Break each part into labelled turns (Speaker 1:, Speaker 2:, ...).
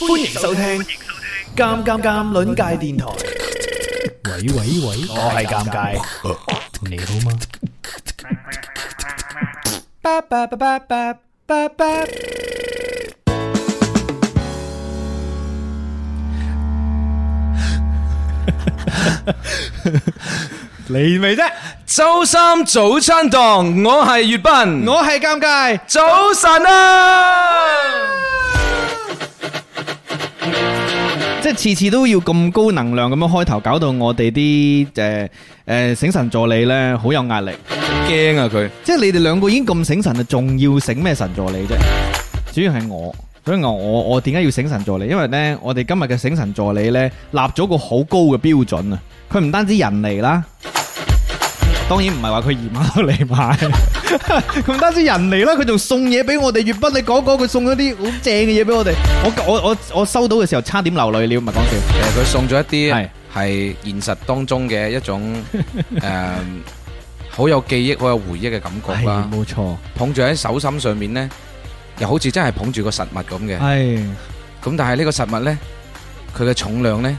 Speaker 1: 欢迎收听《尴尷尷》邻界電台。
Speaker 2: 喂喂喂，
Speaker 1: 我係尷尬，
Speaker 2: 你好嗎？
Speaker 1: 巴巴巴巴巴巴巴。
Speaker 2: 你未啫？
Speaker 3: 周三早餐檔，我係粵斌，
Speaker 2: 我係尷尬，
Speaker 3: 早晨啊！
Speaker 2: 即係次次都要咁高能量咁樣開頭，搞到我哋啲誒誒醒神助理咧好有壓力。
Speaker 3: 驚啊佢，
Speaker 2: 即係你哋兩個已經咁醒神啦，仲要醒咩神助理啫？主要係我。所以我我我點解要醒神助理？因為呢，我哋今日嘅醒神助理呢，立咗個好高嘅標準啊！佢唔單止人嚟啦，當然唔係話佢姨媽都嚟買， 佢唔單止人嚟啦，佢仲送嘢俾我哋。粵斌，你講講佢送咗啲好正嘅嘢俾我哋，我我我我收到嘅時候差點流淚了，唔係講笑。
Speaker 3: 其實佢送咗
Speaker 2: 係
Speaker 3: 一啲係現實當中嘅 一種诶，好有記憶、好有回憶嘅感覺啦
Speaker 2: 係。冇錯，
Speaker 3: 捧住喺手心上面呢，又好似真係捧住個實物咁嘅。
Speaker 2: 係
Speaker 3: 咁但係呢個實物呢，佢嘅重量呢，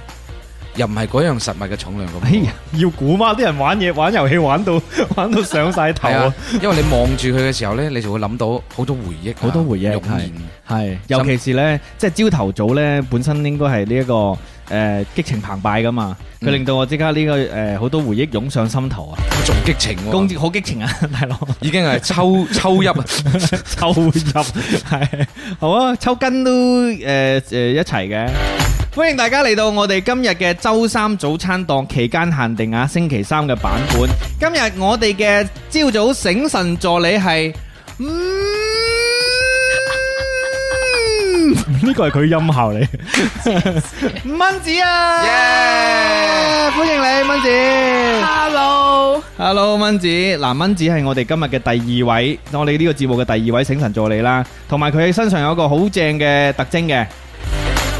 Speaker 3: 又唔係嗰樣實物嘅重量咁。
Speaker 2: 哎呀，要估嘛？啲人玩嘢玩遊戲玩到 玩到上晒頭
Speaker 3: 係啊！，因為你望住佢嘅時候呢，你就會諗到好多回憶啊，
Speaker 2: 好多回憶
Speaker 3: 湧
Speaker 2: 係
Speaker 3: 現
Speaker 2: 係，尤其是咧，即係朝頭早咧，本身應該係呢一個誒、呃激情澎湃噶嘛，佢
Speaker 3: 嗯
Speaker 2: 令到我即刻呢、個誒好、多回憶湧上心頭啊，
Speaker 3: 仲激情喎。
Speaker 2: 公好激情啊，大 佬
Speaker 3: 已經係抽 抽泣啊！
Speaker 2: 抽入 係好啊，抽筋都誒誒、呃呃一齊嘅。歡迎大家嚟到我哋今日嘅周三早餐檔期間限定啊，星期三嘅版本。今日我哋嘅朝早醒神助理係，嗯， 呢個係佢音效嚟。 蚊子啊歡迎你蚊子。
Speaker 4: Hello，
Speaker 2: Hello，蚊子，嗱，蚊子係我哋今日嘅第二位，我哋呢個節目嘅第二位醒神助理啦，同埋佢身上有一個好正嘅特徵嘅，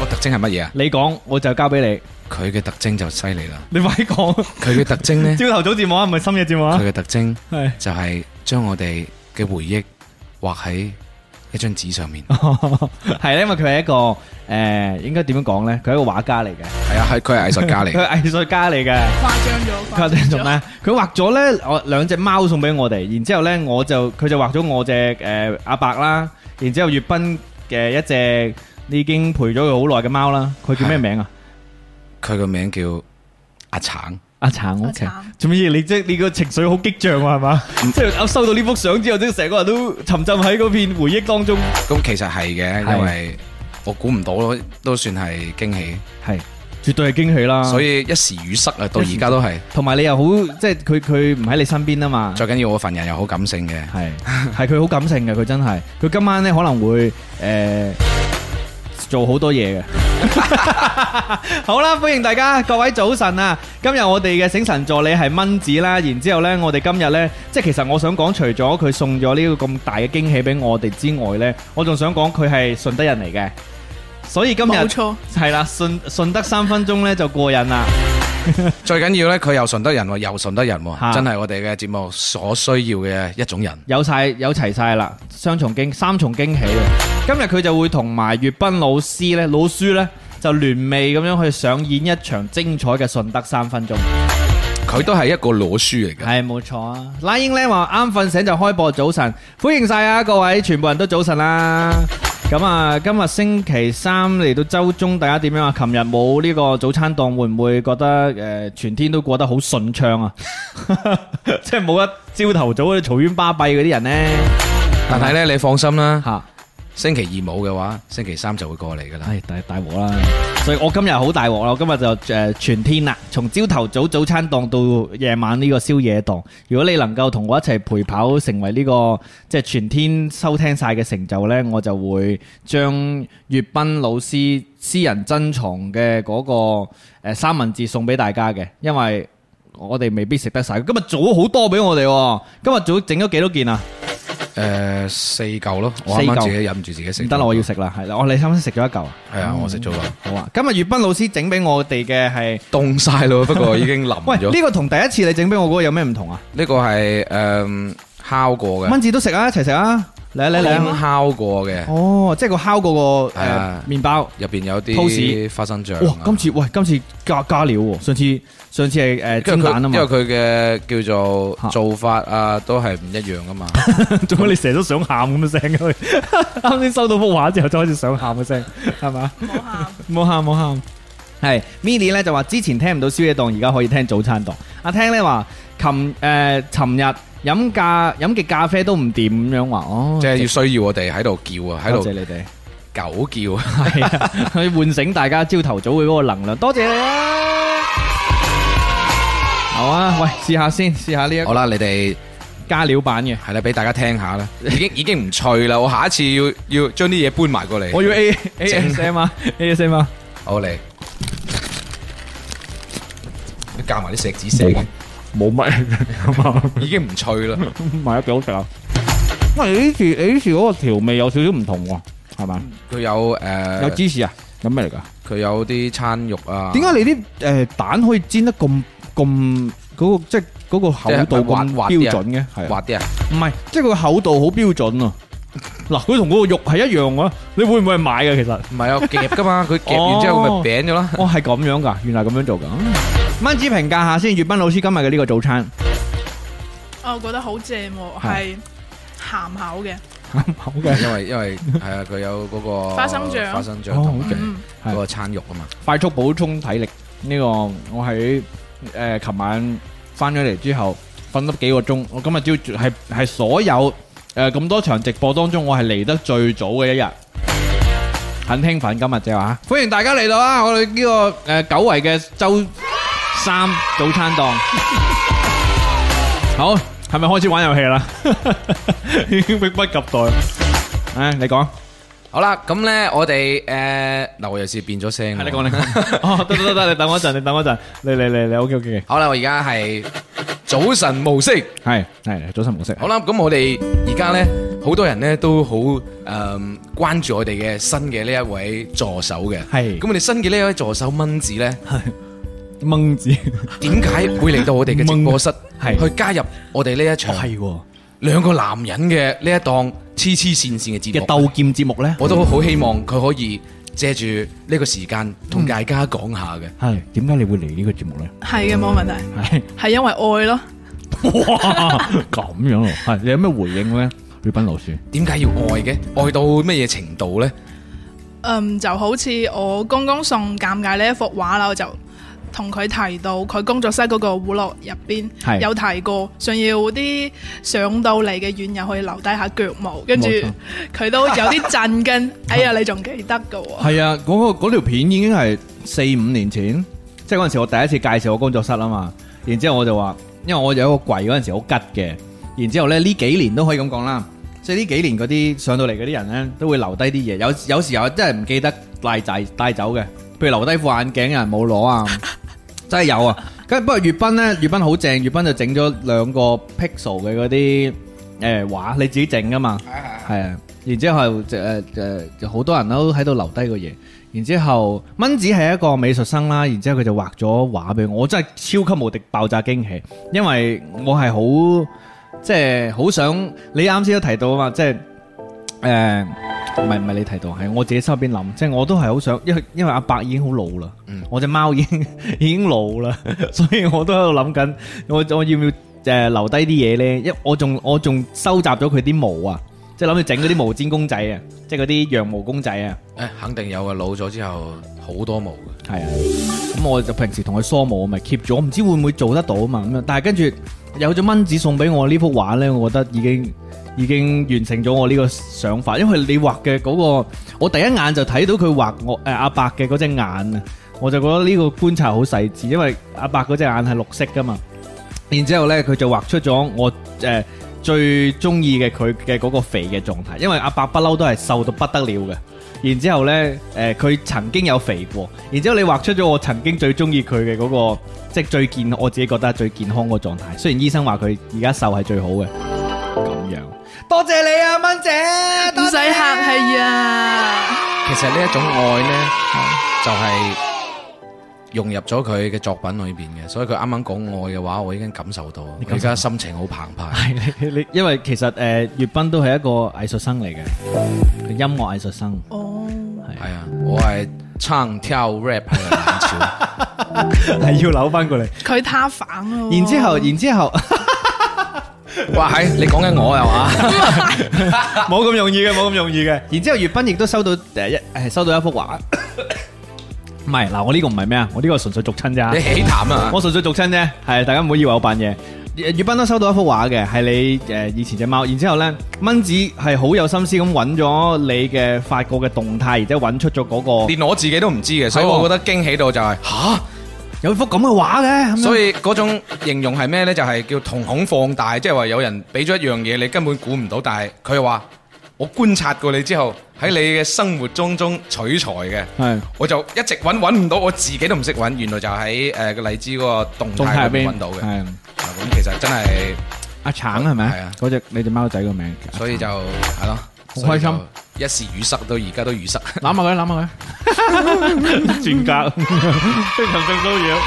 Speaker 3: 我特徵係乜嘢啊？
Speaker 2: 你講我就交俾
Speaker 3: 佢嘅特徵就犀利啦！
Speaker 2: 你，你快講，
Speaker 3: 佢嘅特徵呢，
Speaker 2: 朝頭早節目啊，唔係深夜節目啊
Speaker 3: 佢，嘅特徵
Speaker 2: 係
Speaker 3: 就係將我哋嘅回憶畫喺一張紙上
Speaker 2: 啊
Speaker 3: 面。
Speaker 2: 係咧，因為佢係一個誒、呃，應該點樣講咧？佢係一個畫家嚟嘅，
Speaker 3: 係啊，係佢係藝術家
Speaker 2: 佢
Speaker 3: 嚟。
Speaker 2: 係藝術家嚟嘅。
Speaker 4: 誇張咗，
Speaker 2: 佢畫咗咩？佢畫咗咧，我兩隻貓送俾我哋，然之後咧我就佢就畫咗我隻誒阿伯啦，然之後粵斌嘅一隻已經陪咗佢好耐嘅貓啦，佢叫咩名啊？
Speaker 3: 佢個名叫阿橙，
Speaker 2: 阿橙
Speaker 4: 阿
Speaker 2: ，OK
Speaker 4: 橙。
Speaker 2: 做乜嘢？你即係你個情緒好激漲喎，係 嘛？即係我收到呢幅相之後，即係成個人都沉浸喺嗰片回憶當中。
Speaker 3: 咁其實係
Speaker 2: 係
Speaker 3: 嘅，因為我估唔到咯，都算係驚喜。
Speaker 2: 係，絕對係驚喜啦。
Speaker 3: 所以一時語塞啊，到而家都係。
Speaker 2: 同埋你又好，即係佢佢唔喺你身邊啊嘛。
Speaker 3: 最緊要我份人又好感性嘅，
Speaker 2: 係係佢好感性嘅，佢真係佢今晚咧可能會诶、呃做好多嘢嘅。 好啦，歡迎大家，各位早晨啊！今日我哋嘅醒神助理係蚊子啦，然之后咧，我哋今日呢，即係其實我想講，除咗佢送咗呢個咁大嘅驚喜俾我哋之外呢，我仲想講佢係順德人嚟嘅，所以今日
Speaker 4: 冇錯，
Speaker 2: 係啦，順順德三分鐘呢就過癮啦，
Speaker 3: 最緊要呢，佢又順德人喎，又順德人
Speaker 2: 嚇
Speaker 3: 喎，真係我哋嘅節目所需要嘅一種人。
Speaker 2: 有晒有齊晒啦，雙重驚三重驚喜啊！今日佢就會同埋粵斌老師呢，老師呢，就聯袂咁樣去上演一場精彩嘅順德三分鐘。
Speaker 3: 佢都係一個攞書嚟嘅。
Speaker 2: 係冇錯啊！拉英呢話啱瞓醒就開播早晨，歡迎晒啊各位，全部人都早晨啦。咁啊，今日星期三嚟到周中，大家點樣啊？琴日冇呢個早餐檔，會唔會覺得誒、呃全天都過得好順暢啊？ 即係冇一朝頭早嗰啲嘈冤巴閉嗰啲人呢。
Speaker 3: 但係咧，你放心啦，
Speaker 2: 嚇、
Speaker 3: 星期二冇嘅話，星期三就會過嚟噶啦。
Speaker 2: 唉，大大镬啦！所以我今日好大镬啦，我今日就诶、呃全天啦，從朝頭早早餐檔到夜晚呢個宵夜檔。如果你能夠同我一齊陪跑，成為呢、個即係全天收聽晒嘅成就呢，我就會將粵斌老師私人珍藏嘅嗰、個个呃三文治送俾大家嘅，因為我哋未必食得晒。今日做咗好多俾我哋、喎，今日早整咗幾多件啊？
Speaker 3: 诶，四嚿咯，我啱
Speaker 2: 四嚿
Speaker 3: 啱自己忍唔住自己食。
Speaker 2: 唔得啦，我要。食啦，係啦，我你啱啱食咗一嚿啊。
Speaker 3: 系啊，我食咗啦，
Speaker 2: 好啊，今日粵斌老師整俾我哋嘅係。
Speaker 3: 凍晒咯，不過已經淋
Speaker 2: 喂，呢
Speaker 3: 咗。
Speaker 2: 個同第一次你整俾我嗰個有咩唔同啊？
Speaker 3: 呢個係诶烤過嘅，
Speaker 2: 蚊子都食啊，一齊食啊！嚟嚟
Speaker 3: 烘
Speaker 2: 嚟，
Speaker 3: 烤過嘅，
Speaker 2: 哦，即係個烤嗰個
Speaker 3: 係
Speaker 2: 诶
Speaker 3: 啊
Speaker 2: 面包。
Speaker 3: 入邊有
Speaker 2: Toast
Speaker 3: 啲花生醬啊。
Speaker 2: 哇！今次喂，今次加加料喎，上次上次係誒
Speaker 3: 因
Speaker 2: 煎
Speaker 3: 為佢
Speaker 2: 蛋啊
Speaker 3: 因為
Speaker 2: 嘛，
Speaker 3: 佢嘅叫
Speaker 2: 嚇
Speaker 3: 做做法啊，都係唔一樣 噶嘛。
Speaker 2: 做乜你成日都想喊咁嘅聲嘅？
Speaker 3: 啊
Speaker 2: 啱先收到幅畫之後就開始想喊嘅聲，係嘛？
Speaker 4: 冇喊，
Speaker 2: 冇喊冇喊。係 Mini 咧就話之前聽唔到宵夜檔，而家可以聽早餐檔。阿聽咧話，琴誒尋日飲咖飲嘅咖啡都唔掂咁樣話，哦，
Speaker 3: 即係要需要我哋喺度叫啊，喺
Speaker 2: 多謝
Speaker 3: 度
Speaker 2: 你哋，
Speaker 3: 狗叫啊。
Speaker 2: 係啊，去喚醒大家朝頭早嘅嗰個能量，多謝你啊！好啊，喂，試下先，試下呢一
Speaker 3: 好
Speaker 2: 個
Speaker 3: 啦，你哋
Speaker 2: 加料版嘅。
Speaker 3: 係啦，俾大家聽下啦。已經已經唔脆啦，我下一次要要將啲嘢搬埋過嚟。
Speaker 2: 我要 A A
Speaker 3: 正
Speaker 2: S M 啊，A S M 啊，
Speaker 3: 好嚟，你夾埋啲石子聲，
Speaker 2: 冇乜咁啊，
Speaker 3: 已經唔脆啦。
Speaker 2: 買得幾好食啊！喂，你呢次你呢次嗰個調味有少少唔同喎，係嘛？
Speaker 3: 佢有誒，
Speaker 2: 有芝士啊？有咩嚟㗎？
Speaker 3: 佢有啲餐肉啊。
Speaker 2: 點解你啲誒蛋可以煎得咁咁嗰個即係嗰個厚度
Speaker 3: 即係滑
Speaker 2: 咁
Speaker 3: 滑
Speaker 2: 標
Speaker 3: 啲啊
Speaker 2: 準嘅？係啊
Speaker 3: 滑啲啊？
Speaker 2: 唔係，即係佢個厚度好標準啊！嗱，佢同嗰個肉係一樣啊！你會唔會係買 嘅其實？
Speaker 3: 唔係啊，夾 噶嘛，佢夾完之後佢咪餅咗啦。
Speaker 2: 哦，係咁樣㗎，原來咁樣做㗎。嗯蚊子評價下先，粵斌老師今日嘅呢個早餐，
Speaker 4: 哦我覺得好正喎，
Speaker 2: 係
Speaker 4: 係鹹口嘅，
Speaker 2: 好嘅，
Speaker 3: 因為因為係啊，佢有嗰個
Speaker 4: 花生醬
Speaker 3: 花生醬
Speaker 2: 哦
Speaker 3: 同埋
Speaker 2: ，OK
Speaker 4: 嗯，
Speaker 2: 係
Speaker 3: 嗰個餐肉啊嘛。
Speaker 2: 快速補充體力呢、個，我喺誒琴晚翻咗嚟之後，瞓得幾個鐘。我今日朝早係係所有誒咁、多場直播當中，我係嚟得最早嘅一日。很興奮今日即係話，歡迎大家嚟到啊！我哋呢、個誒、呃久違嘅周三 早餐檔，好係咪開始玩遊戲 啦？已經迫不及待。誒、你講，
Speaker 3: 好啦，咁咧我哋誒嗱，我又是變咗聲喎。
Speaker 2: 係你講，你講。哦，得得得，你等我一陣，你等我一陣，嚟嚟嚟嚟，OK OK。
Speaker 3: 好啦，我而家係早晨模式。
Speaker 2: 系系早晨模式。
Speaker 3: 好啦，咁我哋而家咧，好多人咧都好誒、嗯關注我哋嘅新嘅呢一位助手嘅。
Speaker 2: 係
Speaker 3: 咁我哋新嘅呢一位助手蚊子咧，
Speaker 2: 掹子
Speaker 3: 點解會嚟到 我哋嘅直播室，
Speaker 2: 係
Speaker 3: 去加入我哋呢一場兩個男人嘅呢一檔黐黐線線嘅節
Speaker 2: 嘅
Speaker 3: 目？
Speaker 2: 鬥劍節目咧，
Speaker 3: 我都好希望佢可以借住呢個時間同大家講下嘅。
Speaker 2: 系點解你會嚟呢個節目咧？
Speaker 4: 係嘅冇問題，
Speaker 2: 係
Speaker 4: 係因為愛咯，
Speaker 2: 哇 咁樣咯，係你有咩回應咧？吕斌老師
Speaker 3: 點解要愛嘅？愛到乜嘢程度呢？
Speaker 4: 嗯，就好似我公公送尷尬呢一幅畫啦，我就同佢提到佢工作室嗰個葫蘆入邊
Speaker 2: 係
Speaker 4: 有提過，想要啲上到嚟嘅院友可以留低下腳毛，跟住
Speaker 2: 冇錯
Speaker 4: 佢都有啲 震驚。哎呀，你仲記得噶喎？
Speaker 2: 係啊，嗰、個嗰條片已經係四五年前，即係嗰陣時我第一次介紹我工作室啊嘛。然之後我就話，因為我有一個櫃嗰陣時好吉嘅，然之後咧呢幾年都可以咁講啦。即係呢幾年嗰啲上到嚟嗰啲人咧，都會留低啲嘢。有有時候真係唔記得帶仔帶走嘅，譬如留低副眼鏡有人冇攞啊，真係有啊。跟不過粵斌咧，粵斌好正，粵斌就整咗兩個 pixel 嘅嗰啲誒畫，你自己整噶嘛。係啊，然之後誒誒就好多人都喺度留低個嘢，然之後蚊子係一個美術生啦，然之後佢就畫咗畫俾我，我真係超級無敵爆炸驚喜，因為我係好即係好想你啱先都提到啊嘛，即係誒唔係唔係你提到，啊係呃我自己心入邊諗，即係我都係好想，因為因為阿伯已經好老啦，
Speaker 3: 嗯
Speaker 2: 我只貓已經已經老啦， 所以我都喺度諗緊，我我要唔要誒留低啲嘢咧？因為我仲我仲收集咗佢啲毛啊！即係諗住整嗰啲毛毡公仔啊，即係嗰啲羊毛公仔啊，
Speaker 3: 誒，肯定有嘅，老咗之後好多毛嘅。
Speaker 2: 係啊。咁我就平時同佢梳毛，我啊咪 keep 住，我唔知會唔會做得到啊嘛咁樣。但係跟住有咗蚊子送俾我呢幅畫呢，我覺得已經已經完成咗我呢個想法，因為你畫嘅嗰個，我第一眼就睇到佢畫我誒呃阿伯嘅嗰隻眼啊，我就覺得呢個觀察好細緻，因為阿伯嗰隻眼係綠色噶嘛。然之後呢，佢就畫出咗我誒、呃最中意嘅佢嘅嗰個肥嘅狀態，因為阿伯不嬲都係瘦到不得了嘅。然之後呢，誒、佢曾經有肥過，然之後你畫出咗我曾經最中意佢嘅嗰個，即係最健，我自己覺得係最健康個狀態。雖然醫生話佢而家瘦係最好嘅，咁樣。多謝你啊，蚊姐，
Speaker 4: 唔使客氣啊！
Speaker 3: 其實呢一種愛呢，就係融入咗佢嘅作品裏邊嘅，所以佢啱啱講愛嘅話，我已經感受到，我而家心情好澎湃。
Speaker 2: 系 你，因為其實诶，粤斌都係一個藝術生嚟嘅，佢音樂藝術生。
Speaker 4: 哦，
Speaker 3: 係啊，我係唱跳 rap 嘅冷潮，
Speaker 2: 系要扭翻過嚟。哦
Speaker 4: 佢他反咯。
Speaker 2: 然之后，然之后
Speaker 3: 哇係你講緊我係嘛？
Speaker 2: 冇咁容易嘅，冇咁容易嘅。然之后，粵斌亦都收到第一，诶，收到一幅畫。 唔係嗱，我呢個唔係咩啊，我呢個純粹俗親咋
Speaker 3: 你。起談啊？
Speaker 2: 我純粹俗親啫，係大家唔好以為我扮嘢。粵粵斌都收到一幅畫嘅，係你誒以前只貓，然之後呢，蚊子係好有心思咁揾咗你嘅發過嘅動態，而且揾出咗嗰、個
Speaker 3: 連我自己都唔知嘅，所以我覺得驚喜到就係、啊吓。
Speaker 2: 有幅咁嘅畫嘅，咁樣
Speaker 3: 所以嗰種形容係咩呢？就係、叫瞳孔放大，即係話有人俾咗一樣嘢，你根本估唔到，但係佢話我觀察過你之後，喺你嘅生活中中取材嘅，
Speaker 2: 係
Speaker 3: 我就一直揾揾唔到，我自己都唔識揾，原來就喺誒個荔枝嗰個動
Speaker 2: 動
Speaker 3: 態
Speaker 2: 態
Speaker 3: 入
Speaker 2: 入邊
Speaker 3: 邊揾到嘅。啊
Speaker 2: 係
Speaker 3: 咁其實真係，
Speaker 2: 阿橙係咪？
Speaker 3: 係啊
Speaker 2: 嗰只你只貓仔個名叫，
Speaker 3: 所以就係咯，
Speaker 2: 好
Speaker 3: 所
Speaker 2: 開
Speaker 3: 以
Speaker 2: 心
Speaker 3: 就一時語塞到而家都語塞。
Speaker 2: 攬下佢，攬下佢，專家非常性騷擾。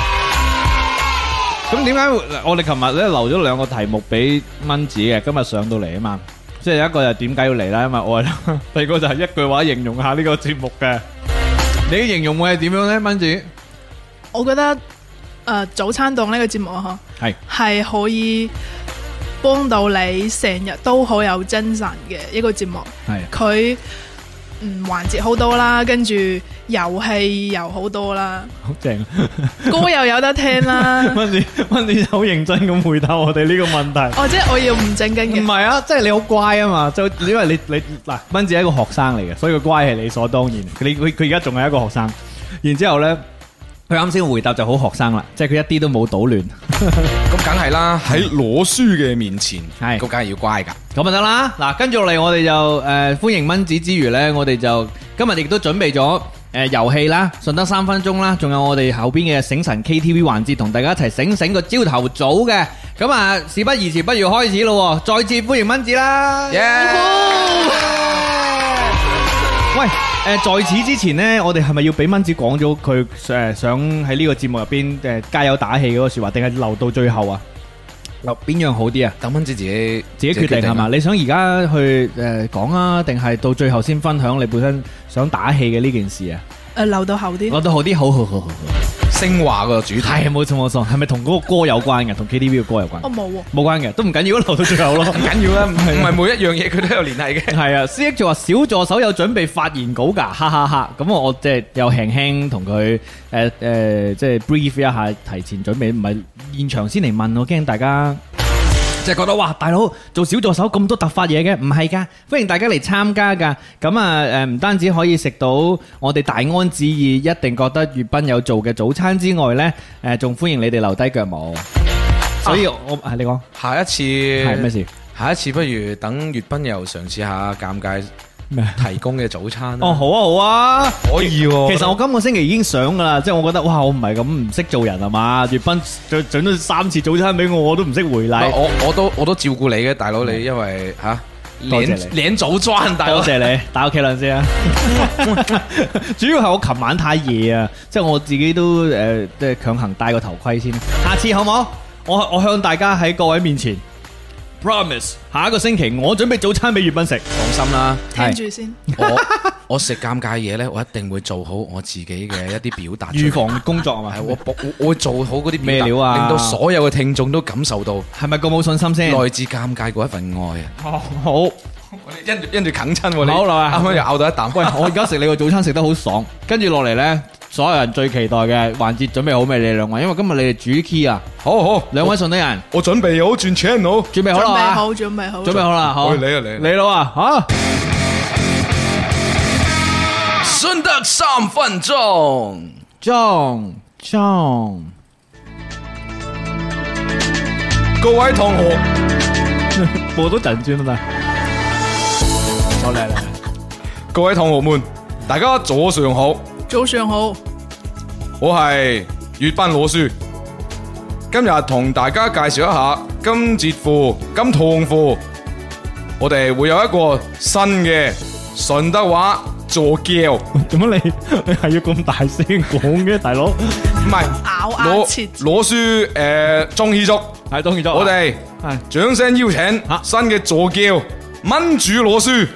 Speaker 2: 咁點解我哋琴日咧留咗兩個題目俾蚊子嘅，今日上到嚟啊嘛，即係有一個就點解要嚟啦，因為 我係第二個就係一句話形容下呢個節目嘅。你嘅形容會係點樣咧，蚊子？
Speaker 4: 我覺得诶早餐檔呢個節目啊，
Speaker 2: 係
Speaker 4: 係可以幫到你成日都好有精神嘅一個節目。
Speaker 2: 係
Speaker 4: 佢嗯環節好多啦，跟住遊戲又好多啦，
Speaker 2: 好正，。
Speaker 4: 歌又有得聽啦
Speaker 2: 蚊子蚊子好認真咁回答我哋呢個問題。
Speaker 4: 或者哦我要唔正經
Speaker 2: 唔
Speaker 4: 嘅，
Speaker 2: 係 啊，即係你好乖啊嘛，就因為你你嗱，蚊子係一個學生嚟嘅，所以佢乖係理所當然。你佢佢而家仲係一個學生，然之後呢，佢啱先回答就好學生啦，即係佢一啲都冇搗亂，
Speaker 3: 咁梗係啦，喺攞書嘅面前，
Speaker 2: 係
Speaker 3: 咁梗係要乖㗎。
Speaker 2: 咁就得啦。嗱，跟住落嚟我哋就誒、呃、歡迎蚊子之餘呢，我哋就今日亦都準備咗誒遊戲啦，順德三分鐘啦，仲有我哋後邊嘅醒神 KTV 環節，同大家一齊醒醒個朝頭早嘅。咁啊，事不宜遲，不如開始咯喎！再次歡迎蚊子啦！喂，誒、在此之前呢，我哋係咪要俾蚊子講咗佢誒想喺呢個節目入邊誒加油打氣嗰個説話，定係留到最後啊？留邊樣好啲啊？
Speaker 3: 等蚊子自己
Speaker 2: 自己決定係嘛？？你想而家去誒講啊，定係到最後先分享你本身想打氣嘅呢件事啊？
Speaker 4: 誒留到後啲。
Speaker 2: 我覺得好啲，好好好好好。
Speaker 3: 升華個主題。
Speaker 2: 係冇錯冇錯，係咪同嗰個歌有關嘅？同 KTV 嘅歌有關？
Speaker 4: 我哦冇喎，
Speaker 2: 冇關嘅，都唔緊要，留到最後咯。
Speaker 3: 緊哦要啊，唔唔係每一樣嘢佢都有聯繫嘅。
Speaker 2: 係啊，C X 就話小助手有準備發言稿㗎，哈哈哈！咁我即係又輕輕同佢誒誒，即係 brief 一下，提前準備，唔係現場先嚟問，我驚大家 即係覺得哇，大佬做小助手咁多突發嘢嘅，唔係㗎，歡迎大家嚟參加㗎。咁啊誒，唔單止可以食到我哋大安旨意一定覺得粵賓有做嘅早餐之外呢，誒仲歡迎你哋留低腳毛。所以我係你講
Speaker 3: 下一
Speaker 2: 係咩
Speaker 3: 次，
Speaker 2: 事？
Speaker 3: 下一次不如等粵斌又嘗試下尷尬
Speaker 2: 咩
Speaker 3: 提供嘅早餐啦。
Speaker 2: 哦，好啊，好啊。
Speaker 3: 可以喎。
Speaker 2: 其實我今個星期已經想噶啦，即係我覺得哇，我唔係咁唔識做人係啊嘛？粵斌整整咗三次早餐俾我，我都唔識回
Speaker 3: 唔係
Speaker 2: 禮。
Speaker 3: 我我都我都照顧你嘅，大佬你因為吓
Speaker 2: 多謝
Speaker 3: 領
Speaker 2: 你
Speaker 3: 領早餐，大佬
Speaker 2: 多謝你，打屋企輪先啊！ 主要係我琴晚太夜啊，即係我自己都誒，即係強行戴個頭盔先。下次好冇？我我向大家喺各位面前 promise，下一個星期我準備早餐俾粵斌食。
Speaker 3: 放心啦。
Speaker 4: 聽住先。
Speaker 3: 我我食尷尬嘢呢，我一定會做好我自己 嘅一啲表達出嚟。
Speaker 2: 預防工作係啊嘛
Speaker 3: 係？我我我我會做好嗰啲
Speaker 2: 咩
Speaker 3: 表達
Speaker 2: 料啊
Speaker 3: 令到所有嘅聽眾都感受到
Speaker 2: 係咪咁冇信心先？
Speaker 3: 來自尷尬嗰一份愛啊！
Speaker 2: 好，好
Speaker 3: 我哋跟住跟住啃親喎，你
Speaker 2: 好啦
Speaker 3: 啱啱又咬到一啖。
Speaker 2: 喂， 我而家食你個早餐食得好爽，跟住落嚟呢，所有人最期待嘅環節準備好未？你兩位，因為今日你哋主 key 啊，
Speaker 3: 好好，
Speaker 2: 兩位順德人
Speaker 3: 我準備好轉 channel。
Speaker 2: 準備好
Speaker 4: 準
Speaker 2: 啦
Speaker 4: 備
Speaker 2: 嘛
Speaker 4: 好，準備好，
Speaker 2: 準備好啦，好，
Speaker 3: 喂你啊你啊
Speaker 2: 你佬啊，
Speaker 3: 順德三分鐘，
Speaker 2: 嚇，John John，
Speaker 3: 各位同學，
Speaker 2: 播多陣先得，好嚟嚟，
Speaker 3: 各位同學們，大家早上好，
Speaker 4: 早上好，
Speaker 3: 我係粵班老師。今日同大家介紹一下金節褲、金痛褲，我哋會有一個新嘅順德話助教，唔
Speaker 2: 做乜你 你係要咁大聲講嘅，大佬？
Speaker 3: 係
Speaker 4: 咬牙
Speaker 3: 攞
Speaker 4: 切齒
Speaker 3: 攞書誒中意足，
Speaker 2: 係當然咗，
Speaker 3: 我哋
Speaker 2: 係
Speaker 3: 掌聲邀請
Speaker 2: 嚇
Speaker 3: 新嘅助教蚊主攞書，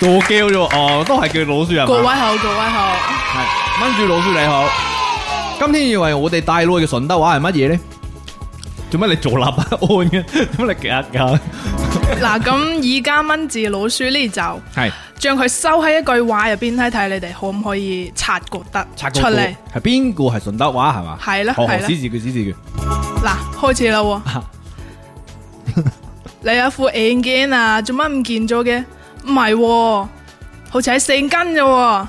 Speaker 2: 做叫啫喎，哦，都係叫老鼠人。
Speaker 4: 各位好，各 位好，
Speaker 2: 係蚊住老鼠你好，今天以為我哋帶路嘅順德話係乜嘢咧？做乜你做立啊安嘅？ 做乜你夾㗎？
Speaker 4: 嗱咁而家蚊字老鼠呢就。
Speaker 2: 係
Speaker 4: 將佢收喺一句話入邊睇睇，你哋可唔可以察覺得
Speaker 2: 拆
Speaker 4: 出嚟？
Speaker 2: 係邊個係順德話係嘛？
Speaker 4: 係啦
Speaker 2: 好好
Speaker 4: 係啦
Speaker 2: 指示佢指示佢。
Speaker 4: 嗱，開始啦喎！你有一副眼鏡啊，做乜唔見咗嘅？唔係喎，好似喺四根啫喎。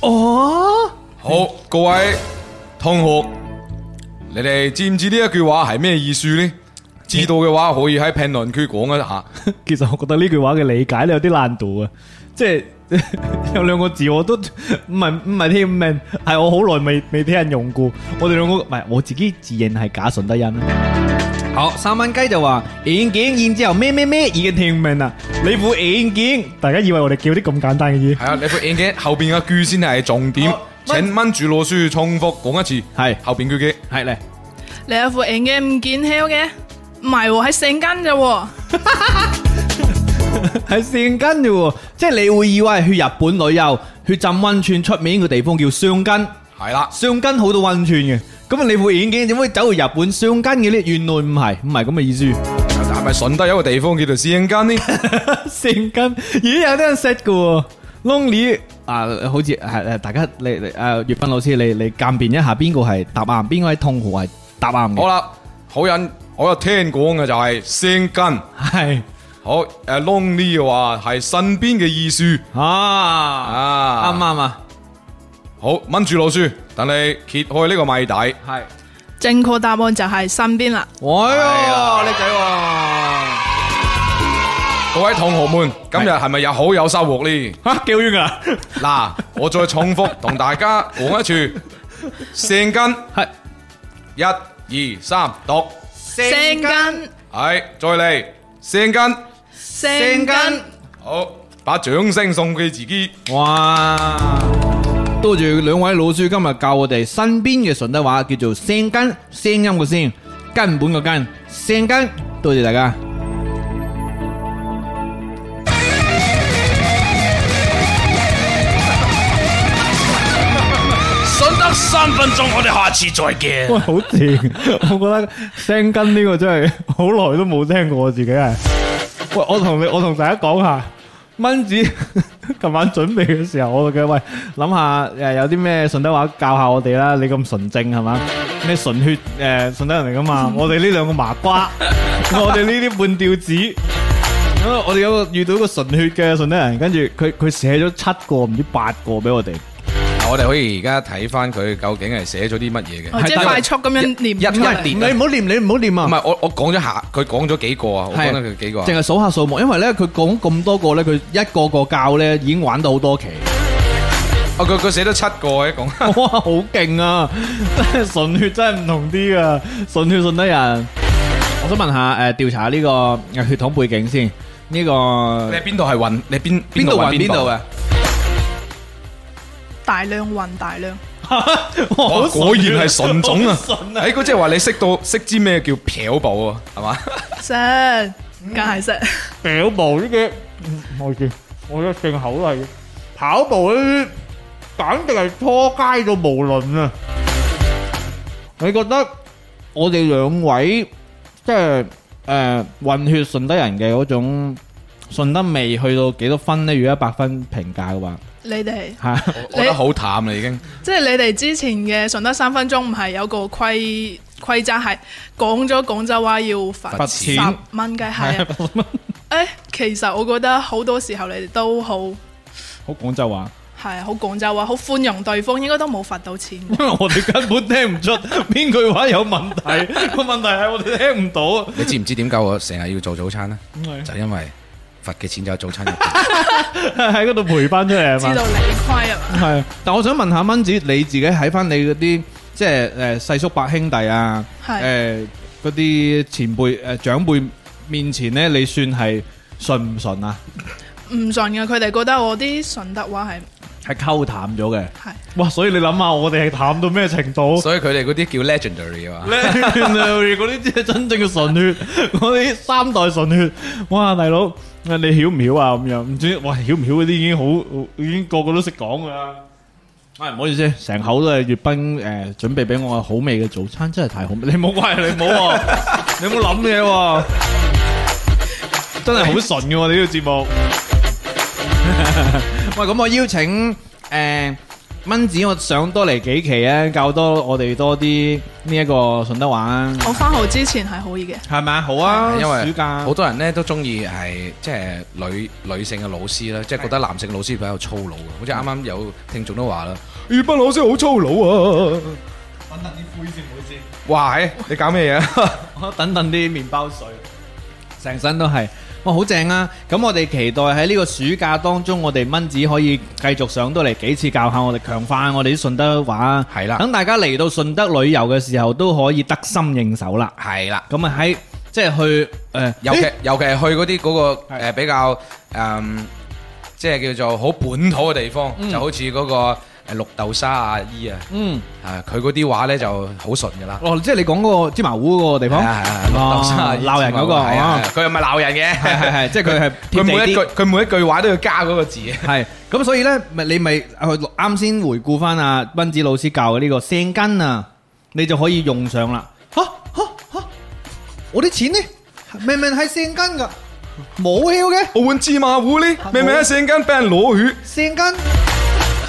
Speaker 2: 哦，
Speaker 3: 好，各位同學，你哋知唔知呢一句話係咩意思呢？知道嘅話可以喺評論區講一下。
Speaker 2: 其實我覺得呢句話嘅理解咧有啲難度啊，即係 有兩個字我都唔係唔係聽唔明，係我好耐未未聽人用過。我哋兩個唔係我自己自認係假順德人啊。好，三蚊雞就話眼鏡，然之後咩咩咩已經聽唔明啦。啊你副眼鏡，大家以為我哋叫啲咁簡單嘅嘢
Speaker 3: 係啊，你副眼鏡後邊嘅句先係重點
Speaker 2: 好，
Speaker 3: 請蚊主攞書重複講一次，
Speaker 2: 係
Speaker 3: 後邊句嘅。
Speaker 2: 係咧，
Speaker 4: 你有副眼鏡唔見梢嘅？唔係喎，喺四根啫喎。
Speaker 2: 係善根啫喎，即係你會以為去日本旅遊去浸温泉出名嘅地方叫箱根。
Speaker 3: 係啦，
Speaker 2: 上根好多温泉嘅，咁啊你副眼鏡點會走去日本上根嘅呢？原來唔係，唔係咁嘅意思。
Speaker 3: 係咪順德有個地方叫做私影間呢？
Speaker 2: 上根咦有啲人識嘅喎，Lonely 啊，好似係係大家你你誒粵斌老師你你鑑別一下邊個係答啱，邊個係同學係答啱
Speaker 3: 好
Speaker 2: 嘅。
Speaker 3: 啦，好人我有聽講嘅就係聲根，
Speaker 2: 係
Speaker 3: 好誒 lonely 嘅話係身邊嘅意思
Speaker 2: 啊，
Speaker 3: 啊，
Speaker 2: 啱唔啱啊？
Speaker 3: 好，蚊住老鼠，等你揭開呢個謎底，
Speaker 2: 係，
Speaker 4: 正確答案就係身邊啦。
Speaker 2: 哎
Speaker 3: 係
Speaker 2: 呀
Speaker 3: 啊
Speaker 2: 叻仔喎！
Speaker 3: 各位同學們，今日係咪有好有收穫呢？
Speaker 2: 嚇叫冤啊！
Speaker 3: 嗱，我再重複同大家講一次，聲根
Speaker 2: 係
Speaker 3: 一二三讀，
Speaker 4: 四根，
Speaker 3: 係再嚟聲根，
Speaker 4: 四
Speaker 2: 聲根
Speaker 4: 根，
Speaker 3: 好，把掌聲送俾自己。
Speaker 2: 哇！多謝兩位老師今日教我哋身邊嘅順德話，叫做聲根，聲音嘅聲，根本嘅根，聲根。多謝大家。
Speaker 5: 顺德三分钟，我哋下次再见。
Speaker 6: 喂， 好正！我覺得聲根呢個真係好耐都冇聽過，我自己係。喂，我同你，我同大家講下，蚊子 琴晚準備嘅時候，我嘅喂諗下誒有啲咩順德話教下我哋啦。你咁純正係嘛？咩純血誒、順德人嚟噶 嘛？我哋呢兩個麻瓜， 我哋呢啲半吊子。咁啊我哋有個遇到一個純血嘅順德人，跟住佢佢寫咗七個唔知八個俾我哋。
Speaker 3: 我哋可以而家睇翻佢究竟係寫咗啲乜嘢嘅。
Speaker 4: 哦即係快速咁樣念出
Speaker 3: 一
Speaker 4: 嚟。
Speaker 3: 一
Speaker 2: 你唔好念，你唔好念啊
Speaker 3: 唔！係我我講咗下，佢講咗幾個啊？我講咗佢幾個啊？
Speaker 2: 净係數下數目，因為咧佢講咁多個咧，佢一個個教咧已經玩到好多期，
Speaker 3: 啊，佢佢寫咗七個嘅講。
Speaker 2: 哇，好勁啊！ 真係純血真係唔同啲噶，純血順德人。我想問下诶，调、調查呢個呃血統背景先，呢、個
Speaker 3: 你係邊度係運？你邊
Speaker 2: 邊度揾
Speaker 3: 運
Speaker 2: 邊度？嘅？
Speaker 4: 大量運大量，
Speaker 2: 哇
Speaker 3: 哦，果然係純種啊！
Speaker 2: 純
Speaker 3: 誒，嗰即係話你識到識知咩叫漂步啊？係嘛？
Speaker 4: 識，梗係識。
Speaker 6: 跑步呢啲，嗯我知，我一正口嚟。跑步呢啲，簡直係拖街到無論啊！
Speaker 2: 你覺得我哋兩位即係诶混血順德人嘅嗰種順德味去到幾多分呢？如果一百分評價嘅話，
Speaker 4: 你哋
Speaker 2: 吓、
Speaker 3: 我覺得好淡啦已經。
Speaker 4: 即係你哋之前嘅順德三分鐘唔係有個規規則係講咗廣州話要罰
Speaker 3: 罰
Speaker 4: 十
Speaker 3: 錢
Speaker 4: 蚊嘅係啊。誒，其實我覺得好多時候你哋都好
Speaker 2: 好廣州 話。
Speaker 4: 係啊好廣州話，好寬容對方，應該都冇罰到錢。
Speaker 2: 因為我哋根本聽唔出邊句話有問題，個問題係我哋聽唔到。
Speaker 3: 你知唔知點解我成日要做早餐呢？就因為罰嘅錢就喺早餐 入邊。
Speaker 6: 喺嗰度培班出
Speaker 2: à?
Speaker 6: 嚟係
Speaker 4: 知
Speaker 6: 嘛？
Speaker 4: 道理虧啊嘛，
Speaker 2: 係，但我想問下蚊子，你自己喺翻你嗰啲即係誒細叔伯兄弟啊，
Speaker 4: 係
Speaker 2: 誒嗰啲前輩誒、呃、長輩面前咧，你算係順唔順啊？
Speaker 4: 唔順嘅，佢哋覺得我啲順德話係
Speaker 2: 係溝淡咗嘅。
Speaker 4: 係
Speaker 7: 哇！所以你諗下，我哋係淡到咩程度？
Speaker 3: 所以佢哋嗰啲叫 legendary 啊嘛。
Speaker 7: Legendary 嗰啲先係真正嘅純血，嗰啲三代純血。哇，大佬，你曉唔曉啊？咁樣唔知，哇，曉唔曉嗰啲已經好，已經個個都識講哎噶啦。
Speaker 2: 唉，唔好意思，成口都係粵賓誒準備俾我好味嘅早餐，真係太好味。你冇
Speaker 7: 啊
Speaker 2: 怪你 冇喎，你冇諗嘢喎。
Speaker 7: 真係好純嘅喎，你呢個節目。
Speaker 2: 喂，咁我邀請誒蚊子，我上多嚟幾期啊，教多我哋多啲呢一個順德話，啊
Speaker 4: 我翻學之前係可以嘅，
Speaker 2: 係咪啊？好啊，
Speaker 3: 因為
Speaker 2: 暑假
Speaker 3: 好多人咧都中意係即係女女性嘅老師啦，即係覺得男性老師比較粗魯嘅，好似啱啱有聽眾都話啦，粵斌老師好粗魯啊！
Speaker 7: 等等啲灰先，唔好先。
Speaker 3: 哇，係你搞咩嘢啊？
Speaker 2: 我等等啲麵包水，成身都係，哇，好正啊！咁我哋期待喺呢個暑假當中，我哋蚊子可以繼續上到嚟幾次教下我哋，強化我哋啲順德話。
Speaker 3: 係啦
Speaker 2: 等大家嚟到順德旅遊嘅時候，都可以得心應手啦。
Speaker 3: 係啦，
Speaker 2: 咁啊喺即係去呃誒，
Speaker 3: 尤其尤其係去嗰啲嗰個
Speaker 2: 係
Speaker 3: 誒比較誒，即係叫做好本土嘅地方，就好似嗰個誒綠豆沙阿姨啊，
Speaker 2: 嗯，
Speaker 3: 啊佢嗰啲話咧就好順噶啦。
Speaker 2: 哦，即係你講嗰個芝麻糊嗰個地
Speaker 3: 係
Speaker 2: 方，哦
Speaker 3: 啊係啊綠豆沙阿姨
Speaker 2: 鬧人嗰個
Speaker 3: 係啊
Speaker 2: 啊
Speaker 3: 係啊佢又唔係鬧人嘅，
Speaker 2: 係 係係，即係佢係
Speaker 3: 佢
Speaker 2: 貼
Speaker 3: 每
Speaker 2: 地
Speaker 3: 一句
Speaker 2: 啲
Speaker 3: 佢每一句話都要加嗰個字。
Speaker 2: 係，咁所以咧，咪你咪去啱先回顧翻阿斌子老師教嘅呢個聲根啊，你就可以用上啦。吓吓吓！我啲錢呢？明明係聲根噶，冇票嘅
Speaker 3: 我碗芝麻糊呢，明明一瞬間俾人攞血。
Speaker 2: 聲根。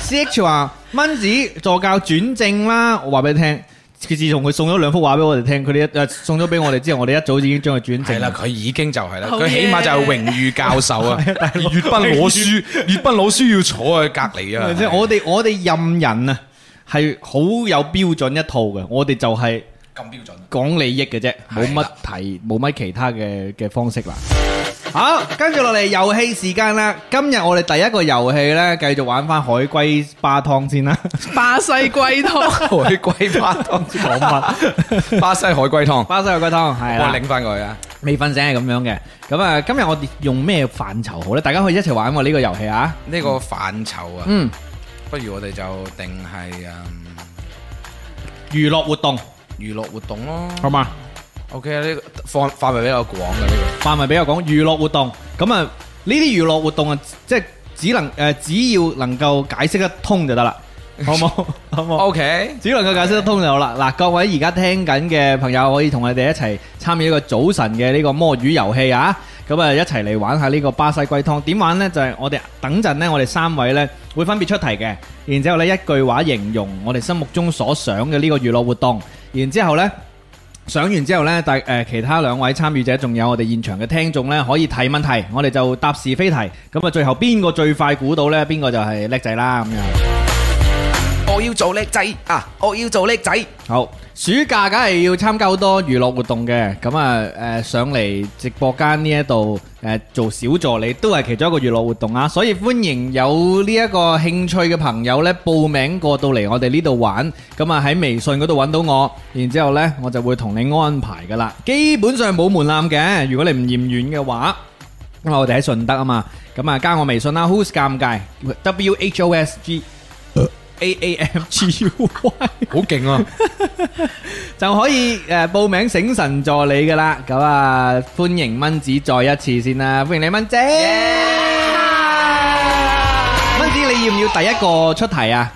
Speaker 2: CH 話蚊子助教轉正啦，我話俾你聽。佢自從佢送咗兩幅畫俾我哋聽，佢哋一誒呃送咗俾我哋之後，我哋一早已經將佢轉
Speaker 3: 係
Speaker 2: 正
Speaker 3: 啦，。啊佢已經就係啦，
Speaker 4: 好
Speaker 3: 佢
Speaker 4: 嘢
Speaker 3: 起碼就係榮譽教授 啊。粵斌老師， 粵斌老師要坐喺隔離啊。
Speaker 2: 即係我哋我哋任人啊，係好有標準一套嘅，我哋就係、
Speaker 3: 咁標準。
Speaker 2: 講利益嘅啫，冇乜提，冇乜其他嘅嘅方式啦。好，跟住落嚟遊戲時間啦。今日我哋第一個遊戲呢，繼續玩翻海龜巴湯先啦。
Speaker 4: 巴西龜 湯
Speaker 3: 海龜巴湯講乜？巴西海龜湯，
Speaker 2: 巴西海龜湯係
Speaker 3: 我
Speaker 2: 啦
Speaker 3: 拎，翻佢啊！
Speaker 2: 未瞓醒係咁樣嘅。咁啊，今日我哋用咩範疇好呢？大家可以一齊玩喎呢個遊戲啊。
Speaker 3: 呢個範疇啊，
Speaker 2: 嗯，
Speaker 3: 不如我哋就定係嗯
Speaker 2: 娛樂活動
Speaker 3: 娛樂活動咯。
Speaker 2: 好嘛？
Speaker 3: OK 啊，呢個範範圍比較廣嘅呢
Speaker 2: 範圍比較廣，娛樂活動咁啊，呢啲娛樂活動啊，即係只能誒、呃只要能夠解釋得通就得啦，好 冇？好
Speaker 3: 個。
Speaker 2: 冇？
Speaker 3: OK，
Speaker 2: 只能夠解釋得通就好啦。嗱，各位而家聽緊嘅朋友可以同我哋一齊參與一個早晨嘅呢個摸魚遊戲啊！咁啊，一齊嚟玩下呢個巴西龜湯。點玩呢？就係、我哋等陣呢，我哋三位呢會分別出題嘅，然之後呢，一句話形容我哋心目中所想嘅呢個娛樂活動，然之後呢。上完之後呢，大誒、呃其他兩位參與者，仲有我哋現場嘅聽眾呢，可以提問題，我哋就答是非題。咁啊，最後邊個最快估到呢？邊個就係叻仔啦咁樣。
Speaker 3: 我要做叻仔啊！我要做叻仔。
Speaker 2: 好，暑假梗係要參加好多娛樂活動嘅，咁啊誒上嚟直播間呢一度誒做小助理都係其中一個娛樂活動啊，所以歡迎有呢一個興趣嘅朋友呢報名過到嚟我哋呢度玩，咁啊喺微信嗰度揾到我，然之後呢我就會同你安排噶啦，基本上冇門檻嘅，如果你唔嫌遠嘅話。因為我哋喺順德啊嘛，咁啊加我微信啦，Who's 尷尬，W H O S G A A M G U Y。
Speaker 3: 好勁啊！
Speaker 2: 就可以誒報名醒神助理噶啦，咁啊歡迎蚊子再一次先啦，歡迎你蚊子。蚊子你要唔要第一個出題啊？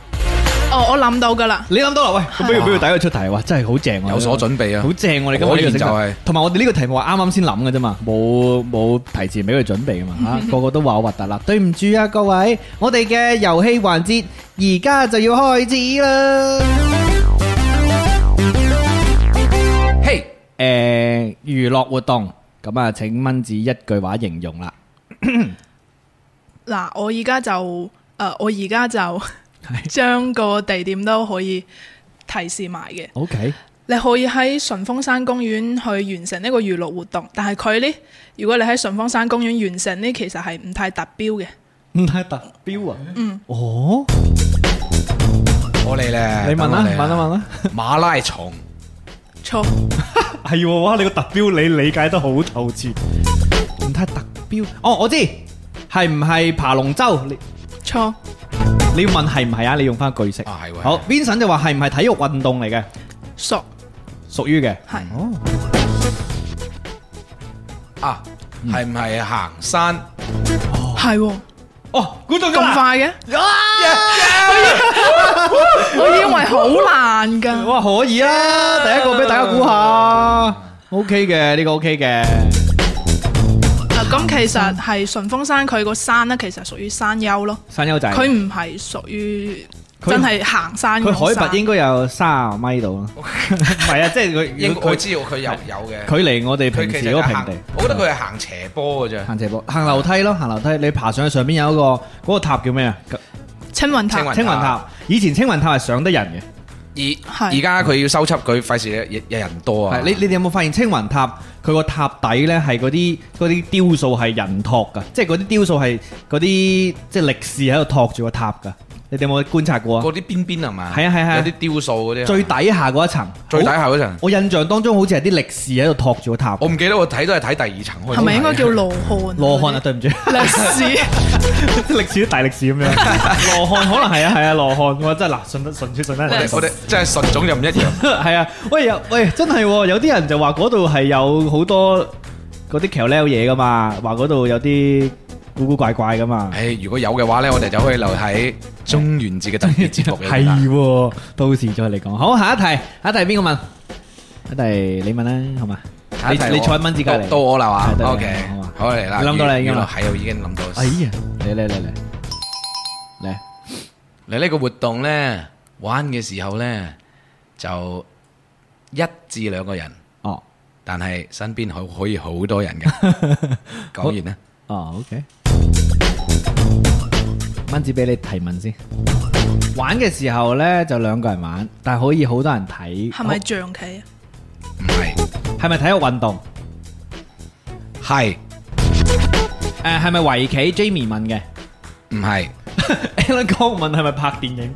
Speaker 4: 哦，我諗到噶啦，
Speaker 2: 你諗到啦，喂，不如俾佢第一個出題，哇，真係好正啊！
Speaker 3: 有所準備啊！
Speaker 2: 好正我哋今日呢個
Speaker 3: 果然就係
Speaker 2: 同埋我哋呢個題目係啱啱先諗嘅啫嘛，冇冇提前俾佢準備噶嘛嚇，個個都話我核突啦，對唔住啊各位，我哋嘅遊戲環節而家就要開始啦。嘿，誒娛樂活動，咁啊請蚊子一句話形容啦，
Speaker 4: 嗱，我而家就誒、呃我而家就將個地點都可以提示埋嘅。
Speaker 2: ，OK，
Speaker 4: 你可以喺順峰山公園去完成呢個娛樂活動，但係佢呢，如果你喺順峰山公園完成呢，其實係唔太達標嘅。
Speaker 2: 唔太特標啊，嗯，哦，
Speaker 3: 我嚟咧，
Speaker 2: 你問啦，
Speaker 3: 等
Speaker 2: 問啦
Speaker 3: 我嚟啊
Speaker 2: 問啦，
Speaker 3: 馬拉松。
Speaker 4: 錯，
Speaker 7: 係喎，哇！你個特標你理解得好透徹。
Speaker 2: 唔太特標，哦我知，係唔係爬龍舟？你
Speaker 4: 錯，
Speaker 2: 你要問係唔係啊？你用翻句式。
Speaker 3: 啊係喎
Speaker 2: 好，Vincent 就話係唔係體育運動嚟嘅？
Speaker 4: 熟
Speaker 2: 屬於嘅。哦
Speaker 4: 係
Speaker 3: 啊，
Speaker 2: 嗯
Speaker 3: 係唔係行山？
Speaker 4: 係喎，
Speaker 2: 哦，估到咗
Speaker 4: 咁
Speaker 2: 啦！
Speaker 4: 快嘅？ 我以為好 難㗎，
Speaker 2: 哇，可以啦，第一個俾大家估下。OK 嘅，呢個 OK 嘅。
Speaker 4: 嗱啊咁其實係順風山佢個山咧，其實屬於山丘咯，
Speaker 2: 山丘仔，
Speaker 4: 佢唔係屬於
Speaker 2: 佢
Speaker 4: 真係行山
Speaker 2: 佢
Speaker 4: 嗰種
Speaker 2: 海
Speaker 4: 山。
Speaker 2: 拔應該有三十米 度啦。唔係啊，即係佢
Speaker 3: 應我
Speaker 2: 佢
Speaker 3: 知道佢有有嘅。
Speaker 2: 距離我哋平
Speaker 3: 佢其
Speaker 2: 時
Speaker 3: 實
Speaker 2: 嗰個
Speaker 3: 係
Speaker 2: 平
Speaker 3: 行
Speaker 2: 地，。
Speaker 3: 我覺得佢係行斜坡嘅啫。
Speaker 2: 行斜坡，行樓梯咯，行樓梯。你爬上去上邊有一個嗰個塔叫咩啊？
Speaker 4: 青雲
Speaker 3: 青
Speaker 4: 塔
Speaker 3: 雲
Speaker 2: 青雲塔。以前青雲塔係上得人嘅。
Speaker 3: 而
Speaker 4: 係
Speaker 3: 而家佢要收葺佢，費事日日人多啊。
Speaker 2: 係你你哋有冇發現青雲塔佢個塔底咧係嗰啲嗰啲雕塑係人托㗎，即係嗰啲雕塑係嗰啲即係力士喺度托住個塔㗎。你哋有冇觀察過啊？
Speaker 3: 嗰啲邊邊係嘛？
Speaker 2: 係啊係啊係啊
Speaker 3: 有啲雕塑嗰啲。
Speaker 2: 最底下嗰一層，
Speaker 3: 最底
Speaker 2: 好。
Speaker 3: 下嗰層，
Speaker 2: 我印象當中好似係啲力士喺度托住個塔。
Speaker 3: 我唔記得我睇都係睇第二層開始睇。
Speaker 4: 係咪應該叫羅漢？
Speaker 2: 羅漢啊，對唔 住，
Speaker 4: 歷史
Speaker 6: 歷史大歷史咁樣。羅漢可能係啊係啊羅漢，我真係嗱順得順出順
Speaker 3: 我
Speaker 6: 得
Speaker 3: 哋？
Speaker 6: 人
Speaker 3: 我哋真係純種就唔一樣。
Speaker 2: 係啊，喂有喂真係喎，有啲人就話嗰度係有好多嗰啲橋撩嘢㗎嘛，話嗰度有啲古古怪怪㗎嘛。
Speaker 3: 唉，如果有嘅話咧，我哋就可以留喺中元節嘅特別 節目入邊啦。
Speaker 2: 係喎，到時再嚟講。好，下一題，下一題邊個問？下一題你問啦，好嘛？
Speaker 3: 下一題
Speaker 2: 你你
Speaker 3: 我
Speaker 2: 坐喺蚊子隔
Speaker 3: 到
Speaker 2: 離
Speaker 3: 到。我啦嘛
Speaker 2: 係到你啦
Speaker 3: ，OK，
Speaker 2: 好嘛
Speaker 3: 好嚟啦，
Speaker 2: 你諗到啦已經
Speaker 3: 原來
Speaker 2: 啦
Speaker 3: 係我已經諗到
Speaker 2: 哎。呀，嚟嚟嚟嚟嚟，
Speaker 3: 你呢個活動咧，玩嘅時候咧，就一至兩個人，
Speaker 2: 哦
Speaker 3: 但係身邊可可以好多人嘅。講完啦，
Speaker 2: 哦，OK。蚊子俾你提問先。玩嘅時候呢，就兩個人玩，但係可以好多人睇。
Speaker 4: 係咪象棋啊？
Speaker 3: 唔係，
Speaker 2: 係咪體育運動？
Speaker 3: 係
Speaker 2: 誒係咪圍棋？Jamie 問嘅。
Speaker 3: 唔係
Speaker 2: Alan 哥問係咪拍電影？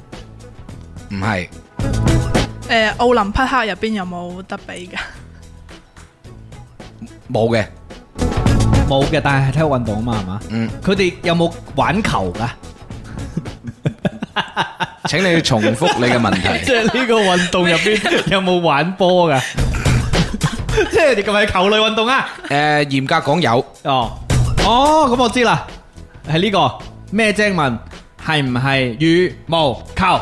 Speaker 3: 唔係
Speaker 4: 誒，奧呃林匹克入邊有冇得 比㗎？
Speaker 3: 冇嘅，
Speaker 2: 冇嘅，但係體育運動啊嘛，係嘛？
Speaker 3: 嗯，
Speaker 2: 佢哋有冇玩球㗎？
Speaker 3: 請你重複你嘅問
Speaker 2: 即
Speaker 3: 題。
Speaker 2: 係呢個運動入邊有冇玩波噶？即係咁係球類運動啊？
Speaker 3: 誒，嚴格講有，
Speaker 2: 哦，哦，咁我知啦，係呢個咩精問係唔係羽毛球？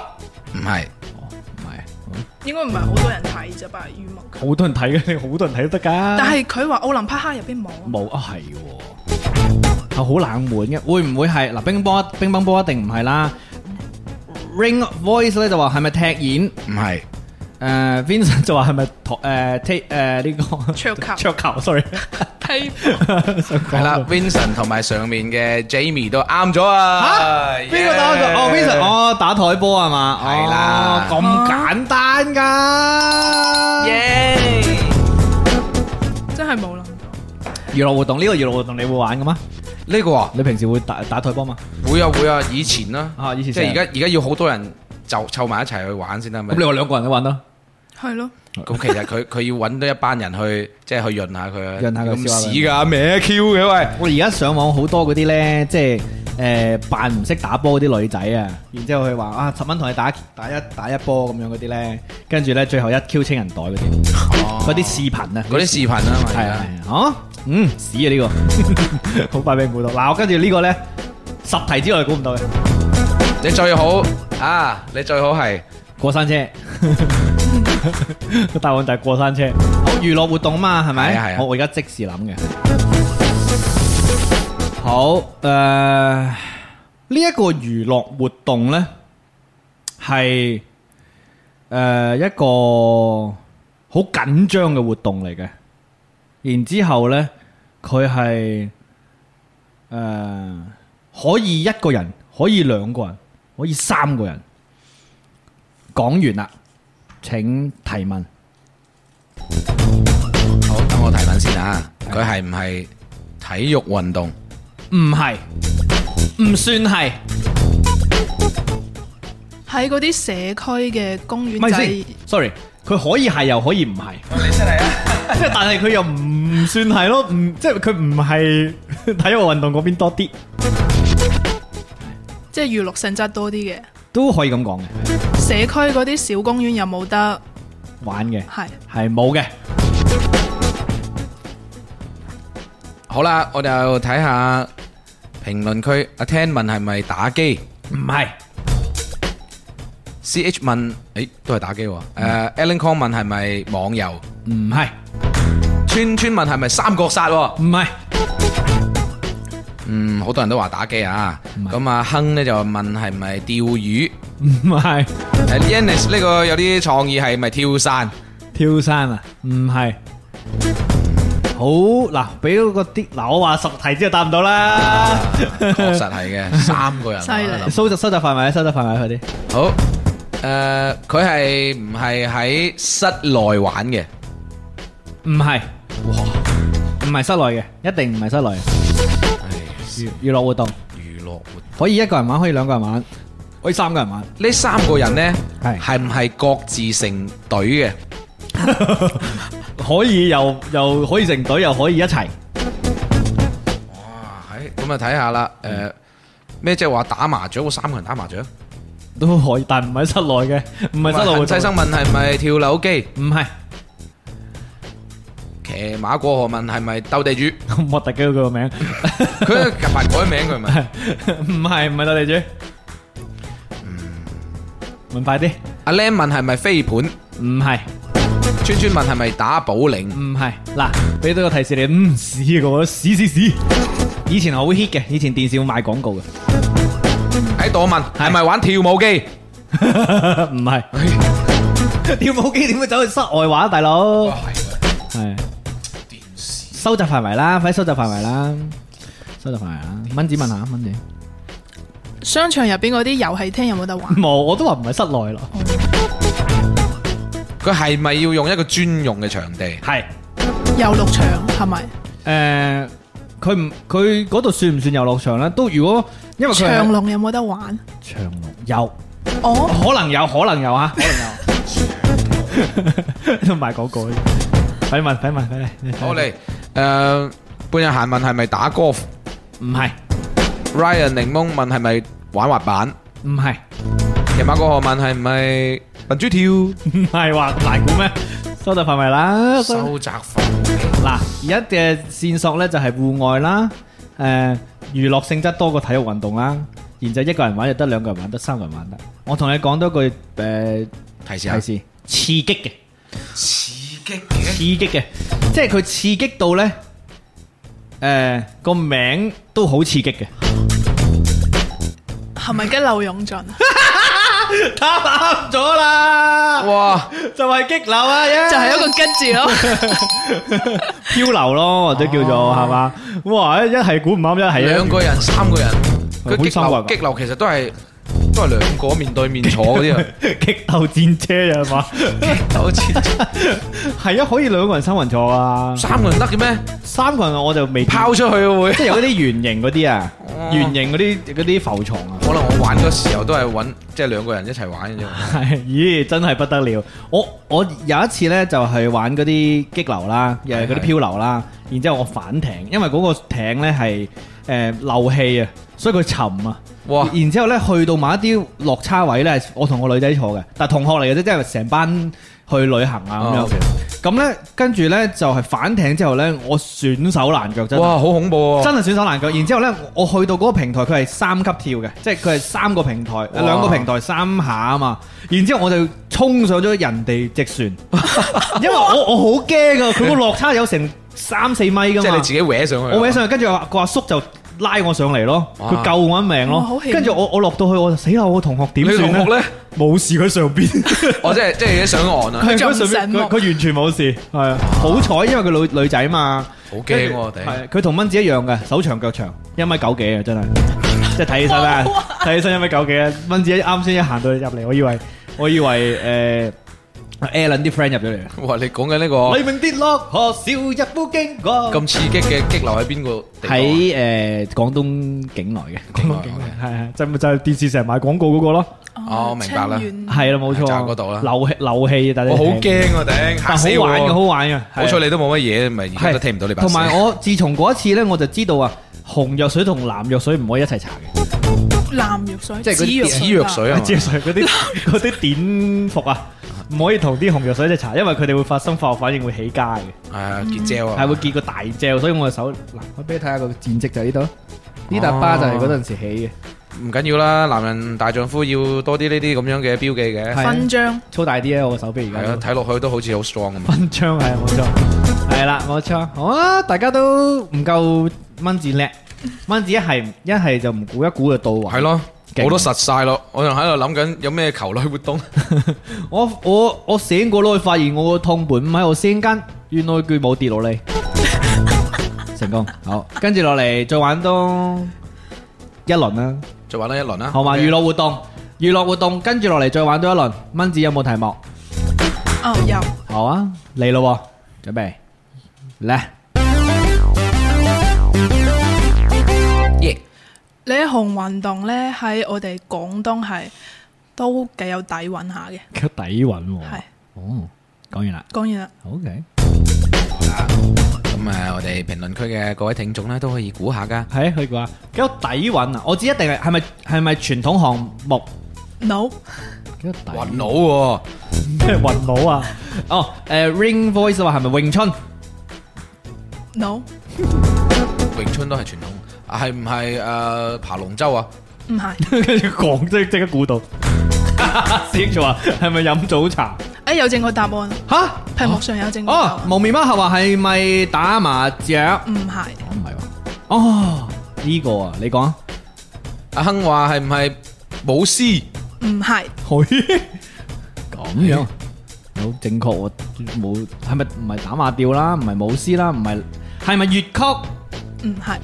Speaker 3: 唔係
Speaker 2: 唔係，
Speaker 4: 應該唔係好多人睇啫吧？羽毛球。
Speaker 6: 好多人睇嘅，好多人睇都得㗎。
Speaker 3: 嗯
Speaker 4: 但係佢話奧林匹克入邊冇，
Speaker 2: 冇啊係喎，係好冷門嘅，會唔會係嗱乒乓波乒乓波一定唔係啦？Ring Voice 咧就話係咪踢毽？
Speaker 3: 唔係
Speaker 2: 誒 À, Vincent 就話係咪托誒 take 誒呢個
Speaker 4: 桌球
Speaker 2: 桌球？sorry，
Speaker 4: 踢
Speaker 3: 係啦，Vincent 同埋上面嘅 Jamie 都啱咗啊！
Speaker 2: 邊個打咗？哦
Speaker 3: Yeah
Speaker 2: ，Vincent，哦，打台波係嘛？
Speaker 3: 係啦
Speaker 2: 哦咁簡單噶。
Speaker 4: 真係冇諗到。
Speaker 2: 娛樂活動呢個娛樂活動你會玩嘅嗎？
Speaker 3: 呢個啊，
Speaker 2: 你平時會打打台波嘛？
Speaker 3: 會啊會啊，以前啦，
Speaker 2: 啊，以前
Speaker 3: 即係而家而家要好多人就湊埋一齊去玩先得咪
Speaker 2: 咁你。話兩個人都玩得？
Speaker 4: 係咯，
Speaker 3: 咁其實佢佢要揾到一班人去，即係去潤下佢啊。
Speaker 2: 潤下佢
Speaker 3: 咁
Speaker 2: 笑下佢
Speaker 3: 屎㗎，咩 Q 嘅喂？
Speaker 2: 我而家上網好多嗰啲咧，即係誒扮唔識打波嗰啲女仔啊，然之後佢話啊十蚊同你打打一打一波咁樣嗰啲咧，跟住咧最後一 Q 清人袋嗰啲，嗰啲視頻啊，
Speaker 3: 嗰啲視頻啊嘛，
Speaker 2: 係啊，係啊，啊嗯屎啊呢個！
Speaker 6: 好快俾人估到。
Speaker 2: 嗱，我跟住呢個咧十題之內估唔到嘅。
Speaker 3: 你最好啊，你最好係
Speaker 2: 過山 車，
Speaker 6: 個答案就係過山車。
Speaker 2: 好娛樂活動嘛，係咪？
Speaker 3: 係啊係啊
Speaker 2: 我我而家即時諗嘅。好，誒、呢、一個娛樂活動呢，係誒、呃一個好緊張嘅活動嚟嘅。然之後咧，佢係誒可以一個人，可以兩個人，可以三個人。講完啦，請提問。
Speaker 3: 好，等我提問先啊。佢係唔係體育運動？
Speaker 2: 唔係，唔算係，
Speaker 4: 喺嗰啲社區嘅公園
Speaker 2: 咪
Speaker 4: 仔，
Speaker 2: 先，sorry，佢可以係又可以唔係，
Speaker 3: 你出 嚟啊！
Speaker 2: 即係但係佢又唔算係咯，唔即係佢唔係體育運動嗰邊多啲，
Speaker 4: 即係娛樂性質多啲嘅。
Speaker 2: 都可以咁講嘅，
Speaker 4: 社區嗰啲小公園有冇得
Speaker 2: 玩嘅
Speaker 4: 係？
Speaker 2: 係 冇嘅。
Speaker 3: 好啦，我就睇下評論區，阿 Ten 問係咪打機
Speaker 2: 唔係，
Speaker 3: ，CH 問，诶都係打機喎。诶，Alan Kong 問係咪網遊，
Speaker 2: 唔係，
Speaker 3: 川川問係咪三國殺喎？
Speaker 2: 唔係，
Speaker 3: 嗯，好多人都話打機啊。咁啊，亨呢就問係咪釣魚？
Speaker 2: 唔係，
Speaker 3: 诶 y a n n i s 呢個有啲創意係咪跳 傘？
Speaker 2: 跳山啊，唔係。好嗱，俾嗰個啲嗱，我話十題之後答唔到 啦。
Speaker 3: 確實係嘅，三個人啊。
Speaker 4: 犀利
Speaker 3: 我諗
Speaker 2: 收集收集範圍，收集範圍快啲。
Speaker 3: 好，诶，佢係唔係喺室內玩嘅？
Speaker 2: 唔係，唔係室內嘅，一定唔係室內嘅
Speaker 3: 唉
Speaker 2: 娛樂活動，
Speaker 3: 娛樂活
Speaker 2: 可以一個人玩，可以兩個人玩，可以三個人玩。
Speaker 3: 呢三個人呢，
Speaker 2: 係
Speaker 3: 係唔係各自成隊嘅？
Speaker 2: 可以又又可以成隊，又可以一齊。
Speaker 3: 哇，係咁啊睇下啦，誒咩即係話打麻雀，嗰三個人打麻雀。
Speaker 2: 都可以，但唔喺室內嘅，唔係室內活動
Speaker 3: 陳世生問係咪跳樓機，
Speaker 2: 唔係
Speaker 3: 騎馬過河問係咪鬥地 主，
Speaker 2: 咁核突嘅佢個名，
Speaker 3: 佢近排改名佢係
Speaker 2: 唔
Speaker 3: 咪？
Speaker 2: 係唔係鬥地主，問快啲，
Speaker 3: 阿 Lam 問係咪飛盤，
Speaker 2: 唔係
Speaker 3: 川川問係咪打保齡？
Speaker 2: 唔係，嗱，俾到個提示你，嗯屎嘅我屎屎屎，以前好 hit 嘅，以前電視會賣廣告嘅，
Speaker 3: 喺度問係咪玩跳舞機？
Speaker 2: 唔係跳舞機點會走去室外玩啊，大佬係收集範圍啦，快啲收集範圍啦，收集範圍啦，蚊子問下蚊子，
Speaker 4: 商場入邊嗰啲遊戲廳有冇 得玩？
Speaker 2: 冇我都話唔係室內咯，
Speaker 3: 佢係咪要用一個專用嘅場地？
Speaker 2: 係。
Speaker 4: 遊樂場係咪？
Speaker 2: 诶，佢唔佢嗰度算唔算遊樂場咧？都如果因為佢係
Speaker 4: 長隆有冇得玩？
Speaker 2: 長隆有，
Speaker 4: 哦，
Speaker 2: 可能有，可能有啊，可能 有。都賣廣告，快啲問，快啲問，快啲快啲。
Speaker 3: 好嚟，誒半日閒問係咪打 golf？Ryan
Speaker 2: 唔係，
Speaker 3: 檸檬問係咪玩滑 板？
Speaker 2: 唔係，
Speaker 3: 騎馬過河問係咪笨豬跳？
Speaker 2: 唔係話咁難估咩？收集範圍啦，收
Speaker 3: 收窄範
Speaker 2: 嗱，而家嘅線索咧就係户外啦，誒娛樂性質多過體育運動啦，然之後一個人玩就得，兩個人玩得，三個人玩得。我同你講多句誒
Speaker 3: 提示下
Speaker 2: 提示，刺激嘅。
Speaker 3: 刺激嘅，
Speaker 2: 刺激嘅，即係佢刺激到呢，诶、個名都好刺激嘅。
Speaker 4: 係咪激流勇啊進？
Speaker 2: 答啱咗啦，
Speaker 3: 哇！
Speaker 2: 就係激流啊，耶
Speaker 4: 就係一個激字咯。
Speaker 2: 漂流咯，或者叫做係嘛？哇，一一係估唔啱，一係
Speaker 3: 哦兩個人、三個人，佢
Speaker 2: 好
Speaker 3: 激
Speaker 2: 深
Speaker 3: 流
Speaker 2: 啊
Speaker 3: 激流其實都係都係兩個面對面坐 嗰啲啊，
Speaker 2: 激鬥戰車啊係嘛？
Speaker 3: 就好似
Speaker 2: 係啊，可以兩個人、三個人坐啊，
Speaker 3: 三個人得嘅咩？
Speaker 2: 三個人我就未見
Speaker 3: 拋，出去會，
Speaker 2: 即係有嗰啲圓形嗰啲啊，
Speaker 3: 哦
Speaker 2: 圓形嗰啲嗰啲浮床啊。
Speaker 3: 可能我玩嗰時候都係揾即係兩個人一齊玩 嘅啫。
Speaker 2: 係咦，真係不得了！我我有一次呢，就係玩嗰啲激流啦，又係嗰啲漂流啦，然之後我反艇，因為嗰個艇呢係誒漏氣啊，所以佢沉啊。
Speaker 3: 哇！
Speaker 2: 然之後呢，去到某一啲落差位呢，我同個女仔坐嘅，但係同學嚟嘅啫，即係成班去旅行啊咁
Speaker 3: 哦
Speaker 2: 樣。咁呢，跟住呢，就係反艇之後呢，我損手爛腳真係
Speaker 3: 哇，。好恐怖
Speaker 2: 真
Speaker 3: 喎！
Speaker 2: 係選手爛腳，然之後呢，我去到嗰個平台，佢係三級跳嘅，即係佢係三個平台，兩個平台三下啊嘛。然之後我就衝上咗人哋隻船， 因為我我好驚噶，佢個落差有成三四米
Speaker 3: 即
Speaker 2: 噶
Speaker 3: 係
Speaker 2: 嘛
Speaker 3: 你自。己搲上去。啊
Speaker 2: 我搿上去，跟住阿個阿叔就拉我上嚟咯，
Speaker 3: 哇
Speaker 2: 佢救我一命
Speaker 4: 哇
Speaker 2: 咯
Speaker 4: 好。啊險
Speaker 2: 跟住我我落到去，我就死啦！我同學
Speaker 3: 你
Speaker 2: 點
Speaker 3: 同
Speaker 2: 算
Speaker 3: 學
Speaker 2: 呢？
Speaker 3: 咧，
Speaker 2: 冇事，佢上邊。
Speaker 3: 我即係即係一上岸啊，
Speaker 2: 佢
Speaker 4: 仲
Speaker 2: 佢上
Speaker 4: 醒
Speaker 2: 邊
Speaker 4: 目
Speaker 2: 佢佢完全冇事，係啊，好彩，因為佢女女仔嘛。
Speaker 3: 好驚喎！頂
Speaker 2: 係佢同蚊子一樣嘅，手長腳長，一米九幾啊， 真係，即係睇起身啊，睇起身一米九幾啊，蚊子一啱先一行到入嚟， 我以為我以為誒 Alan 啲 friend 入咗嚟啊，
Speaker 3: 哇！你講緊呢個
Speaker 2: 黎明跌落河，小日夫經過，
Speaker 3: 咁刺激嘅激流喺邊個地方啊？
Speaker 2: 喺誒廣東境內嘅，
Speaker 3: 境外嘅
Speaker 6: 係係，就咪就係電視成日買廣告嗰個咯。
Speaker 3: 哦明白啦
Speaker 4: 清遠
Speaker 2: 係啦冇錯，
Speaker 3: 就係嗰度啦
Speaker 2: 漏氣漏氣，但係
Speaker 3: 我好驚啊！頂嚇
Speaker 2: 但
Speaker 3: 死
Speaker 2: 係
Speaker 3: 我！
Speaker 2: 好玩嘅，好玩嘅，
Speaker 3: 好彩你都冇乜嘢，咪而家都聽唔到你把聲。
Speaker 2: 同埋我自從嗰一次咧，我就知道啊，紅藥水同藍藥水唔可以一齊搽嘅。
Speaker 4: 藍藥水，
Speaker 3: 即係嗰
Speaker 4: 紫
Speaker 3: 啲紫藥水啊嘛，
Speaker 6: 即 係嗰啲嗰啲碘伏啊，唔可以同啲紅藥水一齊搽，因為佢哋會發生化學反應會起膠嘅，
Speaker 3: 係啊結 gel 啊，
Speaker 2: 係會結個大隻，所以我嘅手嗱，
Speaker 8: 我俾你睇下個戰績就係呢度，呢笪疤就係嗰陣時起嘅。
Speaker 3: 唔緊要啦，男人大丈夫要多啲呢啲咁樣嘅標記嘅，
Speaker 4: 啊勳章。
Speaker 8: 粗大啲啊！我個手
Speaker 3: 係
Speaker 8: 臂而家
Speaker 3: 啊，
Speaker 8: 都。
Speaker 3: 睇落去都好似好 strong 咁啊。
Speaker 6: 分槍係啊冇錯。
Speaker 8: 係啦，冇錯。好啊，大家都唔夠蚊子叻，蚊子一係一係就唔估一估就到位
Speaker 3: 係。咯，
Speaker 8: 勁啊
Speaker 3: 我都實晒咯，我仲喺度諗緊有咩球類活動。
Speaker 8: 我我我醒過咯，發現我個痛盤唔喺我先間，原來佢冇跌落嚟，成功。好，跟住落嚟再玩多一輪啦，
Speaker 3: 再玩多一輪啦，
Speaker 8: 好嘛？
Speaker 3: OK
Speaker 8: 娛樂活動，娛樂活動，跟住落嚟再玩多一輪。蚊子有冇題目？
Speaker 4: 哦，有
Speaker 8: 好啊，嚟咯喎，準備嚟。
Speaker 4: 呢一項運動咧，喺我哋廣東係都幾有底韻下嘅。
Speaker 2: 佢底韻喎。
Speaker 4: 係
Speaker 2: 哦，講完啦
Speaker 4: 講完啦，
Speaker 2: ，OK。
Speaker 3: 咁啊，我哋評論區嘅各位聽眾咧都可以估下噶。
Speaker 2: 係佢話幾有底韻啊！我知一定係係咪係咪傳統項目？
Speaker 4: no
Speaker 2: 幾有底韻
Speaker 3: 暈佬喎，
Speaker 6: 咩雲佬啊？
Speaker 2: 哦，誒 Ring Voice 啊話係咪詠春？
Speaker 4: no，
Speaker 3: 詠春都係傳統，啊係唔係誒爬龍舟啊？
Speaker 4: 唔係。
Speaker 6: 跟住講即即刻 估到，
Speaker 2: 先就話係咪飲早茶？
Speaker 4: 誒有正確答案，
Speaker 2: 吓？
Speaker 4: 屏幕上有正確答
Speaker 2: 哦，
Speaker 4: 案，
Speaker 2: 蒙面貓俠話係咪打麻雀？
Speaker 4: 唔係
Speaker 2: 唔係喎。哦，呢個啊，你講啊。
Speaker 3: 阿亨話係唔係舞獅？
Speaker 4: 唔係
Speaker 2: 咁樣啊好正確喎，冇係咪唔係打馬吊啦？唔係舞獅啦？唔係係咪粵曲？
Speaker 4: 唔係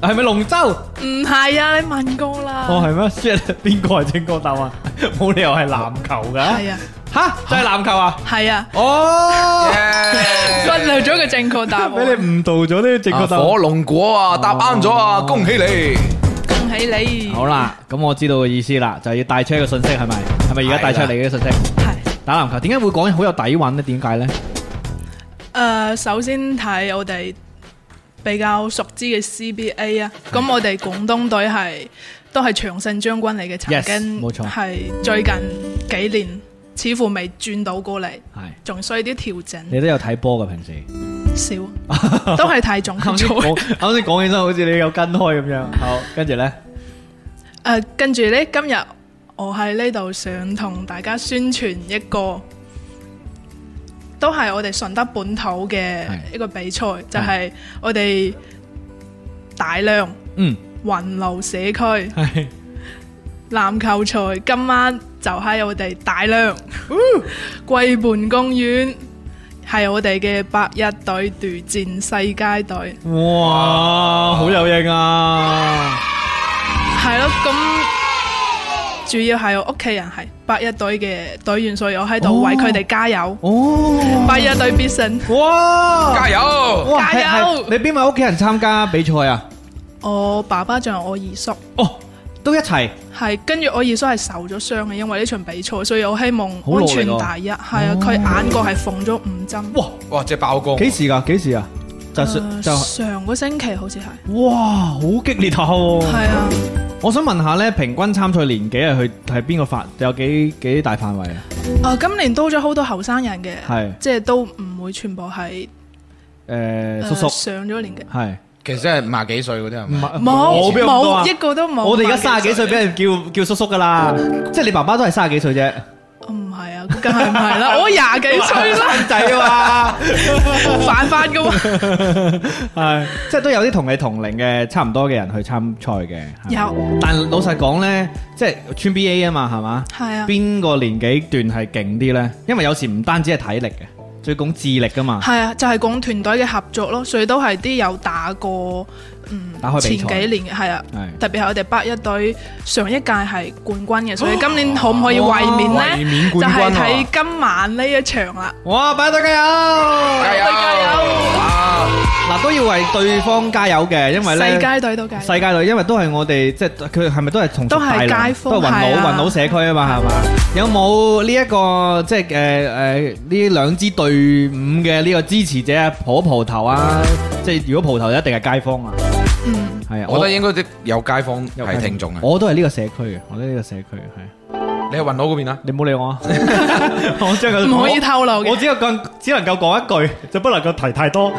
Speaker 2: 係係咪龍舟？
Speaker 4: 唔係啊！你問過啦，
Speaker 6: 哦係咩？shit，邊個係正確答案？ 冇理由係籃球噶，
Speaker 4: 係啊
Speaker 2: 吓，就係籃球啊！
Speaker 4: 係啊，
Speaker 2: 哦，
Speaker 4: 忽略咗個正確 答
Speaker 6: 俾
Speaker 4: 案，
Speaker 6: 你誤導咗呢個正
Speaker 3: 啊
Speaker 6: 確答案
Speaker 3: 火。龍果啊，答啱咗啊，
Speaker 8: 哦
Speaker 3: 恭喜你！
Speaker 4: 恭喜你。
Speaker 2: 好，啦，咁我知道嘅意思啦，就係要帶出一個信息係咪？係咪而家帶出嚟嘅信息？
Speaker 4: 係
Speaker 2: 打籃球點解會講好有底韻呢？點解呢？
Speaker 4: 誒，呃首先睇我哋比較熟知嘅 CBA 啊，咁我哋廣東隊係都係長勝將軍嚟嘅，曾
Speaker 2: Yes，
Speaker 4: 經
Speaker 2: 冇錯
Speaker 4: 係最近幾年似乎未轉到過嚟，
Speaker 2: 係
Speaker 4: 仲需要啲調整
Speaker 2: 你都有睇波嘅平時？
Speaker 4: 少，都係 睇總決賽。
Speaker 6: 講 啱先講起身，好似你有跟開咁樣。
Speaker 2: 好，跟住呢，
Speaker 4: 誒，跟住呢，今日我喺呢度想同大家宣傳一個，都係我哋順德本土嘅一個比賽，就係我哋大量
Speaker 2: 嗯
Speaker 4: 雲路社區籃球賽，今晚就喺我哋大量桂畔公園，係我哋嘅八一隊對戰世界隊。
Speaker 6: 哇，好有型啊！
Speaker 4: 係咯，咁主要係我屋企人係八一隊嘅隊員，所以我喺度為佢哋加油。
Speaker 2: 哦，
Speaker 6: 啊
Speaker 4: 八一隊必勝，
Speaker 2: 哇，
Speaker 3: 加油！
Speaker 2: 哇
Speaker 4: 加油
Speaker 2: 係係你邊位屋企人參加比賽啊？
Speaker 4: 我爸爸仲有我二叔，
Speaker 2: 哦，都一齊。
Speaker 4: 係跟住我二叔係受咗傷嘅，因為呢場比賽，所以我希望
Speaker 2: 好耐㗎
Speaker 4: 安全第一。係啊，佢眼角係縫咗五針。
Speaker 2: 哦哇，
Speaker 3: 哇，即係爆光！
Speaker 2: 幾時㗎？幾時啊？就
Speaker 4: 呃
Speaker 2: 上就
Speaker 4: 上個星期好似係，
Speaker 2: 哇，好激烈下喎！
Speaker 4: 係啊，
Speaker 2: 我想問下呢，平均參賽年紀係去係邊個範？有幾幾大範圍啊？
Speaker 4: 啊今年多咗好多後生人嘅，
Speaker 2: 係
Speaker 4: 即係都唔會全部係
Speaker 2: 誒，
Speaker 4: 呃
Speaker 2: 叔叔
Speaker 4: 上咗年嘅，
Speaker 2: 係。
Speaker 3: 其實真係五廿幾歲嗰啲係咪？
Speaker 4: 冇
Speaker 2: 邊有咁多啊
Speaker 4: 冇一個都冇。
Speaker 2: 我哋而家三十幾歲俾人叫叫叔叔噶啦，即係你爸爸都係三十幾 歲啫，
Speaker 4: 唔係啊，梗係唔係啦，我廿 幾歲啦，
Speaker 2: 仔啊嘛，
Speaker 4: 犯法噶嘛。
Speaker 6: 係
Speaker 2: 即係都有啲同你同齡嘅差唔多嘅人去參賽嘅。係咪
Speaker 4: 有，
Speaker 2: 但老實講呢，即係穿 BA 啊嘛，係嘛？
Speaker 4: 係啊，
Speaker 2: 邊個年紀段係勁啲呢？因為有時唔單止係體力嘅，最講智力噶嘛。
Speaker 4: 係啊，就係講團隊嘅合作咯，所以都係啲有打過，嗯
Speaker 2: 打，開比
Speaker 4: 前
Speaker 2: 賽嗯
Speaker 4: 幾年嘅係啊，
Speaker 2: 係
Speaker 4: 特別係我哋八一隊上一屆係 冠軍嘅，所以今年可唔可以衛冕
Speaker 3: 衛
Speaker 4: 呢？
Speaker 3: 冕
Speaker 4: 就
Speaker 3: 冠軍
Speaker 4: 係
Speaker 3: 啊
Speaker 4: 睇今晚呢一場啦。
Speaker 2: 哇！拜託加油！
Speaker 3: 加油！啊
Speaker 2: 嗱，都要為對方加油嘅，因為呢。
Speaker 4: 世界隊都計，
Speaker 2: 世界隊，因為都係我哋即係佢係咪都係同屬
Speaker 4: 都係
Speaker 2: 大量
Speaker 4: 街坊
Speaker 2: 都係雲
Speaker 4: 係
Speaker 2: 佬
Speaker 4: 啊
Speaker 2: 雲佬社區啊嘛，係嘛？有冇呢一個即係誒誒呢兩支隊伍嘅呢個支持者啊，蒲一蒲頭啊？即係如果蒲頭一定係街坊啊，
Speaker 4: 嗯，
Speaker 2: 係啊，
Speaker 3: 我覺
Speaker 2: 我
Speaker 3: 得應該啲有街坊
Speaker 2: 有
Speaker 3: 係聽眾嘅。啊
Speaker 2: 我都係呢個社區嘅，我都係呢個社區嘅，係。
Speaker 3: 你係雲佬嗰邊啊？
Speaker 2: 你唔好理我啊！ 我只能
Speaker 4: 唔可以透露嘅
Speaker 2: 我只有講，只能夠講一句，就不能夠提太 多。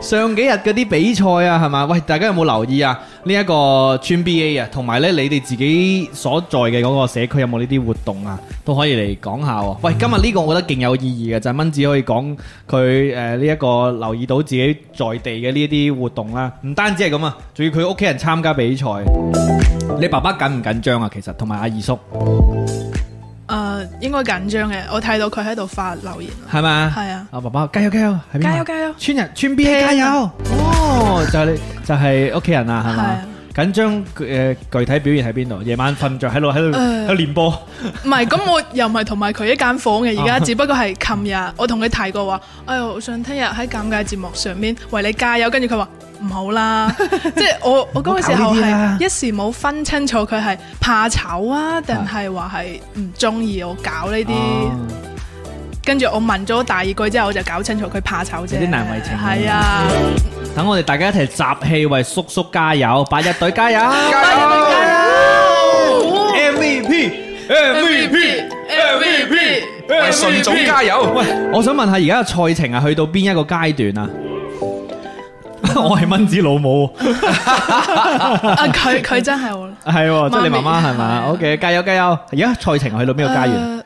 Speaker 2: 上幾日嗰啲比賽啊，係嘛？喂，大家有冇留意啊？呢、一個村 BA 啊，同埋咧你哋自己所在嘅嗰個社區有冇呢啲活動啊？都可以嚟講下喎、喂，今日呢個我覺得勁有意義嘅，就係、蚊子可以講佢呃誒呢一個留意到自己在地嘅呢啲活動啦、唔單止係咁啊，仲要佢屋企人參加比賽。你爸爸緊唔緊張啊？其實同埋阿二叔。
Speaker 4: 诶，呃應該緊張嘅，我睇到佢喺度發留言啊，
Speaker 2: 系嘛？
Speaker 4: 係啊
Speaker 2: 阿爸爸加油加油，係邊個啊
Speaker 4: 加油！加油！
Speaker 2: 村人村 B A 加油！啊哦，就係你就係屋企人啊，係
Speaker 4: 啊係
Speaker 2: 嘛
Speaker 4: 啊？
Speaker 2: 緊張诶，具體表現喺邊度？夜晚瞓唔着喺度喺度
Speaker 4: 誒
Speaker 2: 喺度練波，
Speaker 4: 唔係，咁我又唔係同埋佢一間房嘅，而
Speaker 2: 哦
Speaker 4: 家只不過係琴日我同佢提過話，哎呦，我想聽日喺尷尬節目上面為你加油，跟住佢話唔好 啦，即係我我嗰個時
Speaker 2: 唔好搞
Speaker 4: 候
Speaker 2: 呢啲啦
Speaker 4: 係一時冇分清楚佢係怕醜啊，定係話係唔中意我搞呢
Speaker 2: 哦
Speaker 4: 啲，跟住我問咗第二句之後，我就搞清楚佢怕醜啫，
Speaker 2: 有啲難為情啊
Speaker 4: 係啊，
Speaker 2: 等我哋大家一齊集氣為叔叔加油，八一隊加油！
Speaker 4: MVP MVP
Speaker 3: 喂，順總加油！
Speaker 2: 我想問下而家嘅賽程啊，去到邊一個階段啊？ 我係蚊子老母，
Speaker 4: 啊，佢佢真係我
Speaker 2: 係喎，即係你媽
Speaker 4: 媽咪
Speaker 2: 媽係嘛
Speaker 4: 係
Speaker 2: ？OK，加油加油！而家賽程去到邊個階段？
Speaker 4: 誒呃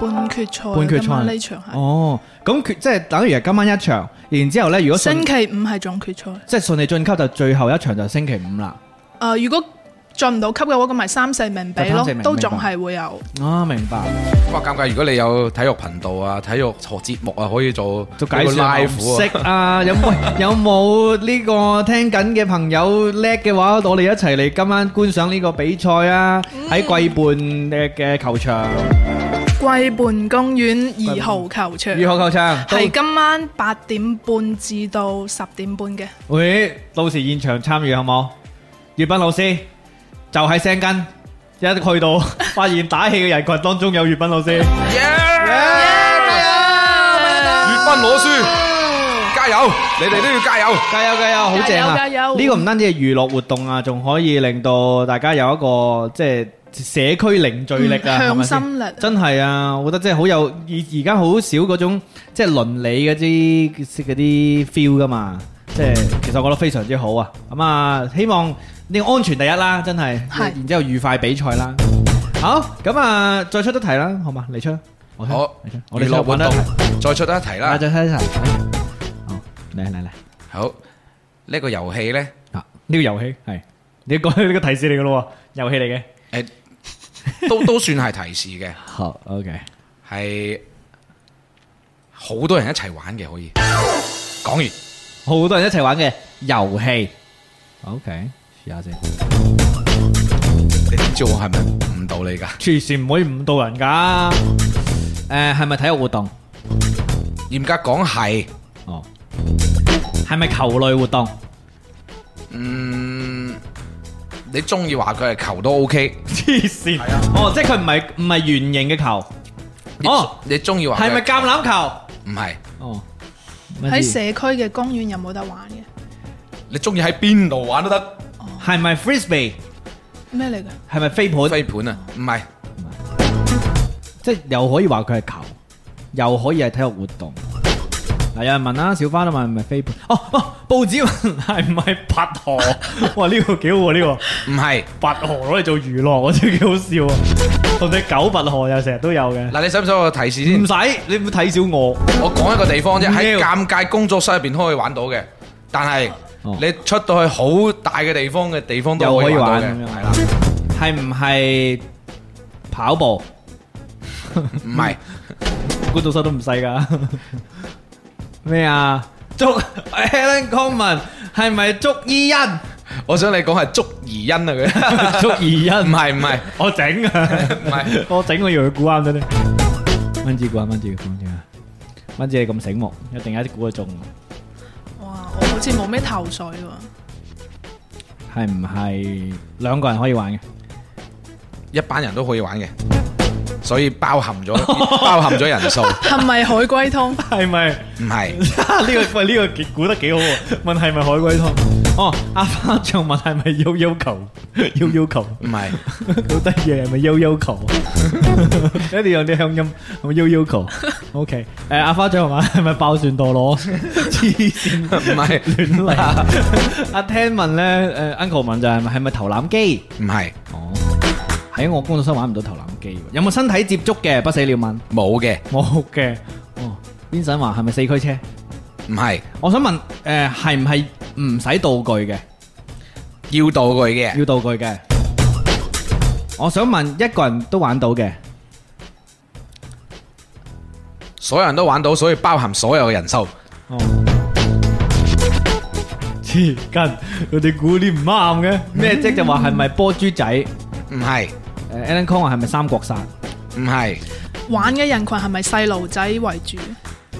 Speaker 4: 半決賽㗎嘛，
Speaker 2: 半決賽
Speaker 4: 呃
Speaker 2: 啊
Speaker 4: 呢場係
Speaker 2: 哦，咁決即係等於係今晚一場，然之後咧，如果順
Speaker 4: 星期五係總決賽。
Speaker 2: 即係順利晉級，就最後一場就星期五啦。
Speaker 4: 诶、如果進唔到級嘅話，咁咪三四名比
Speaker 2: 就三
Speaker 4: 咯
Speaker 2: 四名，
Speaker 4: 都仲係會有。
Speaker 2: 啊，明白。
Speaker 3: 哇，尷尬！如果你有體育頻道啊、體育節目啊，可以做
Speaker 2: 做解説啊
Speaker 3: live
Speaker 2: 我唔
Speaker 3: 啊。
Speaker 2: 識啊，有冇有冇呢個聽緊嘅朋友叻嘅話，我哋一齊嚟今晚觀賞呢個比賽啊！喺桂畔嘅嘅球場，二
Speaker 4: 桂畔公園二號球場
Speaker 2: 號球場。到
Speaker 4: 係今晚八點半至到十點半嘅。
Speaker 2: 喂，到時現場參與好冇？粵斌老師就喺聲根，一去 到發現打氣嘅人群當中有粵斌老師。嗯
Speaker 3: 粵賓攞書，加油！你哋都要加油！
Speaker 2: 加油加油，好正啊！
Speaker 4: 加油加油
Speaker 2: 呢個唔單止係娛樂活動啊，仲可以令到大家有一個即係社區凝聚力啊，
Speaker 4: 嗯
Speaker 2: 係咪先
Speaker 4: 向心力
Speaker 2: 真係啊！我覺得真係好有而而家好少嗰種即係倫理嗰啲嗰啲 feel 噶嘛，即係其實我覺得非常之好啊！咁啊，希望呢個安全第一啦，真係，
Speaker 4: 係
Speaker 2: 然之後愉快比賽啦。好，咁啊，再出一題啦，好嘛？你出啊，我出，
Speaker 3: 好
Speaker 2: 你出，我
Speaker 3: 我
Speaker 2: 哋
Speaker 3: 哋落
Speaker 2: 揾
Speaker 3: 活
Speaker 2: 一題
Speaker 3: 動，再出一題
Speaker 2: 啊
Speaker 3: 啦。
Speaker 2: 再出一題，好，嚟嚟嚟。
Speaker 3: 好，呢個遊戲咧，
Speaker 2: 啊！呢個遊戲係你 講呢個提示嚟嘅咯喎，遊戲嚟嘅。
Speaker 3: 誒，都 都算係提示嘅，
Speaker 2: 好，OK。
Speaker 3: 係好多人一齊玩嘅，可以。講完。
Speaker 2: 好多人一齊玩嘅遊戲。OK，試下先。
Speaker 3: 你點知我係咪誤導你㗎？
Speaker 2: 黐線唔可以誤導人㗎。誒係咪體育活動？
Speaker 3: 嚴格講係，
Speaker 2: 哦，係咪球類活 動？
Speaker 3: 嗯，你中意話佢係球都 OK，
Speaker 2: 黐線。哦，即係佢唔係唔係圓形嘅球。
Speaker 3: 你
Speaker 2: 哦，
Speaker 3: 你中意話佢
Speaker 2: 係咪橄欖球？
Speaker 3: 唔係，
Speaker 2: 哦，
Speaker 4: 喺社區嘅公園有冇得玩嘅？
Speaker 3: 你中意喺邊度玩都得。
Speaker 2: 係咪 frisbee？
Speaker 4: 咩嚟嘅？
Speaker 2: 係咪飛盤？
Speaker 3: 飛盤啊，唔係，
Speaker 2: 即係又可以話佢係球，又可以係體育活動。嗱，有人問啦，小花都問係咪飛盤？哦哦，報紙問係唔係拔 河？哇，呢、個幾好喎、呢、個
Speaker 3: 唔係。
Speaker 2: 拔河攞嚟做娛樂，我真係幾好笑啊！同只狗拔河又成日都有嘅。
Speaker 3: 嗱，你使唔使我提示先
Speaker 2: 唔？使，你唔好睇小我。
Speaker 3: 我講一個地方啫，
Speaker 2: 唔
Speaker 3: 喺
Speaker 2: 要
Speaker 3: 尷尬工作室入邊可以玩到嘅，但係
Speaker 2: 哦
Speaker 3: 你出到去好大嘅地方嘅地方都
Speaker 2: 又可
Speaker 3: 可
Speaker 2: 以
Speaker 3: 以
Speaker 2: 玩
Speaker 3: 玩到
Speaker 2: 咁
Speaker 3: 嘅，
Speaker 2: 樣
Speaker 3: 係啦，
Speaker 2: 係唔係跑步？
Speaker 3: 唔係
Speaker 2: 觀眾室都唔細㗎。咩啊？祝 Alan Coleman 係咪祝伊恩？
Speaker 3: 我想你講係捉怡欣啊 佢，
Speaker 2: 祝伊
Speaker 3: 唔
Speaker 2: 恩
Speaker 3: 係 唔係
Speaker 2: 我整
Speaker 3: 唔係，
Speaker 2: 我整我以為佢估啱咗呢。蚊子估啊，蚊子估啊，蚊子你咁醒目，一定一估得中。
Speaker 4: 哇！我好似冇咩頭緒喎。
Speaker 2: 係唔係兩個人可以玩嘅？
Speaker 3: 一班人都可以玩嘅，所以包含咗包含咗人數，唔
Speaker 4: 係咪海龜 湯？
Speaker 6: 係咪？
Speaker 3: 係
Speaker 6: 呢個喂呢個估得幾好喎？問係咪海龜湯？哦，
Speaker 2: à,
Speaker 6: 阿花唱物係咪悠悠球？悠悠 球，
Speaker 3: 唔係
Speaker 6: 好得意係咪悠悠球？一定有啲鄉音，係咪悠悠球？OK，誒
Speaker 2: À,
Speaker 6: 阿花唱物係咪爆旋 陀螺？黐線！
Speaker 3: 唔係
Speaker 6: 亂嚟。阿聽問
Speaker 2: ờ,
Speaker 6: 咧，誒 Uncle 問就係咪係咪投籃機？
Speaker 3: 唔係
Speaker 6: 哦，
Speaker 2: 喺我工作室玩唔到投籃機喎，有冇身體接觸嘅？不死鳥問。
Speaker 3: 冇嘅，
Speaker 6: 冇嘅，
Speaker 2: 哦，Vincent 話係咪四驅車？
Speaker 3: 唔係
Speaker 2: 我想問，誒係唔係唔使道具嘅？
Speaker 3: 要道具嘅，
Speaker 2: 要道具嘅？我想問一個人都玩到嘅，
Speaker 3: 所有人都玩到，所以包含所有嘅人數。
Speaker 6: 哦，黐筋，佢哋估啲唔啱嘅。
Speaker 2: 咩即就話係咪波豬仔？誒
Speaker 3: 唔係
Speaker 2: Alan Kong 話係咪三國殺？
Speaker 3: 唔係，
Speaker 4: 玩嘅人群係咪細路仔為主？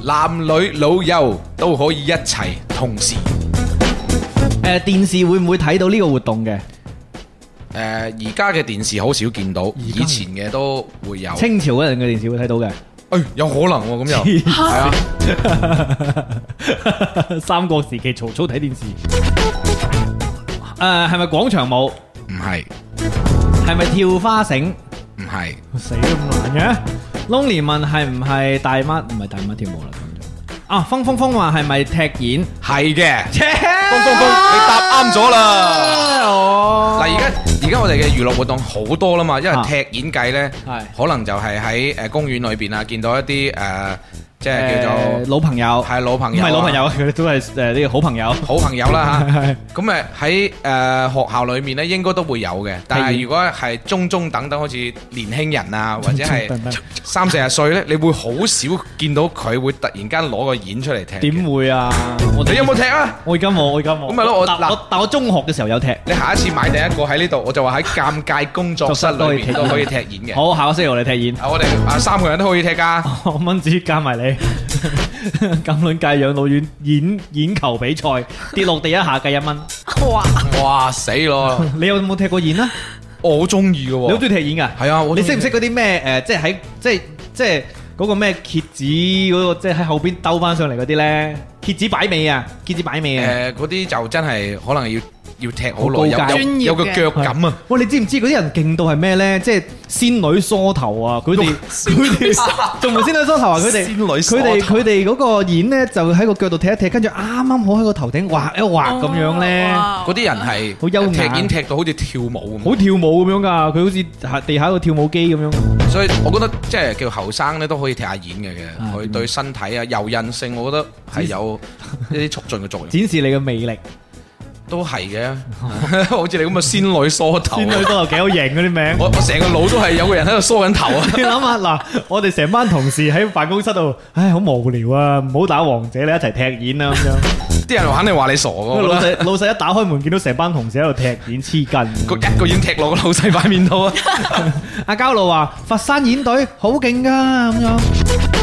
Speaker 3: 男女老幼都可以一齊同時。
Speaker 2: 誒電視會唔會睇到呢個活動嘅？
Speaker 3: 誒呃而家嘅電視好少見到，以前嘅都會有。
Speaker 2: 清朝嗰陣嘅電視會睇到嘅。
Speaker 3: 誒有可能喎，咁又係啊，
Speaker 6: 三國時期曹操睇電視，
Speaker 2: 誒呃係咪廣場舞？
Speaker 3: 唔係
Speaker 2: 係咪跳花繩
Speaker 3: 唔係
Speaker 6: 死咁難
Speaker 2: ？Lonely 問係唔係大媽？唔係大媽跳舞啦咁就。啊，風風風話係咪踢毽？
Speaker 3: 係嘅。風風風，你答啱咗
Speaker 2: 啊
Speaker 3: 啦！嗱，而家而家我哋嘅娛樂活動好多啦嘛，因為
Speaker 2: 啊
Speaker 3: 踢演計呢，
Speaker 2: 係
Speaker 3: 可能就係喺誒公園裏邊啊，見到一啲誒，即
Speaker 2: 誒
Speaker 3: 係叫做
Speaker 2: 呃老朋友，
Speaker 3: 係老
Speaker 2: 唔
Speaker 3: 朋友啊，
Speaker 2: 係老朋友，佢哋都係誒呢個好朋友。
Speaker 3: 好朋友 啦嚇，咁誒喺誒學校裏面咧，應該都會有嘅。但係如果係中中等等，好似年輕人 啊，或者係
Speaker 6: 中中等等
Speaker 3: 三四十歲咧，你會好少見到佢會突然間攞個演出嚟踢嘅。
Speaker 2: 點會啊？我
Speaker 3: 你有冇踢啊？
Speaker 6: 嘅，我而家冇，我而家冇
Speaker 3: 咁。咪咯，我
Speaker 2: 但
Speaker 3: 嗱，
Speaker 2: 我但我中學嘅時候有踢。
Speaker 3: 你下一次買第一個喺呢度，我就話喺尷尬工作室裏面都可以踢演嘅。
Speaker 2: 好，下個星期我哋 踢演。
Speaker 3: 啊，我哋啊三個人都可以踢啊㗎。
Speaker 6: 蚊子加 埋你，咁卵界養老院演演球比賽，跌落地一下計一蚊。
Speaker 4: 哇！
Speaker 3: 哇死咯！
Speaker 2: 你有冇踢過演啊？
Speaker 3: 我好中意嘅
Speaker 2: 你好
Speaker 3: 喎。
Speaker 2: 中意踢演㗎？
Speaker 3: 係啊，我
Speaker 2: 你
Speaker 3: 中
Speaker 2: 識唔
Speaker 3: 意
Speaker 2: 識嗰啲咩誒？即係喺即係即係嗰個咩蝎子嗰個，即係喺後邊兜翻上嚟嗰啲咧？蝎子擺尾啊！蝎子擺尾啊！
Speaker 3: 誒嗰啲就真係可能要要踢好
Speaker 2: 好高
Speaker 3: 耐，有
Speaker 2: 階
Speaker 3: 有有個腳感啊！
Speaker 2: 喂，你知唔知嗰啲人勁到係咩咧？即係仙女梳頭啊！佢哋佢哋仲唔係仙女梳頭啊！佢哋
Speaker 3: 仙女梳
Speaker 2: 佢
Speaker 3: 頭
Speaker 2: 哋佢哋嗰個演咧，就喺個腳度踢一踢，跟住啱啱好喺個頭頂畫一
Speaker 3: 啊
Speaker 2: 畫咁樣咧，
Speaker 4: 哦 哇
Speaker 3: 嗰啲人係
Speaker 2: 好優雅
Speaker 3: 踢毽踢到好似跳舞咁，
Speaker 2: 好跳舞咁樣噶。佢好似下地下個跳舞機咁樣。
Speaker 3: 所以我覺得即係叫後生咧都可以踢下毽嘅嘅，
Speaker 2: 嗯
Speaker 3: 佢對身體啊柔韌性，我覺得係有一啲促進嘅作用，
Speaker 2: 展示你嘅魅力，
Speaker 3: 都係嘅。
Speaker 2: 哦
Speaker 3: 好似你咁嘅仙女梳頭啊
Speaker 6: 仙，女都有幾好型嗰啲 名。
Speaker 3: 我我成個腦都係有個人喺度梳緊頭啊！
Speaker 6: 你諗下嗱，我哋成班同事喺辦公室度，唉，好無聊啊！唔好打王者，你一齊踢演
Speaker 2: 啊
Speaker 6: 啦咁樣。
Speaker 3: 啲人肯定話你傻嘅，我
Speaker 6: 老
Speaker 3: 覺得
Speaker 6: 細老細一打開門，見到成班同事喺度踢演黐筋。
Speaker 3: 個一個毽踢落個老細塊面度啊！
Speaker 2: 阿交路話佛山演隊好勁噶咁樣。
Speaker 3: 哦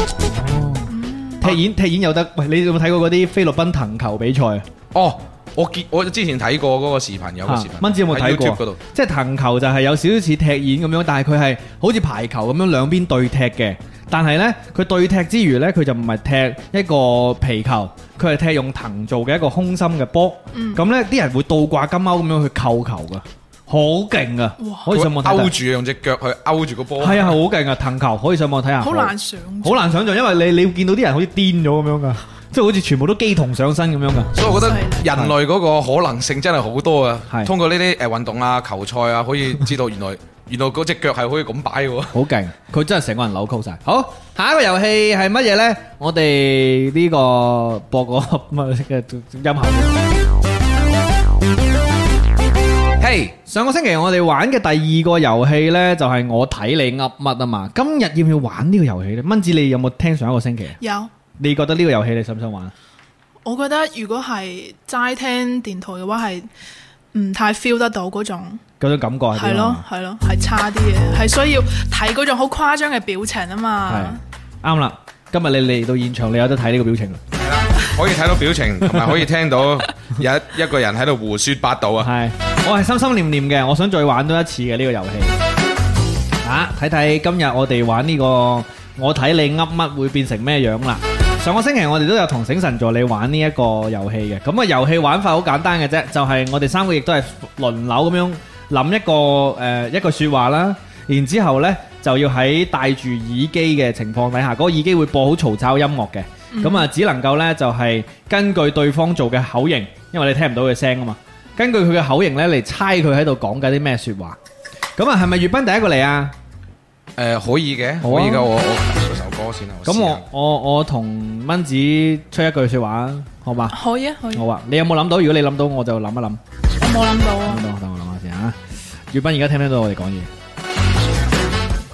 Speaker 2: 踢
Speaker 3: 啊
Speaker 2: 演踢演有得，喂，你有冇睇過嗰啲菲律賓藤球比賽啊？
Speaker 3: 哦，我見我之前睇過嗰個視頻，有個視頻
Speaker 2: 啊，蚊子有冇睇
Speaker 3: 喺 YouTube 嗰
Speaker 2: 過
Speaker 3: 度？
Speaker 2: 即係藤球就係有少少似踢毽咁樣，但係佢係好似排球咁樣兩邊對踢嘅。但係呢，佢對踢之餘呢，佢就唔係踢一個皮球，佢係踢用藤做嘅一個空心嘅波。
Speaker 3: 嗯
Speaker 2: 咁呢啲人會倒掛金鈎咁樣去扣球噶，好勁噶！可以上網睇
Speaker 3: 勾
Speaker 2: 睇。
Speaker 3: 住啊用隻腳去勾住個波，
Speaker 2: 係啊，好勁啊！藤球可以上網睇下。
Speaker 4: 好難想像，
Speaker 2: 好難想像，因為你你會見到啲人好似癲咗咁樣噶， 即係好似全部都機童上身咁樣噶。
Speaker 3: 所以我覺得
Speaker 4: 犀利
Speaker 3: 人類嗰個可能性真係好多啊！
Speaker 2: 係
Speaker 3: 通過呢啲誒運動啊、球賽啊，可以知道原來 原來嗰只腳係可以咁擺嘅喎。
Speaker 2: 好勁，佢真係成個人扭曲晒。好，下一個遊戲係乜嘢呢？我哋呢個播個乜嘅音效。
Speaker 3: 嘿，
Speaker 2: 上個星期我哋玩嘅第二個遊戲呢，就係我睇你噏乜啊嘛。今日要唔要玩呢個遊戲呢？蚊子，你有冇聽上一個星期啊？
Speaker 4: 有。
Speaker 2: 你覺得呢個遊戲你想唔想玩？
Speaker 4: 我覺得如果係齋聽電台嘅話，係唔太 feel 得到嗰種，
Speaker 2: 嗰種感覺係
Speaker 4: 係
Speaker 2: 點
Speaker 4: 咯
Speaker 2: 啊？
Speaker 4: 係咯，係差啲嘅，係需要睇嗰種好誇張嘅表情啊嘛。
Speaker 2: 係啱啦。今日你嚟到現場，你有得睇呢個表情啦。
Speaker 3: 係啦，可以睇到表情，同埋可以聽到有一一個人喺度胡說八道啊！
Speaker 2: 係，我係心心念念嘅，我想再玩多一次嘅呢、個遊戲。啊，睇睇今日我哋玩呢、個，我睇你噏乜會變成咩樣啦？上個星期我哋都有同醒神助理玩呢一個遊戲嘅，咁啊遊戲玩法好簡單嘅啫，就係、我哋三個亦都係輪流咁樣諗一個誒、呃一個説話啦，然之後呢，就要喺戴住耳機嘅情況底下，嗰、個耳機會播好嘈吵音樂嘅，咁啊、只能夠呢，就係、根據對方做嘅口型，因為你聽唔到佢聲啊嘛，根據佢嘅口型呢嚟猜佢喺度講緊啲咩説話。咁啊，係咪粵斌第一個嚟啊？
Speaker 3: 诶，可以嘅，可
Speaker 2: 好啊
Speaker 3: 以嘅，我我首歌先啊。
Speaker 2: 咁
Speaker 3: 試下
Speaker 2: 我我我同蚊子吹一句説話啊，好嘛？
Speaker 4: 可以啊，可以，
Speaker 2: 好啊，你有冇諗到？如果你諗到，我就諗一諗。
Speaker 4: 我冇諗到啊，
Speaker 2: 等我等我諗下先啊。粵斌而家聽唔聽到我哋講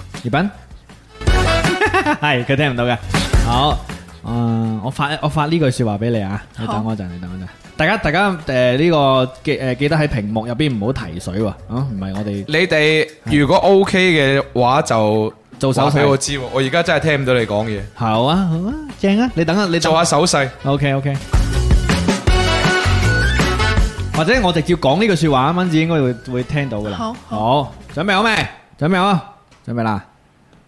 Speaker 2: 嘢？粵斌係佢聽唔到嘅。好，嗯，我發我發呢句説話俾你啊，你
Speaker 4: 好
Speaker 2: 等我一陣，你等我一陣。大家大家誒呢個記誒記得喺屏幕入邊唔好提水喎，啊唔係我哋
Speaker 3: 你哋如果 OK 嘅話就
Speaker 2: 做手勢
Speaker 3: 話俾我知喎，我而家真係聽唔到你講嘢，
Speaker 2: 好啊好啊正啊，你等下你
Speaker 3: 你
Speaker 2: 等
Speaker 3: 做下手勢。
Speaker 2: OK OK，或者我直接講呢句说話，蚊子應該會会听到噶啦。
Speaker 4: 好
Speaker 2: 好，準備好未？準備好，準備啦，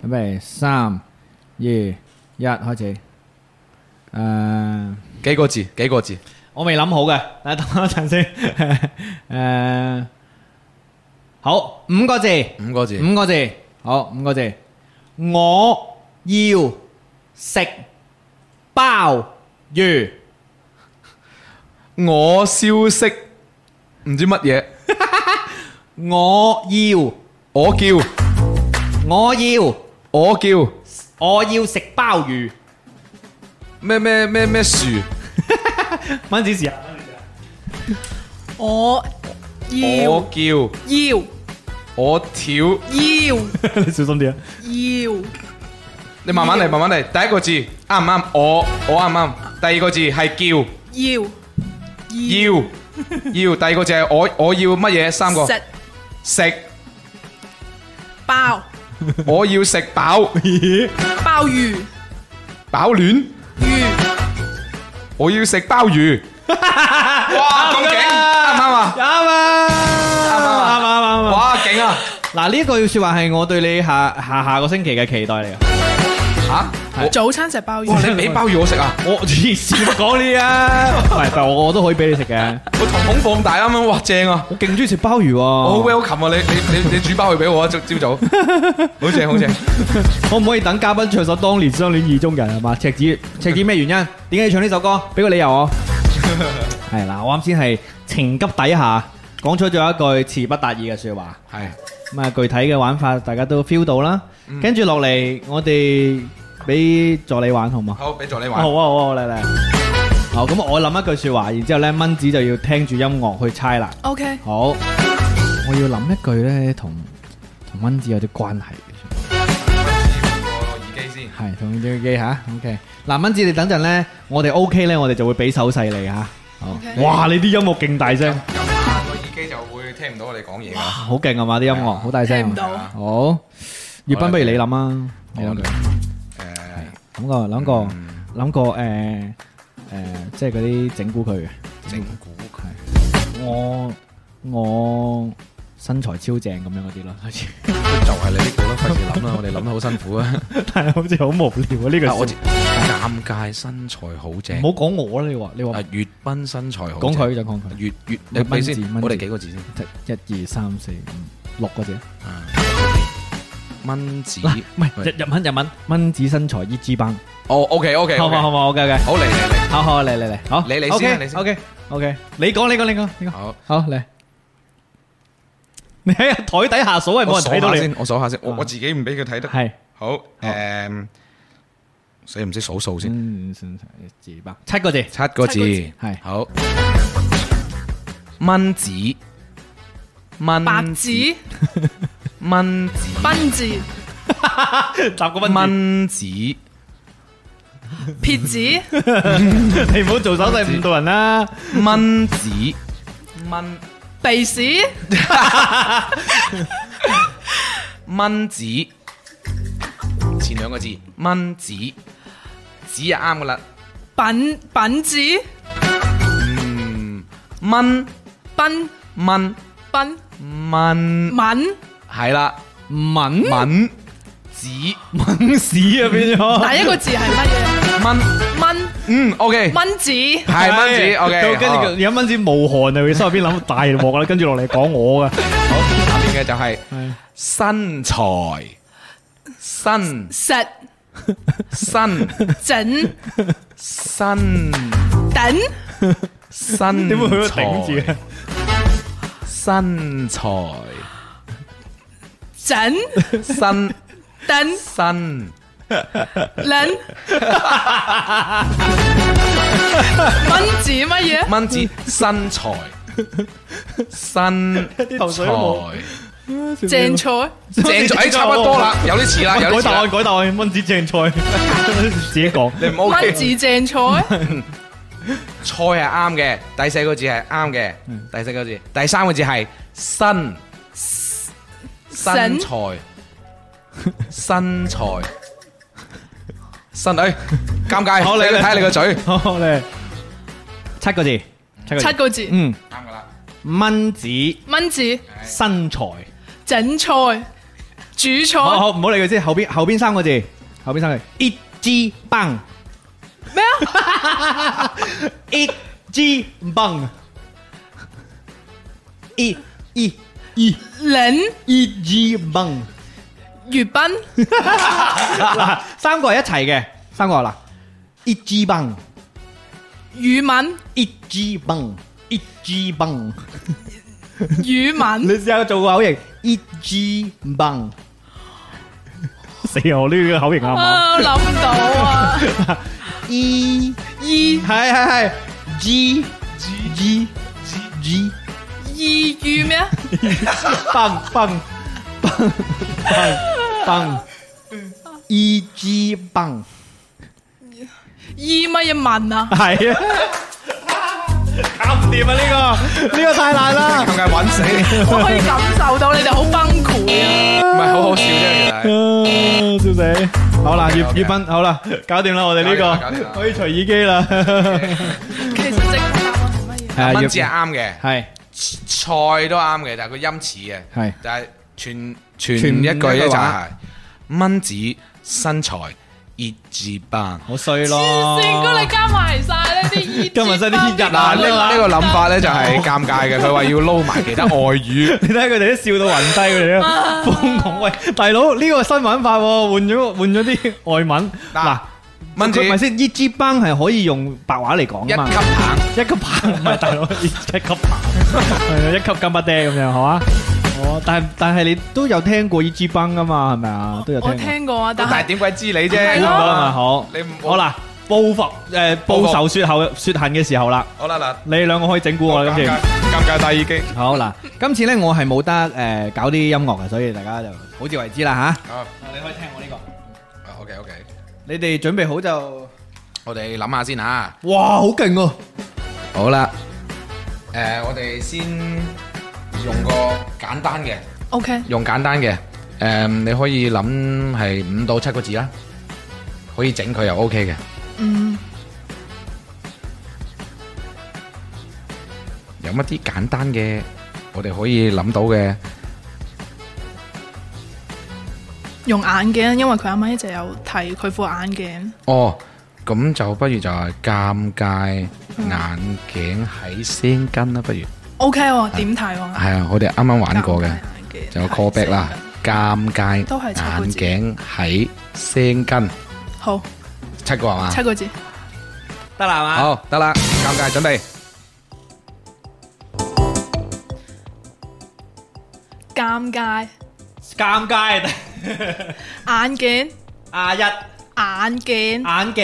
Speaker 2: 準備三二一，開始。诶、
Speaker 3: 幾個字？幾個字？
Speaker 2: 我未諗好嘅，等等我一陣 先。诶、À, 好，五個字，
Speaker 3: 五個字。
Speaker 2: 五個字，好，五個字。我要食鮑魚。嗯
Speaker 3: 我消息唔知乜嘢，
Speaker 2: 我要，
Speaker 3: 我叫
Speaker 2: 我要，
Speaker 3: 我叫
Speaker 2: 我要食鲍鱼。
Speaker 3: 咩咩咩咩樹，
Speaker 2: 蚊子時啊，
Speaker 4: 我要
Speaker 3: 我叫
Speaker 4: 要
Speaker 3: 我跳。
Speaker 4: 要
Speaker 6: 你小心啲啊！
Speaker 4: 要
Speaker 3: 你慢慢嚟，慢慢嚟。第一個字啱唔啱？我我啱唔啱？第二個字係叫。
Speaker 4: 要
Speaker 3: 要要，第二個就係我我要乜嘢？三個
Speaker 4: 食
Speaker 3: 食，
Speaker 4: 包
Speaker 3: 我要食飽
Speaker 4: 鮑魚
Speaker 3: 飽暖，
Speaker 4: 魚
Speaker 3: 我要食鮑魚。哇，咁勁，啱唔啱啊？
Speaker 2: 啱啊，啱
Speaker 3: 啊
Speaker 2: 啱啱啱。
Speaker 3: 哇，勁啊！
Speaker 2: 嗱，呢一句说話係我對你下下下個星期嘅期待嚟嘅。
Speaker 3: 吓，
Speaker 4: 早餐食鮑
Speaker 3: 哇，
Speaker 4: 魚
Speaker 3: 你俾鮑魚我食啊？
Speaker 2: 我黐線講你啊，唔係，但我我都可以俾你食嘅。
Speaker 3: 我瞳孔放大啱啱，哇，正啊！
Speaker 2: 我勁中意食鮑魚喎。
Speaker 3: 我好 welcome 啊！你你你你煮包去俾我啊！朝朝早，好正好正。
Speaker 2: 可唔可以等嘉賓唱首《當年相戀意中人》係嘛？赤子赤子咩原因？點解要唱呢首歌？俾個理由 我。係嗱，我啱先係情急底下講出咗一句詞不達意嘅说話。
Speaker 3: 係
Speaker 2: 咁啊，具體嘅玩法大家都 feel 到啦。跟住落嚟，我哋俾助理玩好嘛？
Speaker 3: 好，俾助你
Speaker 2: 好啊，
Speaker 3: 玩。
Speaker 2: 好啊，好啊嚟嚟。好，咁我諗一句说話，然之后咧，蚊子就要聽住音樂去猜啦。
Speaker 4: ，OK，
Speaker 3: 嗯
Speaker 2: 好，我要諗一句咧，同同蚊子有啲關係嘅。
Speaker 3: 我耳機先。
Speaker 2: 系同吊機吓，OK。嗱，啊蚊子你等陣咧，我哋 OK 咧，我哋就會俾手勢你吓。好
Speaker 4: OK
Speaker 2: 哇！你啲音樂勁大聲，
Speaker 3: 咁啊，個耳機就會聽唔到我哋講嘢㗎。
Speaker 2: 好勁啊嘛！啲音樂好大聲啊。
Speaker 4: 聽唔到
Speaker 2: 好，葉斌不如你諗啊，你諗佢。
Speaker 3: 誒，
Speaker 2: 諗個諗個
Speaker 3: 嗯
Speaker 2: 諗個誒誒，呃即係嗰啲整蠱佢嘅。
Speaker 3: 整蠱佢。
Speaker 2: 我我身材超正咁樣嗰啲咯，開始。
Speaker 3: 就係你呢個啦，費事諗啦，我哋諗得好辛苦啊！
Speaker 6: 但係好似好無聊啊呢
Speaker 3: 啊我
Speaker 6: 個
Speaker 3: 知
Speaker 6: 事。
Speaker 3: 尷尬身材好正
Speaker 2: 唔好，講我啦，你話你話
Speaker 3: 啊粵斌身材好正，
Speaker 2: 講佢就講佢。
Speaker 3: 粵粵你俾
Speaker 2: 蚊字
Speaker 3: 先，
Speaker 2: 蚊
Speaker 3: 我哋
Speaker 2: 字
Speaker 3: 幾個字先？
Speaker 2: 一、二、三、四、五、六個字。
Speaker 3: 蚊子
Speaker 2: 嗱，唔係
Speaker 3: 喂
Speaker 2: 日日文日文，蚊子身材一 G 班。
Speaker 3: 哦，OK OK，
Speaker 2: 好嘛好嘛，OK OK，
Speaker 3: 好嚟嚟嚟，
Speaker 2: 好好嚟嚟嚟，好，
Speaker 3: 你你先啊
Speaker 2: OK，
Speaker 3: 你先
Speaker 2: OK OK，你講你講你講你講，
Speaker 3: 好，
Speaker 2: 好嚟。你喺台底下數係冇
Speaker 3: 我
Speaker 2: 人
Speaker 3: 數
Speaker 2: 睇到
Speaker 3: 下
Speaker 2: 你，
Speaker 3: 先，我數下先，我
Speaker 2: 啊
Speaker 3: 我自己唔俾佢睇得
Speaker 2: 係。
Speaker 3: 好誒，死唔識數數先？
Speaker 2: 嗯，字吧，七個字，
Speaker 3: 七個字
Speaker 4: 七
Speaker 2: 係
Speaker 3: 好，蚊子蚊
Speaker 4: 白紙
Speaker 3: 蚊子
Speaker 4: 賓字
Speaker 2: 答個蚊
Speaker 3: 蚊子。
Speaker 4: 撇 子。
Speaker 2: 字，你唔好做手勢誤導人啦。
Speaker 3: 蚊子蚊
Speaker 4: 鼻屎、
Speaker 3: 蚊子，前兩個字蚊子，子就啱噶啦。
Speaker 4: 品品子、
Speaker 3: 嗯，蚊
Speaker 4: 賓
Speaker 3: 蚊
Speaker 4: 賓
Speaker 3: 蚊
Speaker 4: 敏
Speaker 3: 係啦，
Speaker 2: 文
Speaker 3: 蚊子
Speaker 2: 掹屎啊變咗，
Speaker 4: 第一個字係乜
Speaker 2: 哦
Speaker 4: 嘢？
Speaker 3: 蚊，
Speaker 4: 蚊
Speaker 3: 嗯，OK，
Speaker 4: 蚊子，
Speaker 3: 系蚊子，OK，
Speaker 6: 跟住
Speaker 3: 好
Speaker 6: 有蚊子無汗啊，佢心入邊諗大鑊啦，跟住落嚟講我噶，
Speaker 3: 好，下面嘅就係身材，身
Speaker 4: 實
Speaker 3: 身
Speaker 4: 整
Speaker 3: 身
Speaker 4: 等
Speaker 3: 身
Speaker 6: 點會去到頂啊
Speaker 3: 材
Speaker 6: 字嘅？
Speaker 3: 身材
Speaker 4: 整
Speaker 3: 身
Speaker 4: 等
Speaker 3: 身
Speaker 4: 撚蚊子乜嘢？
Speaker 3: 蚊子身材身
Speaker 6: 頭 水都冇
Speaker 3: 材。
Speaker 2: 啊
Speaker 4: 正菜
Speaker 3: 正咗，哎，差不多啦，有啲似啦，有啲
Speaker 6: 改
Speaker 3: 似
Speaker 6: 答案，
Speaker 3: 啦。
Speaker 6: 改答案，蚊子 正菜，自己講。
Speaker 3: 你唔 OK，菜
Speaker 4: 蚊子正菜，
Speaker 3: 係啱嘅，第四個字係啱嘅，第四個字，第三個字係身身材身材身，哎，尷尬，
Speaker 2: 好你
Speaker 3: 你睇下你個嘴，
Speaker 6: 好咧，
Speaker 2: 七個字，七個
Speaker 4: 七
Speaker 2: 字，
Speaker 4: 個字，
Speaker 2: 嗯，
Speaker 3: 啱噶啦，
Speaker 2: 蚊子
Speaker 4: 蚊子
Speaker 2: 身材，
Speaker 4: 整菜煮
Speaker 2: 好
Speaker 4: 菜
Speaker 2: 好唔好理佢先，後邊後邊三個字，後邊三個字，一支棒，
Speaker 4: 咩 啊？
Speaker 2: 一支棒，一一一
Speaker 4: 撚
Speaker 2: 一支棒。
Speaker 4: 粵賓
Speaker 2: 嗱， 三個係一齊嘅，三個嗱，一支棒，
Speaker 4: 語文
Speaker 2: 一支棒，一支棒，
Speaker 4: 語文
Speaker 2: 你。試下做個口型，，E 一支棒，
Speaker 6: 死啊！我呢個口型啱唔啱？
Speaker 4: 啊，我諗唔 到啊！
Speaker 2: 一
Speaker 4: 意
Speaker 2: E，係係係，G G G G
Speaker 4: 意語咩？
Speaker 2: 棒棒棒棒棒，一支棒，
Speaker 4: 意乜嘢文啊？
Speaker 6: 係啊，搞唔掂啊！呢個呢個太難啦。
Speaker 3: 尷尬 揾死，唔
Speaker 4: 我可以感受到你哋好崩潰啊！
Speaker 3: 係好好笑啫，其實。
Speaker 6: 啊笑死！好啦，
Speaker 3: OK，
Speaker 6: 葉
Speaker 3: OK
Speaker 6: 葉斌，好啦，搞掂啦，我哋呢
Speaker 3: 搞掂啦搞掂啦
Speaker 6: 個可以除耳機啦。
Speaker 4: 其實正確答案
Speaker 2: 係
Speaker 4: 係乜嘢？
Speaker 3: 蚊子係啱嘅，
Speaker 2: 係
Speaker 3: 菜都啱嘅，但係佢音似嘅，
Speaker 2: 係
Speaker 3: 但係全全一句咧就係蚊子身材熱字棒。
Speaker 2: 好衰咯
Speaker 4: 黐，線哥，你加埋晒呢啲意，
Speaker 2: 加埋晒啲意日
Speaker 3: 嗱，
Speaker 2: 啊
Speaker 3: 呢呢個諗法咧就係尷尬嘅，佢話要撈埋其他外語，
Speaker 6: 你睇下佢哋都笑到暈低，佢哋啊瘋狂喂，大佬呢個新玩法喎，換咗換咗啲外文。嗱
Speaker 3: 嗱，蚊子
Speaker 2: 佢咪先？一支棒係可以用白話嚟講
Speaker 3: 一級
Speaker 2: 啊嘛。
Speaker 3: 棒，
Speaker 6: 一級棒唔係大 佬，一級棒係啊，一級金不爹咁樣，係嘛？
Speaker 2: 哦，但係但係你都有聽過呢支崩噶嘛？係咪啊？都有
Speaker 4: 我
Speaker 2: 聽過。
Speaker 4: 聽過啊，但
Speaker 3: 但係
Speaker 4: 係
Speaker 3: 點鬼知你
Speaker 4: 係
Speaker 3: 啫？
Speaker 4: 咯
Speaker 2: 好啦，好，
Speaker 3: 你唔
Speaker 2: 好啦，報復誒報仇雪後雪恨嘅時候啦，
Speaker 3: 好啦嗱，
Speaker 2: 你哋兩個可以整蠱我啦，今次
Speaker 3: 尷尬。尷尬大耳機，
Speaker 2: 好嗱，今次咧我係冇得誒搞啲音樂嘅，所以大家就好自為之啦
Speaker 3: 啊
Speaker 2: 嚇。你可以聽我呢個，
Speaker 3: ，OK OK，
Speaker 2: 你哋準備好就。
Speaker 3: 我哋諗下先啊嚇。
Speaker 2: 哇，好勁喎！
Speaker 3: 好啦，誒，我哋先用個簡單嘅，
Speaker 4: OK，
Speaker 3: 用簡單嘅，誒，你可以諗係五到七個字啦，可以整佢又 OK 嘅，
Speaker 4: 嗯，
Speaker 3: 有乜啲簡單嘅，我哋可以諗到嘅。
Speaker 4: 用眼鏡，因為佢啱啱一直有提佢副眼鏡，
Speaker 3: 哦，咁就不如就係尷尬眼鏡喺聲根啦，不如
Speaker 4: OK 喎，點睇喎？
Speaker 3: 係啊，我哋啱啱玩過嘅，
Speaker 4: 眼鏡
Speaker 3: 就有 call back 啦，尷尬眼
Speaker 4: 都係七個字
Speaker 3: 鏡喺聲根，
Speaker 4: 好，
Speaker 3: 七個係嘛
Speaker 4: 七？個字，
Speaker 2: 得啦嘛，
Speaker 3: 好，得啦，尷尬準備，
Speaker 4: 尷尬，
Speaker 2: 尷尬
Speaker 4: 眼鏡，
Speaker 2: 啊一眼
Speaker 4: 眼鏡，
Speaker 2: 鏡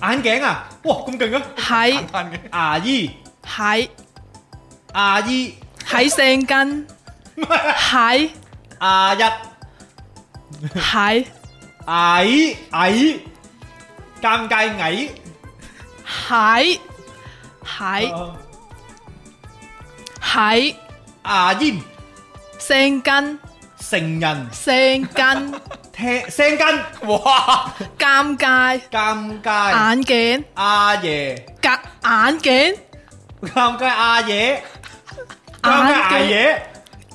Speaker 2: 眼鏡啊，哇咁勁啊！
Speaker 4: 喺
Speaker 2: 牙醫
Speaker 4: 喺
Speaker 2: 牙醫
Speaker 4: 喺聲 根，喺
Speaker 2: 牙一
Speaker 4: 喺
Speaker 2: 矮矮尷尬矮
Speaker 4: 喺喺喺
Speaker 2: 牙煙
Speaker 4: 聲根。
Speaker 2: 成人
Speaker 4: 聲根、
Speaker 2: 聽聲根哇
Speaker 4: 尷尬、
Speaker 2: 尷尬
Speaker 4: 眼鏡、
Speaker 2: 阿爺
Speaker 4: 隔眼鏡、
Speaker 2: 尷尬阿爺尷尬
Speaker 4: 眼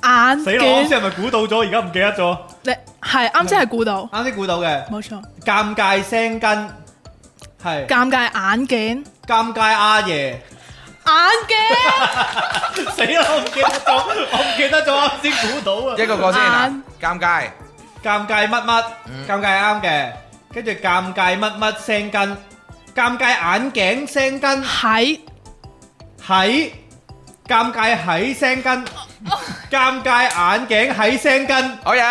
Speaker 2: 阿爺
Speaker 4: 鏡眼
Speaker 6: 死啦！我啱
Speaker 4: 鏡，
Speaker 6: 先係咪估到咗？而家唔記得咗。
Speaker 4: 你係啱先係估到，
Speaker 2: 啱先估到嘅，
Speaker 4: 冇錯。
Speaker 2: 尷尬聲根係
Speaker 4: 尷尬眼鏡，眼
Speaker 2: 尷尬阿爺。
Speaker 4: 鏡
Speaker 2: 死啦！我唔記得咗，我唔記得咗啱先估到啊！
Speaker 6: 一個個先
Speaker 4: 眼
Speaker 6: 嗱，尷尬，
Speaker 2: 尷尬乜乜，尷尬啱嘅，跟住尷尬乜乜聲根，尷尬眼鏡聲根，
Speaker 4: 喺
Speaker 2: 喺尷尬喺聲根，尷尬眼鏡喺聲根。
Speaker 6: 好嘢！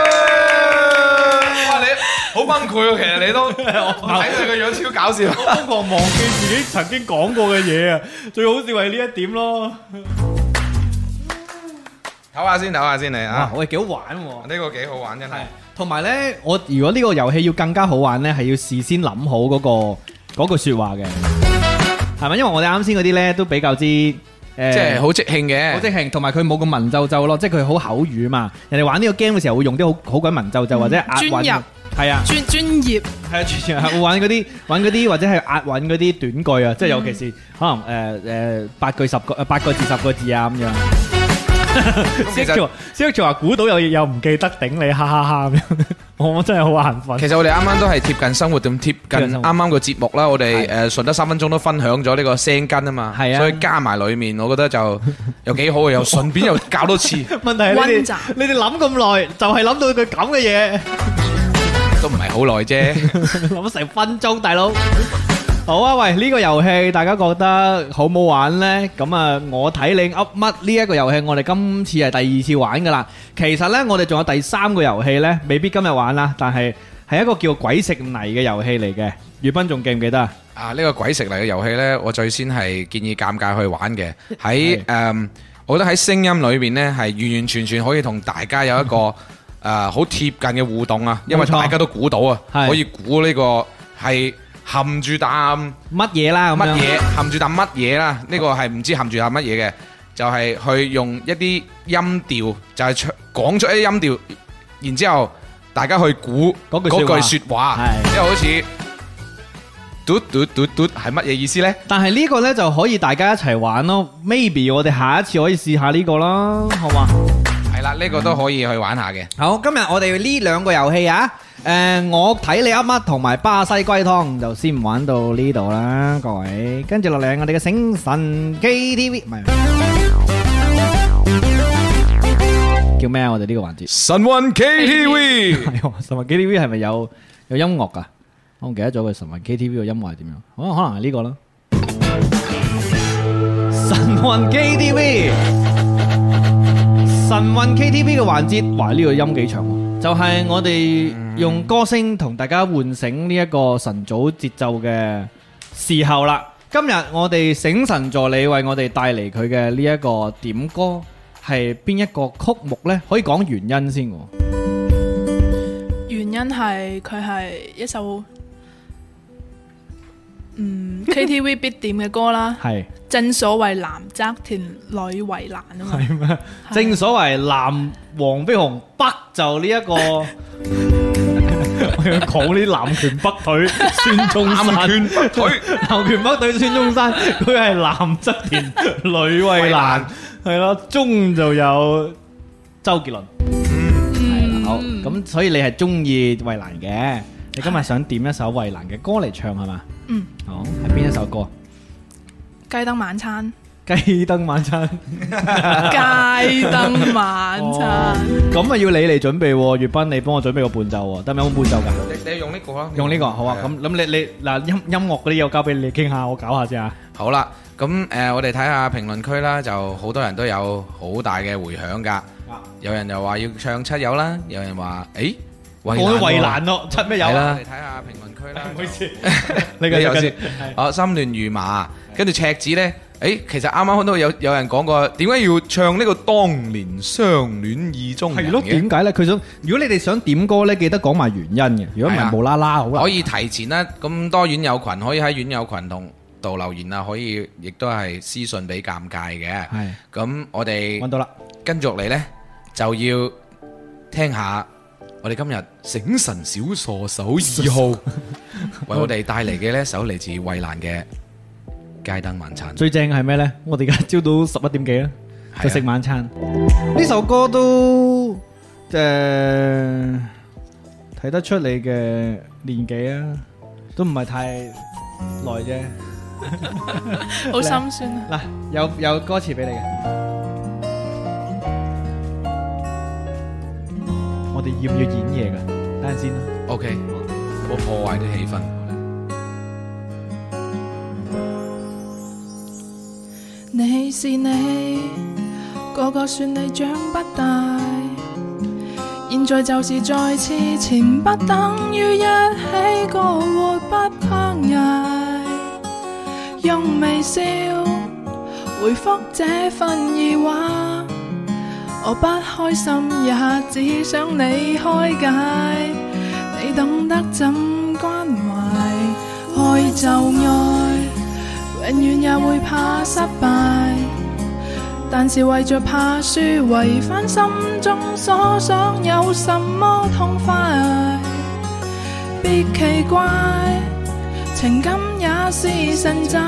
Speaker 6: 哇，你好崩潰喎，其實你都睇佢個樣超搞笑。
Speaker 3: 疯狂忘記自己曾經講過嘅
Speaker 2: à.
Speaker 3: 嘢啊！最好笑係呢一點咯。
Speaker 6: 唞下先，唞下先你啊，
Speaker 2: 我哋幾好玩喎！
Speaker 6: 呢個幾好玩真係。
Speaker 2: 同埋呢，我如果呢個遊戲要更加好玩呢，係要事先諗好嗰、個嗰句説話嘅，係咪？因為我哋啱先嗰啲呢，都比較之誒，
Speaker 6: 即係好即興
Speaker 2: 好即
Speaker 6: 嘅，
Speaker 2: 興，同埋佢冇咁文縐縐咯，即係佢好口語嘛。人哋玩呢個 game 嘅時候會用啲好好鬼文縐
Speaker 6: 嗯
Speaker 2: 縐或者押韻
Speaker 4: 專
Speaker 2: 嘅
Speaker 4: 入，
Speaker 2: 係啊。
Speaker 4: 專專業
Speaker 2: 係啊，全全係會玩嗰啲玩嗰啲或者係押韻嗰啲短句
Speaker 6: 嗯
Speaker 2: 啊，即係尤其是可能誒誒八句十個呃八個字十個字啊咁樣。
Speaker 6: 其實
Speaker 3: Sir 小喬話估到有嘢又唔記得頂你，哈哈哈咁樣。 我真係好眼
Speaker 6: 其
Speaker 3: 瞓。
Speaker 6: 實我哋啱啱都係貼近生活，咁貼
Speaker 2: 近
Speaker 6: 近
Speaker 2: 生
Speaker 6: 啱
Speaker 2: 活
Speaker 6: 啱個節目啦。我哋誒順德三分鐘都分享咗呢個聲根啊嘛，
Speaker 2: 係啊
Speaker 6: 所以加埋裡面，我覺 得就又幾好嘅，又順便又教多次，
Speaker 3: 問題係你
Speaker 4: 溫
Speaker 3: 哋
Speaker 4: 習，
Speaker 3: 你哋諗咁耐，就係諗到佢咁嘅嘢。
Speaker 6: 都唔係好耐啫。
Speaker 2: 谂成分鐘，大佬。好啊，喂！呢、個遊戲大家覺得好唔好玩呢？咁啊，我睇你噏乜呢一個遊戲，我哋今次係第二次玩噶啦。其實呢，我哋仲有第三個遊戲呢，未必今日玩啦，但係係一個叫鬼食泥嘅遊戲嚟嘅。宇斌仲記唔記得啊？
Speaker 6: 啊，呢個鬼食泥嘅遊戲呢，我最先係建議尷尬去玩嘅，喺誒，我覺得喺聲音裏面呢，係完完全全可以同大家有一個誒好貼近嘅互動啊，因為
Speaker 2: 冇錯
Speaker 6: 大家都估到啊，
Speaker 2: 係
Speaker 6: 可以估呢個係含住啖。
Speaker 2: 乜嘢啦？咁
Speaker 6: 啊乜
Speaker 2: 樣
Speaker 6: 嘢含住啖乜嘢啦？呢個係唔知含住啖乜嘢嘅，就係去用一啲音調，就係唱講出一啲音調，然之後大家去估
Speaker 2: 嗰句
Speaker 6: 嗰
Speaker 2: 說話
Speaker 6: 句説話，
Speaker 2: 係
Speaker 6: 即係好似嘟嘟嘟嘟係乜嘢意思呢？
Speaker 2: 但係呢個呢，就可以大家一齊玩咯。Maybe 我哋下一次可以試下呢個啦，好嘛？
Speaker 6: 係啦，呢個都可以去玩下嘅。
Speaker 2: 好，今日我哋呢兩個遊戲啊，誒、我睇你噏乜同埋巴西龜湯就先玩到呢度啦，各位。跟住落嚟，我哋嘅醒神 KTV 唔係叫咩啊？我哋呢個環節
Speaker 6: 神韻 KTV
Speaker 2: 係喎神魂 KTV 係咪有有音樂噶？我唔記得咗佢神魂 KTV 嘅音樂係點樣，可能可能係呢個啦。神魂 KTV。神韵 KTV 嘅環節，哇！呢、個音幾長喎，就係、我哋用歌聲同大家喚醒呢一個晨早節奏嘅時候啦。今日我哋醒神助理為我哋帶嚟佢嘅呢一個點歌係邊一個曲目呢？可以講原因先喎。
Speaker 4: 原因係佢係一首 嗯 KTV 必點嘅歌啦。
Speaker 2: 係
Speaker 4: 正所謂男則田，女為難啊嘛。係
Speaker 2: 正所謂南黃飛鴻北就呢、 一個。
Speaker 3: 講啲南拳北 腿，孫中山。
Speaker 6: 佢
Speaker 2: 南拳北對孫中山，佢係南側田，女為難，
Speaker 3: 係咯，中就有
Speaker 2: 周杰倫。
Speaker 4: 嗯
Speaker 3: 嗯
Speaker 2: 係啦好，咁所以你係中意衛蘭嘅，你今日想點一首衛蘭嘅歌嚟唱係嘛？
Speaker 4: 嗯，
Speaker 2: 好，係邊一首歌？
Speaker 4: 雞燈晚餐，
Speaker 2: 雞燈晚餐，
Speaker 4: 雞燈晚餐，
Speaker 2: 咁啊要你嚟準備喎，粵斌你幫我準備個伴奏喎，得唔得？有冇伴奏㗎？
Speaker 6: 你你用呢個啦，
Speaker 2: 用呢個好啊，
Speaker 6: 係
Speaker 2: 咁咁你你嗱音音樂嗰啲又交俾你傾下，我搞下先啊。
Speaker 6: 好啦，咁誒、呃我哋睇下評論區啦，就好多人都有好大嘅迴響㗎。
Speaker 2: 啊
Speaker 6: 有人又話要唱七友啦，有人話誒，
Speaker 2: 我
Speaker 6: 衛
Speaker 2: 都衛
Speaker 6: 蘭
Speaker 2: 蘭咯，出咩有
Speaker 6: 係啦，
Speaker 2: 啊？
Speaker 6: 我哋睇下評論區啦。
Speaker 3: 唔好意 思，
Speaker 2: 你
Speaker 6: 你又
Speaker 2: 繼
Speaker 6: 先
Speaker 2: 續，
Speaker 6: 哦，心亂如麻，跟住赤子呢，誒，其實啱啱都有有人講過，點解要唱呢個當年相戀意中人
Speaker 2: 係咯，
Speaker 6: 嘅？
Speaker 2: 點解咧？佢想如果你哋想點歌咧，記得講埋原因嘅，如果唔
Speaker 6: 係啊
Speaker 2: 係無啦啦好難。
Speaker 6: 可以提前啦，咁多院友群可以喺院友群同度留言啊，可以亦都係私信俾尷尬嘅。
Speaker 2: 係
Speaker 6: 咁我哋
Speaker 2: 揾到啦。
Speaker 6: 跟住落嚟呢，就要聽下我哋今日醒神小傻手二號為我哋帶嚟嘅呢一首嚟自衛蘭嘅《街燈晚餐》。
Speaker 2: 最正係咩呢？ 我哋而家朝到十一點幾啦，
Speaker 6: 係啊
Speaker 2: 就食晚餐。呢首歌都
Speaker 6: 诶睇得出你嘅年紀啊，都唔係太耐啫。
Speaker 4: 好心酸啊！
Speaker 6: 嗱，有有歌詞俾你嘅。我哋要唔要演嘢噶？等陣先啦。
Speaker 3: OK，唔好破壞啲氣氛。
Speaker 4: 你是你，個個說你長不大，現在就是再次前不等於一起過活不攀崖，用微笑回覆這份疑惑，我不開心也只想你開解，你懂得怎關懷，愛就愛。永遠也會怕失敗，但是為着怕輸，違反心中所想，有什麼痛快？別奇怪，情感也是神咒，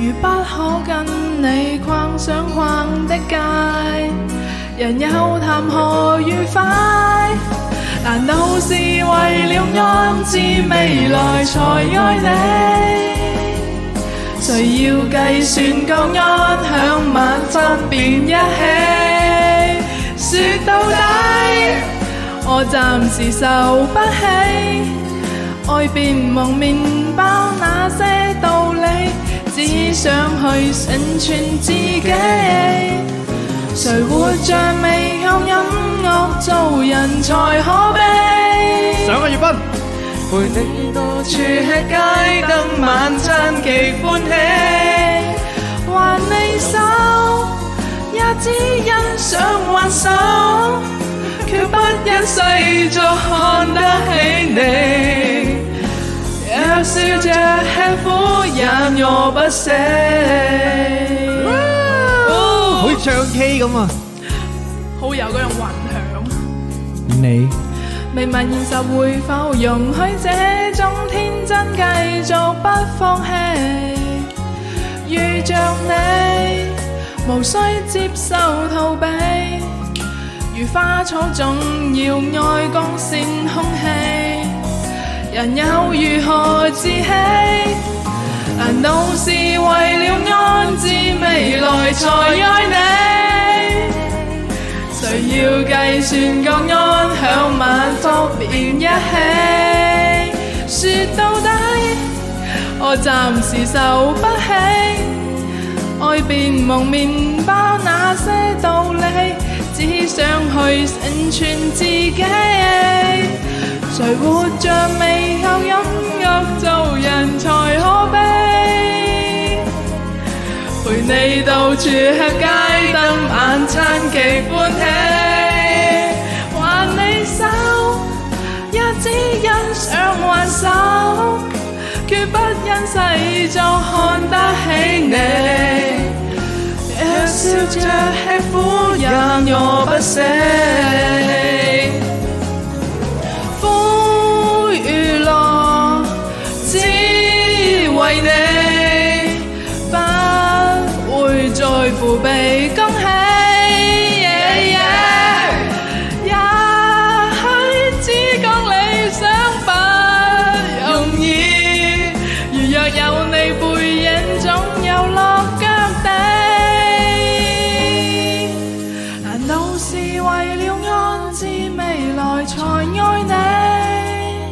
Speaker 4: 如不可跟你逛想逛的街，人又談何愉快？難道是為了安置未來才愛你？誰要計算夠安享晚餐便一起？說到底，我暫時受不起，愛便忘麵包那些道理，只想去成全自己。誰活着未夠音樂，做人才可悲。
Speaker 6: 上個月斌。
Speaker 4: 陪你到處吃街燈，晚餐極歡喜。還你手，也只欣賞挽手，卻不因世俗看得起你。若笑着吃苦，也餓不死。
Speaker 6: 好似唱 K 咁啊！
Speaker 4: 好有嗰種混響。
Speaker 6: 你
Speaker 4: 未問現實會否容許這種天真繼續不放棄。遇着你，無需接受逃避，如花草總要愛光線空氣，人又如何自欺？難道是為了安置未來才愛你？誰要計算個安享晚福便一起？說到底，我暫時受不起，愛便無麵包那些道理，只想去成全自己。誰活着未夠音樂，做人才可悲。陪你到處吃街燈，晚餐極歡喜。挽你手，也只欣賞挽手，決不因世俗看得起你。若笑着吃苦，也餓不死。苦與樂，只為你。不會在乎被恭喜。耶耶也許只講理想不容易，如若有你背影，總有落腳地。難道是為了安置未來才愛你？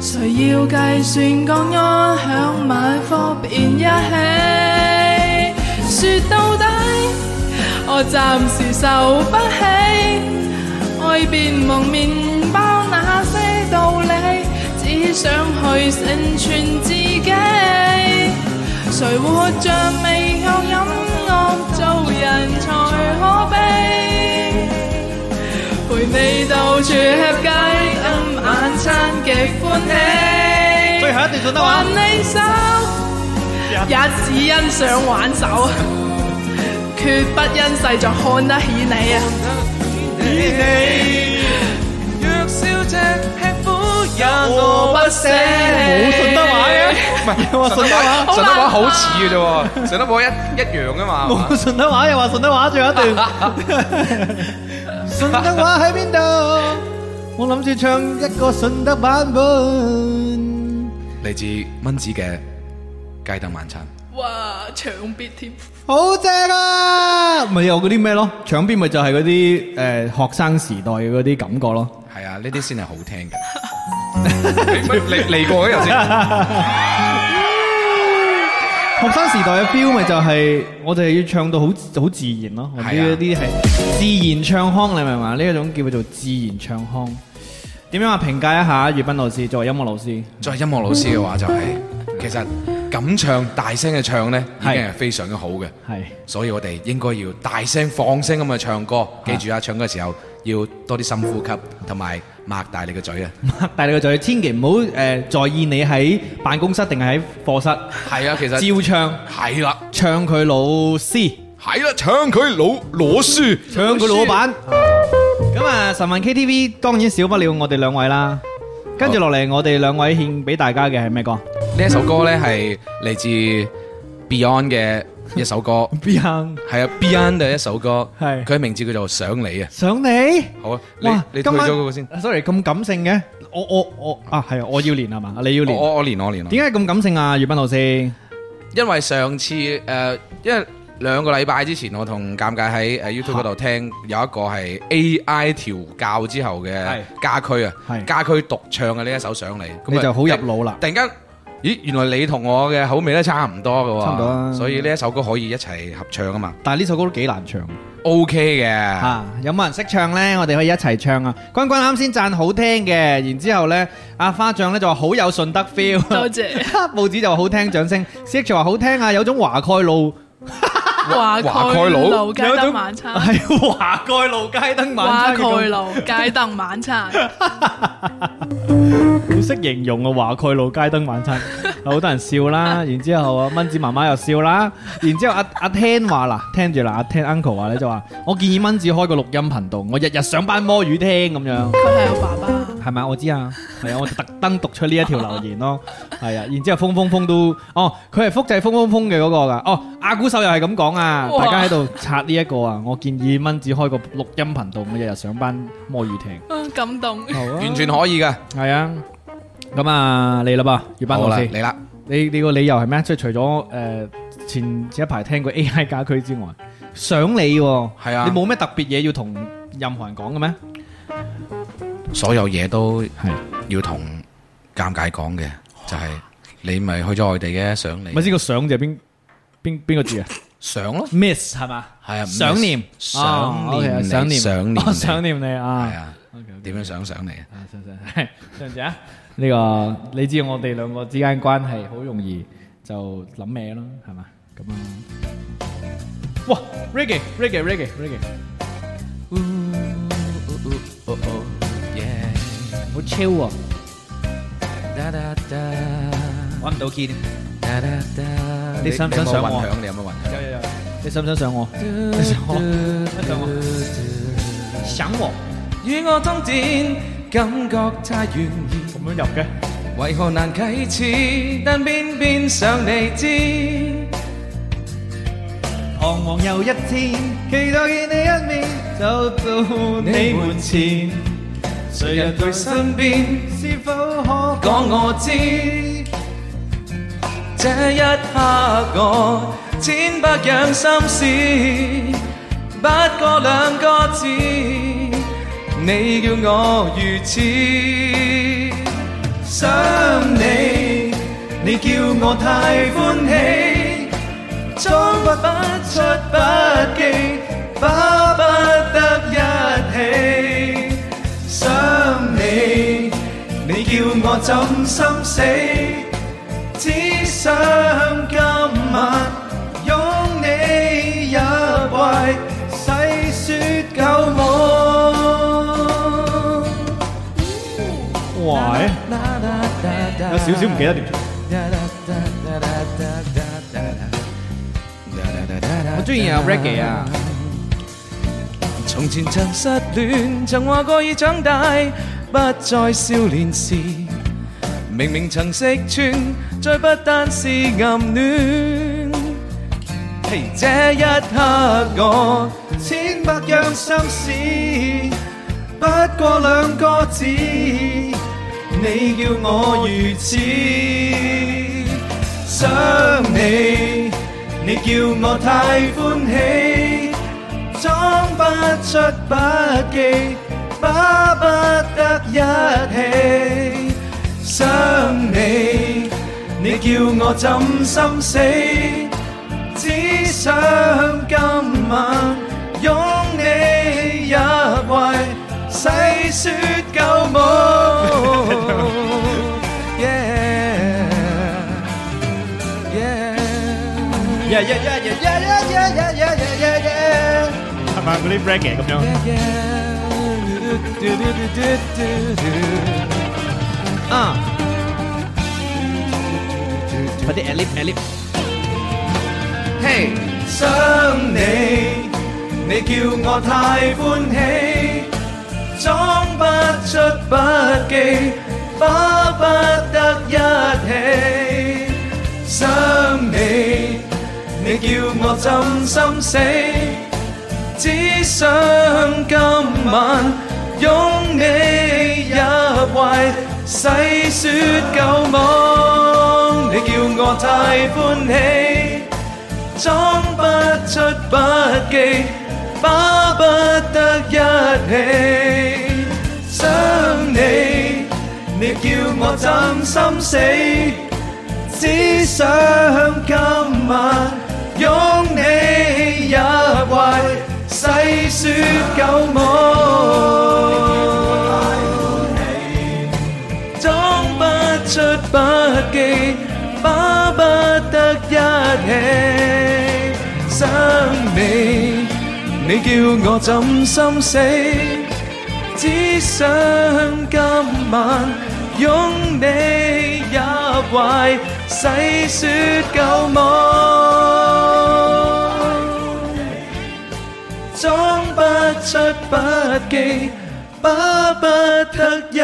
Speaker 4: 誰要計算個安享晚福便一起？說到底，我暫時受不起，愛便蒙面包那些道理，只想去成全自己。誰活着未夠音樂，做人才可悲。陪你到處吃街，飲晚餐極歡喜。最後一段順德話。挽你手，也只欣賞挽手，決不因世俗看得起你啊！若笑着吃苦，也餓不死。冇
Speaker 6: 順德話嘅，唔係又話順德話，
Speaker 3: 順德話好似嘅啫喎，順德
Speaker 2: 哦
Speaker 3: 話一一樣噶嘛係嘛。
Speaker 6: 冇順德話又話順德話，最後一段。
Speaker 2: 順德話喺邊度？我諗住唱一個順德版本。
Speaker 8: 嚟自蚊子嘅街燈晚餐。
Speaker 4: 哇，長別添，
Speaker 2: 好正啊！咪有嗰啲咩咯？搶邊咪就係嗰啲誒學生時代嘅嗰啲感覺咯。
Speaker 8: 系啊，呢啲先係好 聽嘅。你乜你嚟過嘅頭先，
Speaker 2: 學生時代嘅 feel 咪就係我哋要唱到好好自然咯。我呢
Speaker 8: 係啊
Speaker 2: 啲係自然唱腔，你明唔明啊？呢一種叫做自然唱腔。點樣啊？評價一下粵斌老師作為音樂老師，
Speaker 8: 作為音樂老師嘅話就係，其實敢唱、大聲嘅唱呢，已經係非常之好嘅。
Speaker 2: 係
Speaker 8: 所以我哋應該要大聲放聲咁去唱歌。記住啊，唱歌嘅時候要多啲深呼吸，同埋擘大你嘅嘴 啊。
Speaker 2: 但係你個嘴千祈唔好誒在意你喺辦公室定係喺課室，
Speaker 8: 係啊，其實
Speaker 2: 照唱
Speaker 8: 係啦，
Speaker 2: 唱佢老師。
Speaker 8: 係啦，唱佢老攞書。
Speaker 2: 唱佢老闆。咁啊，神韻 KTV 當然少不了我哋兩位啦。跟住落嚟，我哋兩位獻俾大家嘅係咩歌
Speaker 8: 呢一首歌呢，係嚟自 Beyond 嘅一首歌，
Speaker 2: ？Beyond
Speaker 8: 係啊 Beyond 嘅一首歌，
Speaker 2: 係
Speaker 8: 佢嘅名字叫做《想你》啊。
Speaker 2: 想你。
Speaker 8: 好啊，你
Speaker 2: 哇！
Speaker 8: 你退
Speaker 2: 今
Speaker 8: 咗
Speaker 2: 晚
Speaker 8: 嗰個先。
Speaker 2: Sorry，咁感性嘅，我我我啊，係啊我要練係嘛？你要
Speaker 8: 我
Speaker 2: 練。
Speaker 8: 我我連我連我，
Speaker 2: 點解咁感性啊，粵斌老師？
Speaker 8: 因為上次誒、呃因為兩個禮拜之前，我同尷尬喺誒 YouTube 嗰度聽有一個係 AI 調教之後嘅
Speaker 2: 係
Speaker 8: 家區啊，
Speaker 2: 係
Speaker 8: 家區獨唱嘅呢一首上嚟，咁
Speaker 2: 你
Speaker 8: 啊
Speaker 2: 就好入腦啦。
Speaker 8: 突然間，咦，原來你同我嘅口味都差唔多嘅喎，
Speaker 2: 差唔多啊
Speaker 8: 所以呢一首歌可以一齊合唱啊嘛
Speaker 2: 但係呢首歌都幾難唱。
Speaker 8: ，OK 嘅，
Speaker 2: 啊，有冇人識唱呢？我哋可以一齊唱啊！君君啱先讚好聽嘅，然之後呢，阿花醬呢就話好有順德 feel。
Speaker 4: 多謝
Speaker 2: 報紙就話好聽，掌聲。C H 話好聽啊，有種華蓋路，
Speaker 4: 華
Speaker 8: 華
Speaker 4: 蓋
Speaker 8: 蓋佬
Speaker 4: 路街
Speaker 2: 有
Speaker 4: 燈
Speaker 2: 種
Speaker 4: 晚餐，
Speaker 2: 係華蓋路街燈
Speaker 4: 華
Speaker 2: 晚餐
Speaker 4: 蓋
Speaker 2: 嘅
Speaker 4: 路街燈晚餐，
Speaker 9: 好識形容啊！華蓋路街燈晚 餐，
Speaker 2: 咁，好多人笑啦。然之後啊，蚊子媽媽又笑啦。然之後阿阿 Ten 話啦，聽住啦，阿 Ten Uncle 話咧就話，我建議蚊子開個錄音頻道，我日日上班摸魚聽咁樣。
Speaker 4: 佢係我爸爸，
Speaker 2: 係咪？我知啊，係啊，我特登讀出呢一條留言 咯，係啊，然之後風風風都，哦，佢係複製風風風嘅嗰個噶，哦，阿古手又係咁講啊，
Speaker 4: 哇
Speaker 2: 大家喺度刷呢一個啊，我建議蚊子開個錄音頻道，我日日上班摸魚聽，
Speaker 4: 啊感動。
Speaker 2: 好啊，
Speaker 8: 完全可以嘅，
Speaker 2: 係啊，咁啊，你啦噃，粵斌
Speaker 8: 好
Speaker 2: 老
Speaker 8: 啦，
Speaker 2: 師，
Speaker 8: 嚟啦，
Speaker 2: 你你個理由係咩？即係除咗誒前前一排聽過 AI 家居之外，想你喎，
Speaker 8: 係啊
Speaker 2: 你冇咩特別嘢要同任何人講嘅咩？
Speaker 8: 所有嘢都
Speaker 2: 係
Speaker 8: 要同尷尬講嘅，就係、你咪去咗外地嘅，想你
Speaker 2: 咪先個想字係邊邊邊個字啊？
Speaker 8: 想咯。
Speaker 2: miss 係嘛？
Speaker 8: 係
Speaker 3: À,
Speaker 8: 啊，
Speaker 2: 想念，
Speaker 8: 想念
Speaker 2: À, 哦，OK，À,
Speaker 8: 你，
Speaker 2: 想念，
Speaker 8: 想念
Speaker 2: 哦
Speaker 8: 你，
Speaker 2: 想
Speaker 8: 係
Speaker 2: 念你啊！
Speaker 8: 啊，點樣想想你
Speaker 3: Dạ.
Speaker 2: 啊，
Speaker 8: 啊？
Speaker 2: 想想 係上次啊，呢個你知我哋兩個之間關係好容易就諗咩咯，係嘛？咁啊，哇，Reggae，Reggae，Reggae，Reggae，好 chill 啊，揾唔到 key 添，你想唔想上我
Speaker 8: 你有冇混響？你有冇混響？
Speaker 2: 有有有，你想唔想上我？你想我？你想我？想我？
Speaker 8: 與我當戰，感覺太懸疑，
Speaker 2: 咁樣入嘅？
Speaker 8: 為何難啟齒？但偏偏想你知。
Speaker 2: 彷徨又一天，期待見你一面，走到你門前，誰人在身邊，是否可
Speaker 8: 講我知，這一刻我千百樣心事，不過兩個字，你叫我如此想你，你叫我太歡喜，裝不出不羈，巴不得一起想你。你叫我怎心死？只想今晚擁你入懷，細説舊夢。
Speaker 9: 哇！有少少唔記得點唱。
Speaker 2: 我中意 有
Speaker 8: à?
Speaker 2: reggae 啊！
Speaker 8: 從前曾失戀，曾話過已長大，不再少年時。明明曾識穿，再不單是暗戀。嘿，這一刻我千百樣心事，不過兩個字，你叫我如此想你，你叫我太歡喜，裝不出不羈，巴不得一起想你，你叫我怎心死，只想今晚擁你入懷，細說舊夢。Yeah, yeah, yeah, yeah, yeah, yeah, yeah, yeah, yeah, yeah, yeah.
Speaker 10: 係咪嗰啲 reggae 咁樣？
Speaker 8: 啊！快啲 elip elip。嘿，想你，你叫我太歡喜，裝不出不羈，巴不得一起。想你，你叫我怎心死？只想今晚擁你入懷，細說舊夢。你叫我太歡喜，裝不出不羈，巴不得一起。想你，你叫我怎心死？只想今晚擁你入懷，細說舊夢，裝不出不羈，巴不得一起想你，你叫我怎心死？只想今晚擁你入懷，細說舊夢，裝不出不羈，巴不得一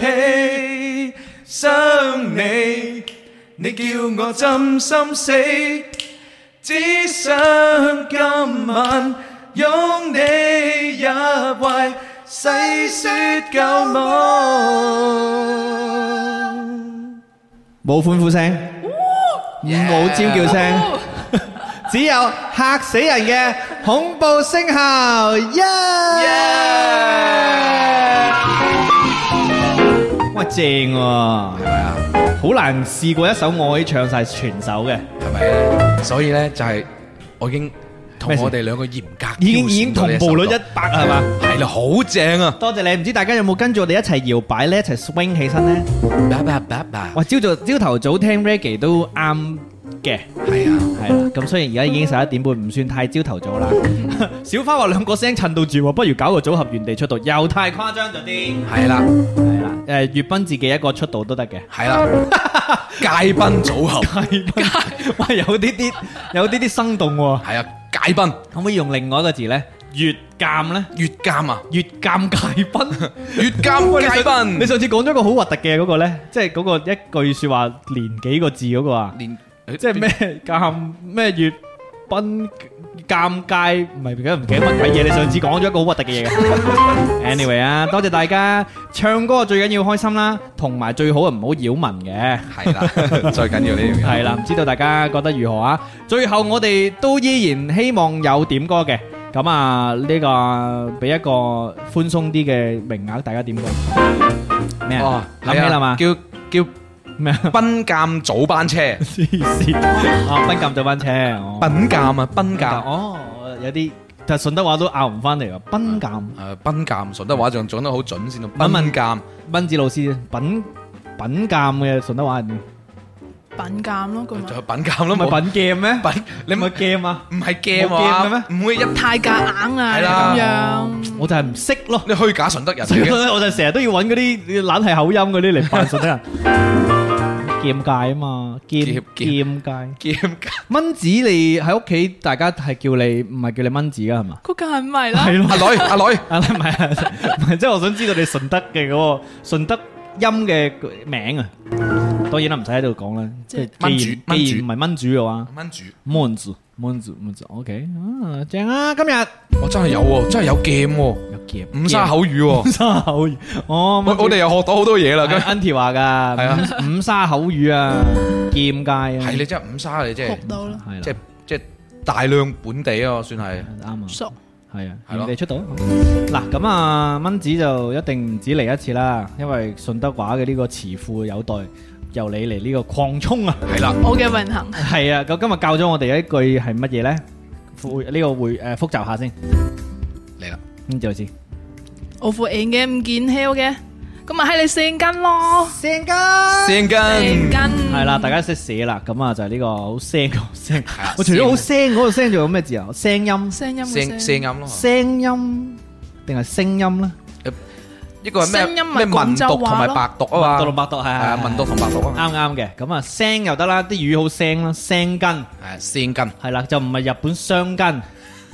Speaker 8: 起想你。你叫我怎心死？只想今晚擁你入懷，細說舊夢。冇歡呼聲，冇尖叫聲， 只有嚇死人嘅恐怖聲效。耶！哇，正喎，好難試過一首我可以唱晒全首嘅。
Speaker 3: 係咪？啊所以咧就係我已經同
Speaker 8: 咩事
Speaker 3: 我哋兩個嚴格
Speaker 8: 已
Speaker 3: 挑選
Speaker 8: 經已經
Speaker 3: 咗呢
Speaker 8: 同
Speaker 3: 一
Speaker 8: 步率
Speaker 3: 首歌
Speaker 8: 一百係嘛？
Speaker 3: 係啦，好正啊！
Speaker 8: 多謝你，唔知大家有冇跟住我哋一齊搖擺咧，一齊 swing 起身咧？
Speaker 3: 叭叭叭叭，
Speaker 8: 哇！朝早朝頭早聽 reggae 都啱嘅，
Speaker 3: 係啊，
Speaker 8: 係啦。咁雖然而家已經十一點半，唔算太朝頭早啦。 小花話兩個聲襯到住喎，不如搞個組合原地出道，又太誇張咗啲。
Speaker 3: 係啦，
Speaker 8: 係啦，誒，粵斌自己一個出道都得嘅。
Speaker 3: 係啦， 街賓組合
Speaker 8: 哇，有啲啲有啲啲生動喎。
Speaker 3: 係啊，街賓
Speaker 8: 可唔可以用另外一個字咧？越鑑咧？
Speaker 3: 越監啊，
Speaker 8: 越鑑界賓。
Speaker 3: 越監街
Speaker 8: 你
Speaker 3: 賓，
Speaker 8: 上次講咗個好核突嘅嗰個咧，即係嗰個一句説話連幾個字嗰個啊，
Speaker 3: 連
Speaker 8: 即係咩尷咩粵賓尷尬，唔係而家唔記得乜鬼嘢。你上次講咗一個好核突嘅嘢嘅。anyway 啊，多謝大家，唱歌最緊要開心啦，同埋最好啊唔好擾民嘅。
Speaker 3: 係 啦，最緊要呢樣嘢
Speaker 8: 係啦，唔知道大家覺得如何啊？最後我哋都依然希望有點歌嘅，咁
Speaker 2: à,
Speaker 8: 啊呢個俾一個寬鬆啲嘅名額，大家點歌咩
Speaker 3: 哦
Speaker 2: Ờ,
Speaker 8: 啊？，諗起
Speaker 2: à?
Speaker 8: 啦嘛？
Speaker 3: 叫叫
Speaker 8: 咩啊？
Speaker 3: 賓鑑早班車，賓
Speaker 8: 黐線
Speaker 2: Ờ,
Speaker 8: 啊！賓鑑就班車，哦
Speaker 3: 鑑啊，賓鑑。
Speaker 8: 哦，有啲但係順德話都拗唔翻嚟喎。賓鑑，
Speaker 3: 誒賓鑑，順德話仲講得好準先咯。
Speaker 8: 問
Speaker 3: 賓
Speaker 8: 問
Speaker 3: 鑑
Speaker 8: 斌子老師品品鑑嘅順德話係點？
Speaker 4: 品鑑咯，咁
Speaker 3: 就
Speaker 4: 啊，
Speaker 3: 係品鑑咯，
Speaker 8: 唔
Speaker 3: 冇
Speaker 8: 係品 game 咩？
Speaker 3: 品你
Speaker 8: 唔
Speaker 3: 咪
Speaker 8: 係 game 啊？
Speaker 3: 唔係 game
Speaker 8: 冇 game
Speaker 3: 啊
Speaker 8: 嘅？
Speaker 3: 唔會一你
Speaker 4: 太夾硬
Speaker 3: 係啦
Speaker 4: 啊，咁樣。
Speaker 8: 我就係唔識 咯。
Speaker 3: 虛假順德人
Speaker 8: 所以
Speaker 3: 嚟嘅，
Speaker 8: 我就成日都要揾嗰啲懶係口音嗰啲嚟扮順德 人。劍界啊嘛，劍
Speaker 3: 劍
Speaker 8: 劍界。
Speaker 3: game 界
Speaker 8: 蚊子，你喺屋企大家係叫你唔係叫你蚊子噶係嘛？
Speaker 4: 嗰梗係唔係啦，
Speaker 8: 係
Speaker 3: 阿
Speaker 8: 咯，
Speaker 3: 女阿女
Speaker 8: 啊唔係啊唔係，即係我想知道你順德嘅嗰個順德音嘅名啊。當然啦，唔使喺度講啦。即係
Speaker 3: 蚊
Speaker 8: 既
Speaker 3: 主
Speaker 8: 然
Speaker 3: 蚊
Speaker 8: 既
Speaker 3: 主
Speaker 8: 然唔係蚊主嘅話，
Speaker 3: 蚊主
Speaker 8: 蚊子
Speaker 2: 蚊子蚊子，OK 啊，正啊，今日
Speaker 3: 我真係有喎，真係有 game 喎，
Speaker 2: 有 夾
Speaker 3: 五沙口語喎，
Speaker 2: 沙口語，哦，
Speaker 3: 我我哋又學到好多嘢啦。咁
Speaker 2: Auntie 話
Speaker 3: 係啊
Speaker 2: 噶，五五沙口語啊，劍界啊，
Speaker 3: 係你真係五沙，你真係
Speaker 4: 學到啦，
Speaker 2: 係啦
Speaker 3: 即係即係大量本地啊，算係。
Speaker 2: 啱啊。
Speaker 4: 熟
Speaker 2: 係啊，
Speaker 3: 係咯
Speaker 2: 你出到嗱咁啊，蚊子就一定唔止嚟一次啦，因為順德話嘅呢個詞庫有待由你嚟呢個擴充啊。
Speaker 3: 係啦，
Speaker 4: 我嘅榮幸。
Speaker 2: 係啊，咁今日教咗我哋一句係乜嘢咧？複呢個會誒複習下先，
Speaker 3: 嚟啦，
Speaker 2: 咁就知。
Speaker 4: 我副眼嘅唔見 h 嘅，咁咪喺你性根咯，
Speaker 3: 聲根
Speaker 4: 性根
Speaker 2: 係啦，大家識寫啦。咁啊就係呢個好聲嗰個聲
Speaker 3: 啊。
Speaker 2: 我除咗好聲嗰個聲，仲有咩字啊？聲音、
Speaker 4: 聲
Speaker 3: 聲
Speaker 4: 音嘅
Speaker 3: 聲
Speaker 4: 聲，
Speaker 3: 音咯，
Speaker 2: 聲音定係聲音咧？
Speaker 3: 呢個係
Speaker 4: 聲
Speaker 3: 咩
Speaker 4: 音咪
Speaker 3: 咩文
Speaker 4: 廣州
Speaker 3: 讀
Speaker 4: 話
Speaker 3: 同埋
Speaker 4: 咯
Speaker 3: 白讀啊嘛，
Speaker 2: 讀同白讀係
Speaker 3: 係
Speaker 2: 係
Speaker 3: 啊，
Speaker 2: 係
Speaker 3: 文讀同白讀啊嘛，
Speaker 2: 啱啱嘅，咁啊聲又得啦，啲魚好聲啦，聲根。
Speaker 3: 係聲根
Speaker 2: 系啦，就唔係日本雙根，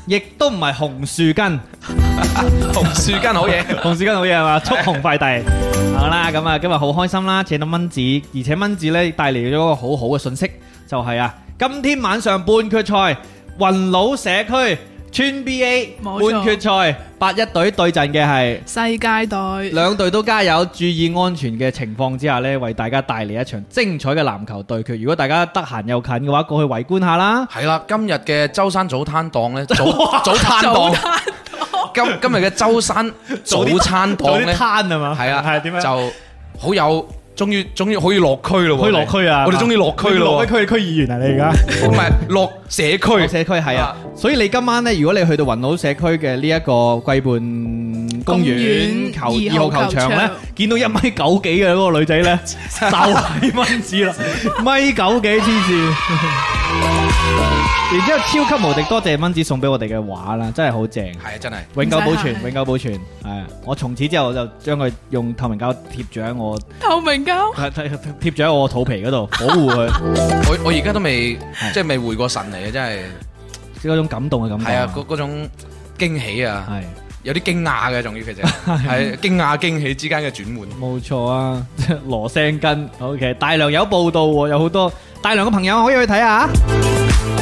Speaker 2: 亦都唔係紅樹根，
Speaker 3: 同樹根好 嘢。
Speaker 2: 紅樹根好嘢係嘛？速紅快遞。好啦，咁啊，今日好開心啦，請到蚊子，而且蚊子咧帶嚟咗一個好好嘅信息，就係啊，今天晚上半決賽雲佬社區村 BA
Speaker 4: 冇錯
Speaker 2: 半決賽八一隊對陣嘅係。
Speaker 4: 世界 隊
Speaker 2: 兩隊都加油，注意安全嘅情況之下呢，為大家帶嚟一場精彩嘅籃球對決。如果大家得閒又近嘅話，過去圍觀下啦。
Speaker 3: 係啦，今日嘅舟山早餐檔咧，早早餐檔，今今日嘅舟山早餐
Speaker 2: 做
Speaker 3: 檔
Speaker 2: 啲
Speaker 3: 咧，
Speaker 2: 攤係嘛？
Speaker 3: 係啊，
Speaker 6: 係點樣
Speaker 3: 就好有，終於終於可以落區咯喎，
Speaker 6: 可以落區啊
Speaker 3: 我哋終於落區咯
Speaker 6: 你
Speaker 3: 喎，
Speaker 6: 落區區議員啊，你而家
Speaker 3: 唔係落社
Speaker 2: 落
Speaker 3: 區，
Speaker 2: 社區係啊
Speaker 3: 啊，
Speaker 2: 所以你今晚咧，如果你去到雲澳社區嘅呢一個桂畔公園
Speaker 4: 公園
Speaker 2: 球
Speaker 4: 二號
Speaker 2: 二號球場咧
Speaker 4: 球場，
Speaker 2: 見到一米九幾嘅嗰個女仔 咧，就係蚊子啦，米九幾黐線。然之後超級無敵，多謝蚊子送俾我哋嘅畫啦，真係好正，
Speaker 3: 係啊，真係
Speaker 2: 永久保存
Speaker 4: 唔使，客氣
Speaker 2: 永久保存。係啊，我從此之後就將佢用透明膠貼住喺 我
Speaker 4: 透明膠，
Speaker 2: 貼貼住喺我肚皮嗰度，保護佢，
Speaker 3: 我我而家都未即係未回過神嚟嘅，真係
Speaker 2: 即係嗰種感動嘅感覺。
Speaker 3: 係啊，嗰嗰種驚喜啊！
Speaker 2: 哦係。
Speaker 3: 有啲驚訝嘅，仲要其實係驚訝驚喜之間嘅轉換。
Speaker 2: 冇錯啊， 羅聲根，OK，大量有報道喎，有好多大量嘅朋友可以去睇下啊。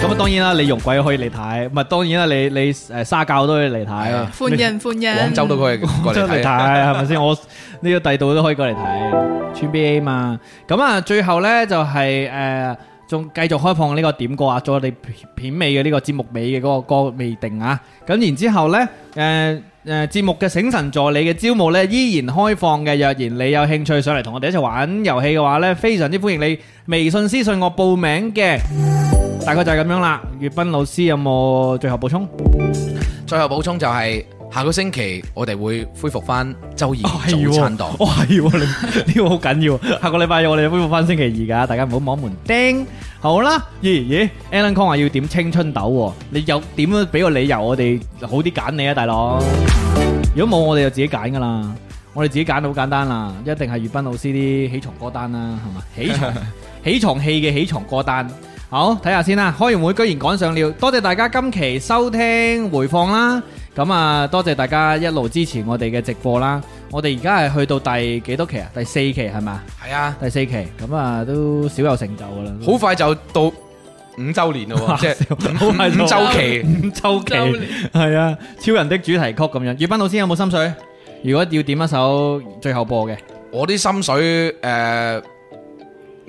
Speaker 2: 咁啊，當然啦，你容鬼可以嚟睇，唔係當然啦，你你誒沙教都可以嚟
Speaker 3: 係
Speaker 2: 睇
Speaker 3: 啊，
Speaker 4: 歡迎歡迎。
Speaker 3: 廣州都可以過
Speaker 2: 即係
Speaker 3: 嚟
Speaker 2: 嚟睇
Speaker 3: 睇，
Speaker 2: 係
Speaker 3: 啊
Speaker 2: 咪先？我呢個第度都可以過嚟睇，村 BA 嘛。咁啊，最後呢就係誒，仲繼續開放呢個點歌啊，做我哋片尾嘅呢個節目尾嘅嗰個歌未定啊。咁然之後呢，誒誒節目嘅醒神助理嘅招募呢，依然開放嘅。若然你有興趣上嚟同我哋一齊玩遊戲嘅話呢，非常之歡迎你微信私信我報名嘅。大概就係咁樣啦。粵斌老師有冇最後補充？
Speaker 3: 最後補充就係下個星期我哋會恢復翻周二
Speaker 2: 係喎
Speaker 3: 早餐 檔。
Speaker 2: 哦係喎，你呢個好緊要。下個禮拜我哋恢復翻星期二㗎，大家唔好摸門釘。好啦，咦咦，Alan Kong 話要點青春豆喎，你有點樣俾個理由我哋好啲揀你啊，大佬。如果冇我哋就自己揀㗎啦，我哋自己揀好簡單啦，一定係粵斌老師啲起床歌單啦，係嘛？起床起床戲嘅起床歌單。好，睇下先啦。開完會居然趕上了，多謝大家今期收聽回放啦。咁啊，多謝大家一路支持我哋嘅直播啦。我哋而家係去到第幾多期啊？第四期係嘛？
Speaker 3: 係啊，
Speaker 2: 第四期咁啊，都少有成就噶啦。
Speaker 3: 好快就到五週 年 咯喎，即係
Speaker 2: 好快就
Speaker 3: 五週期。
Speaker 2: 五周期
Speaker 4: 周年
Speaker 2: 係啊，超人的主題曲咁樣。粵斌老師有冇心水？如果要點一首最後播嘅
Speaker 3: 我啲心水誒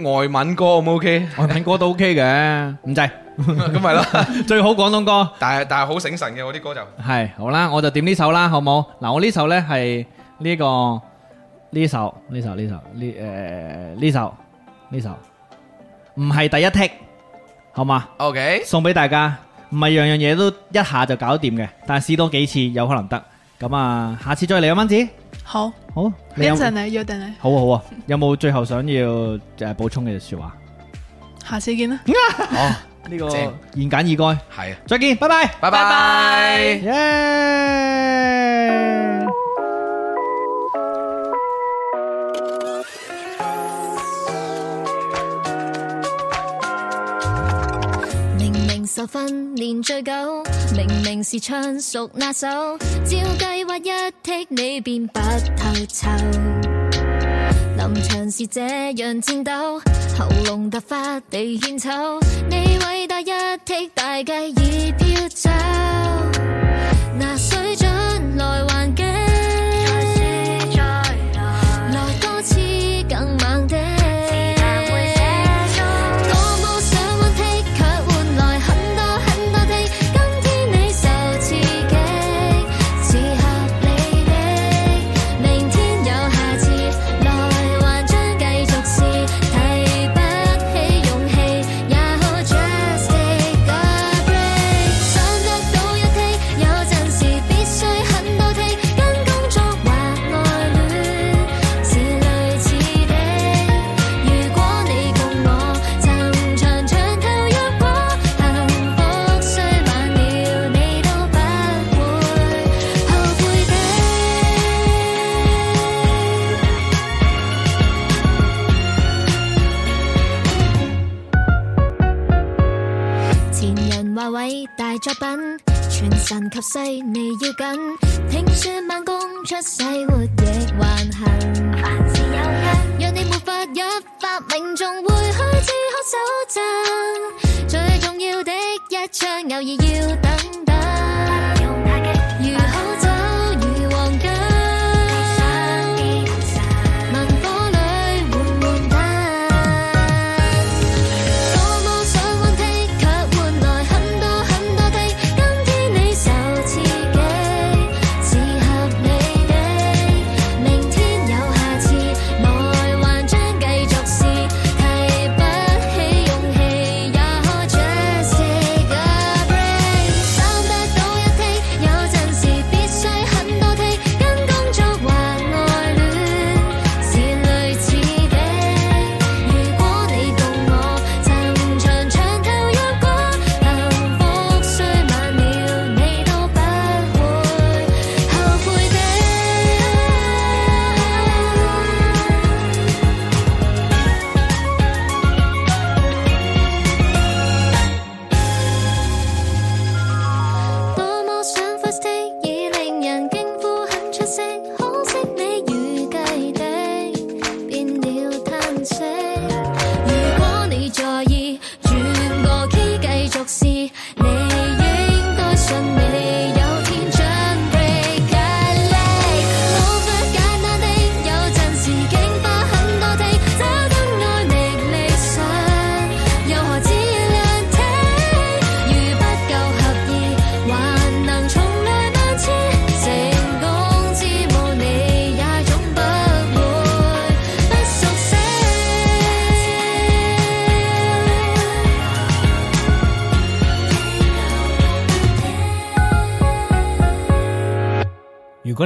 Speaker 3: 外文歌 O 唔 OK？
Speaker 2: 外文歌都 OK 嘅，唔制。
Speaker 3: 咁咪啦，
Speaker 2: 最好廣東歌。
Speaker 3: 但係但係好醒神嘅我啲歌就
Speaker 2: 系好啦，我就點呢首啦，好冇？嗱，我呢首呢係呢個呢首呢首呢首呢诶呢首呢首，唔係第一剔，好嘛？
Speaker 3: OK。
Speaker 2: 送俾大家，唔係樣樣嘢都一下就搞掂嘅，但係試多幾次有可能得。咁啊，下次再嚟啊，蚊子，
Speaker 4: 好，
Speaker 2: 好，
Speaker 4: 一
Speaker 2: 你有
Speaker 4: 陣你約定你，
Speaker 2: 好啊好啊，有冇最後想要诶补充嘅说話？
Speaker 4: 下次見啦。
Speaker 3: 哦，
Speaker 2: 呢個
Speaker 3: 正
Speaker 2: 言簡意賅，
Speaker 3: 係啊，
Speaker 2: 再見，拜拜。
Speaker 3: 拜
Speaker 4: 拜
Speaker 3: 拜
Speaker 4: 拜。
Speaker 2: 耶！
Speaker 11: 明明受訓練最久，明明是唱熟那首，照計劃一剔你便不透臭。臨場是這樣戰鬥，喉嚨突發地獻醜，你偉大一剔大計已飄走，拿水準來還擊，來多次更猛的。我冇想換剔，卻換來很多很多剔。今天你受刺激，是合理的。明天有下次，來還將繼續試。提不起勇氣，也好 just take a break。想得到一剔，有陣時必須很多剔。跟工作或愛戀是類似的。如果你共我曾長長透約過，幸福雖晚了，你都不會後悔的。前人話偉大作品，全神及世你要緊。聽說慢工出細活亦還行，凡事有因，若你沒法一發命中，會開始可手震。最重要的一槍，偶爾要等等。如好酒如黃金，文火裏緩緩吞。我冇想換剔，卻換來很多很多剔。今天你受刺激是合理的，明天有下次，來還將繼續試。提不起勇氣，也可 just take a break。想得到一剔，有陣時必須很多剔，跟工作或愛戀。是類似的，如果你共我曾長長透約過，幸福雖晚了，你都不會後悔的。多麼想 first take 已令人驚呼很出色，可惜你預計的變了嘆息。如果你在意，轉個 key 繼續試，你應該信你有天將 break 壓力。冇法簡單的，有陣時竟花很多的，找到愛你理想。又何止兩剔？如不夠合意，還能重來萬次。成功之母，你也總不會不熟悉。
Speaker 12: 如果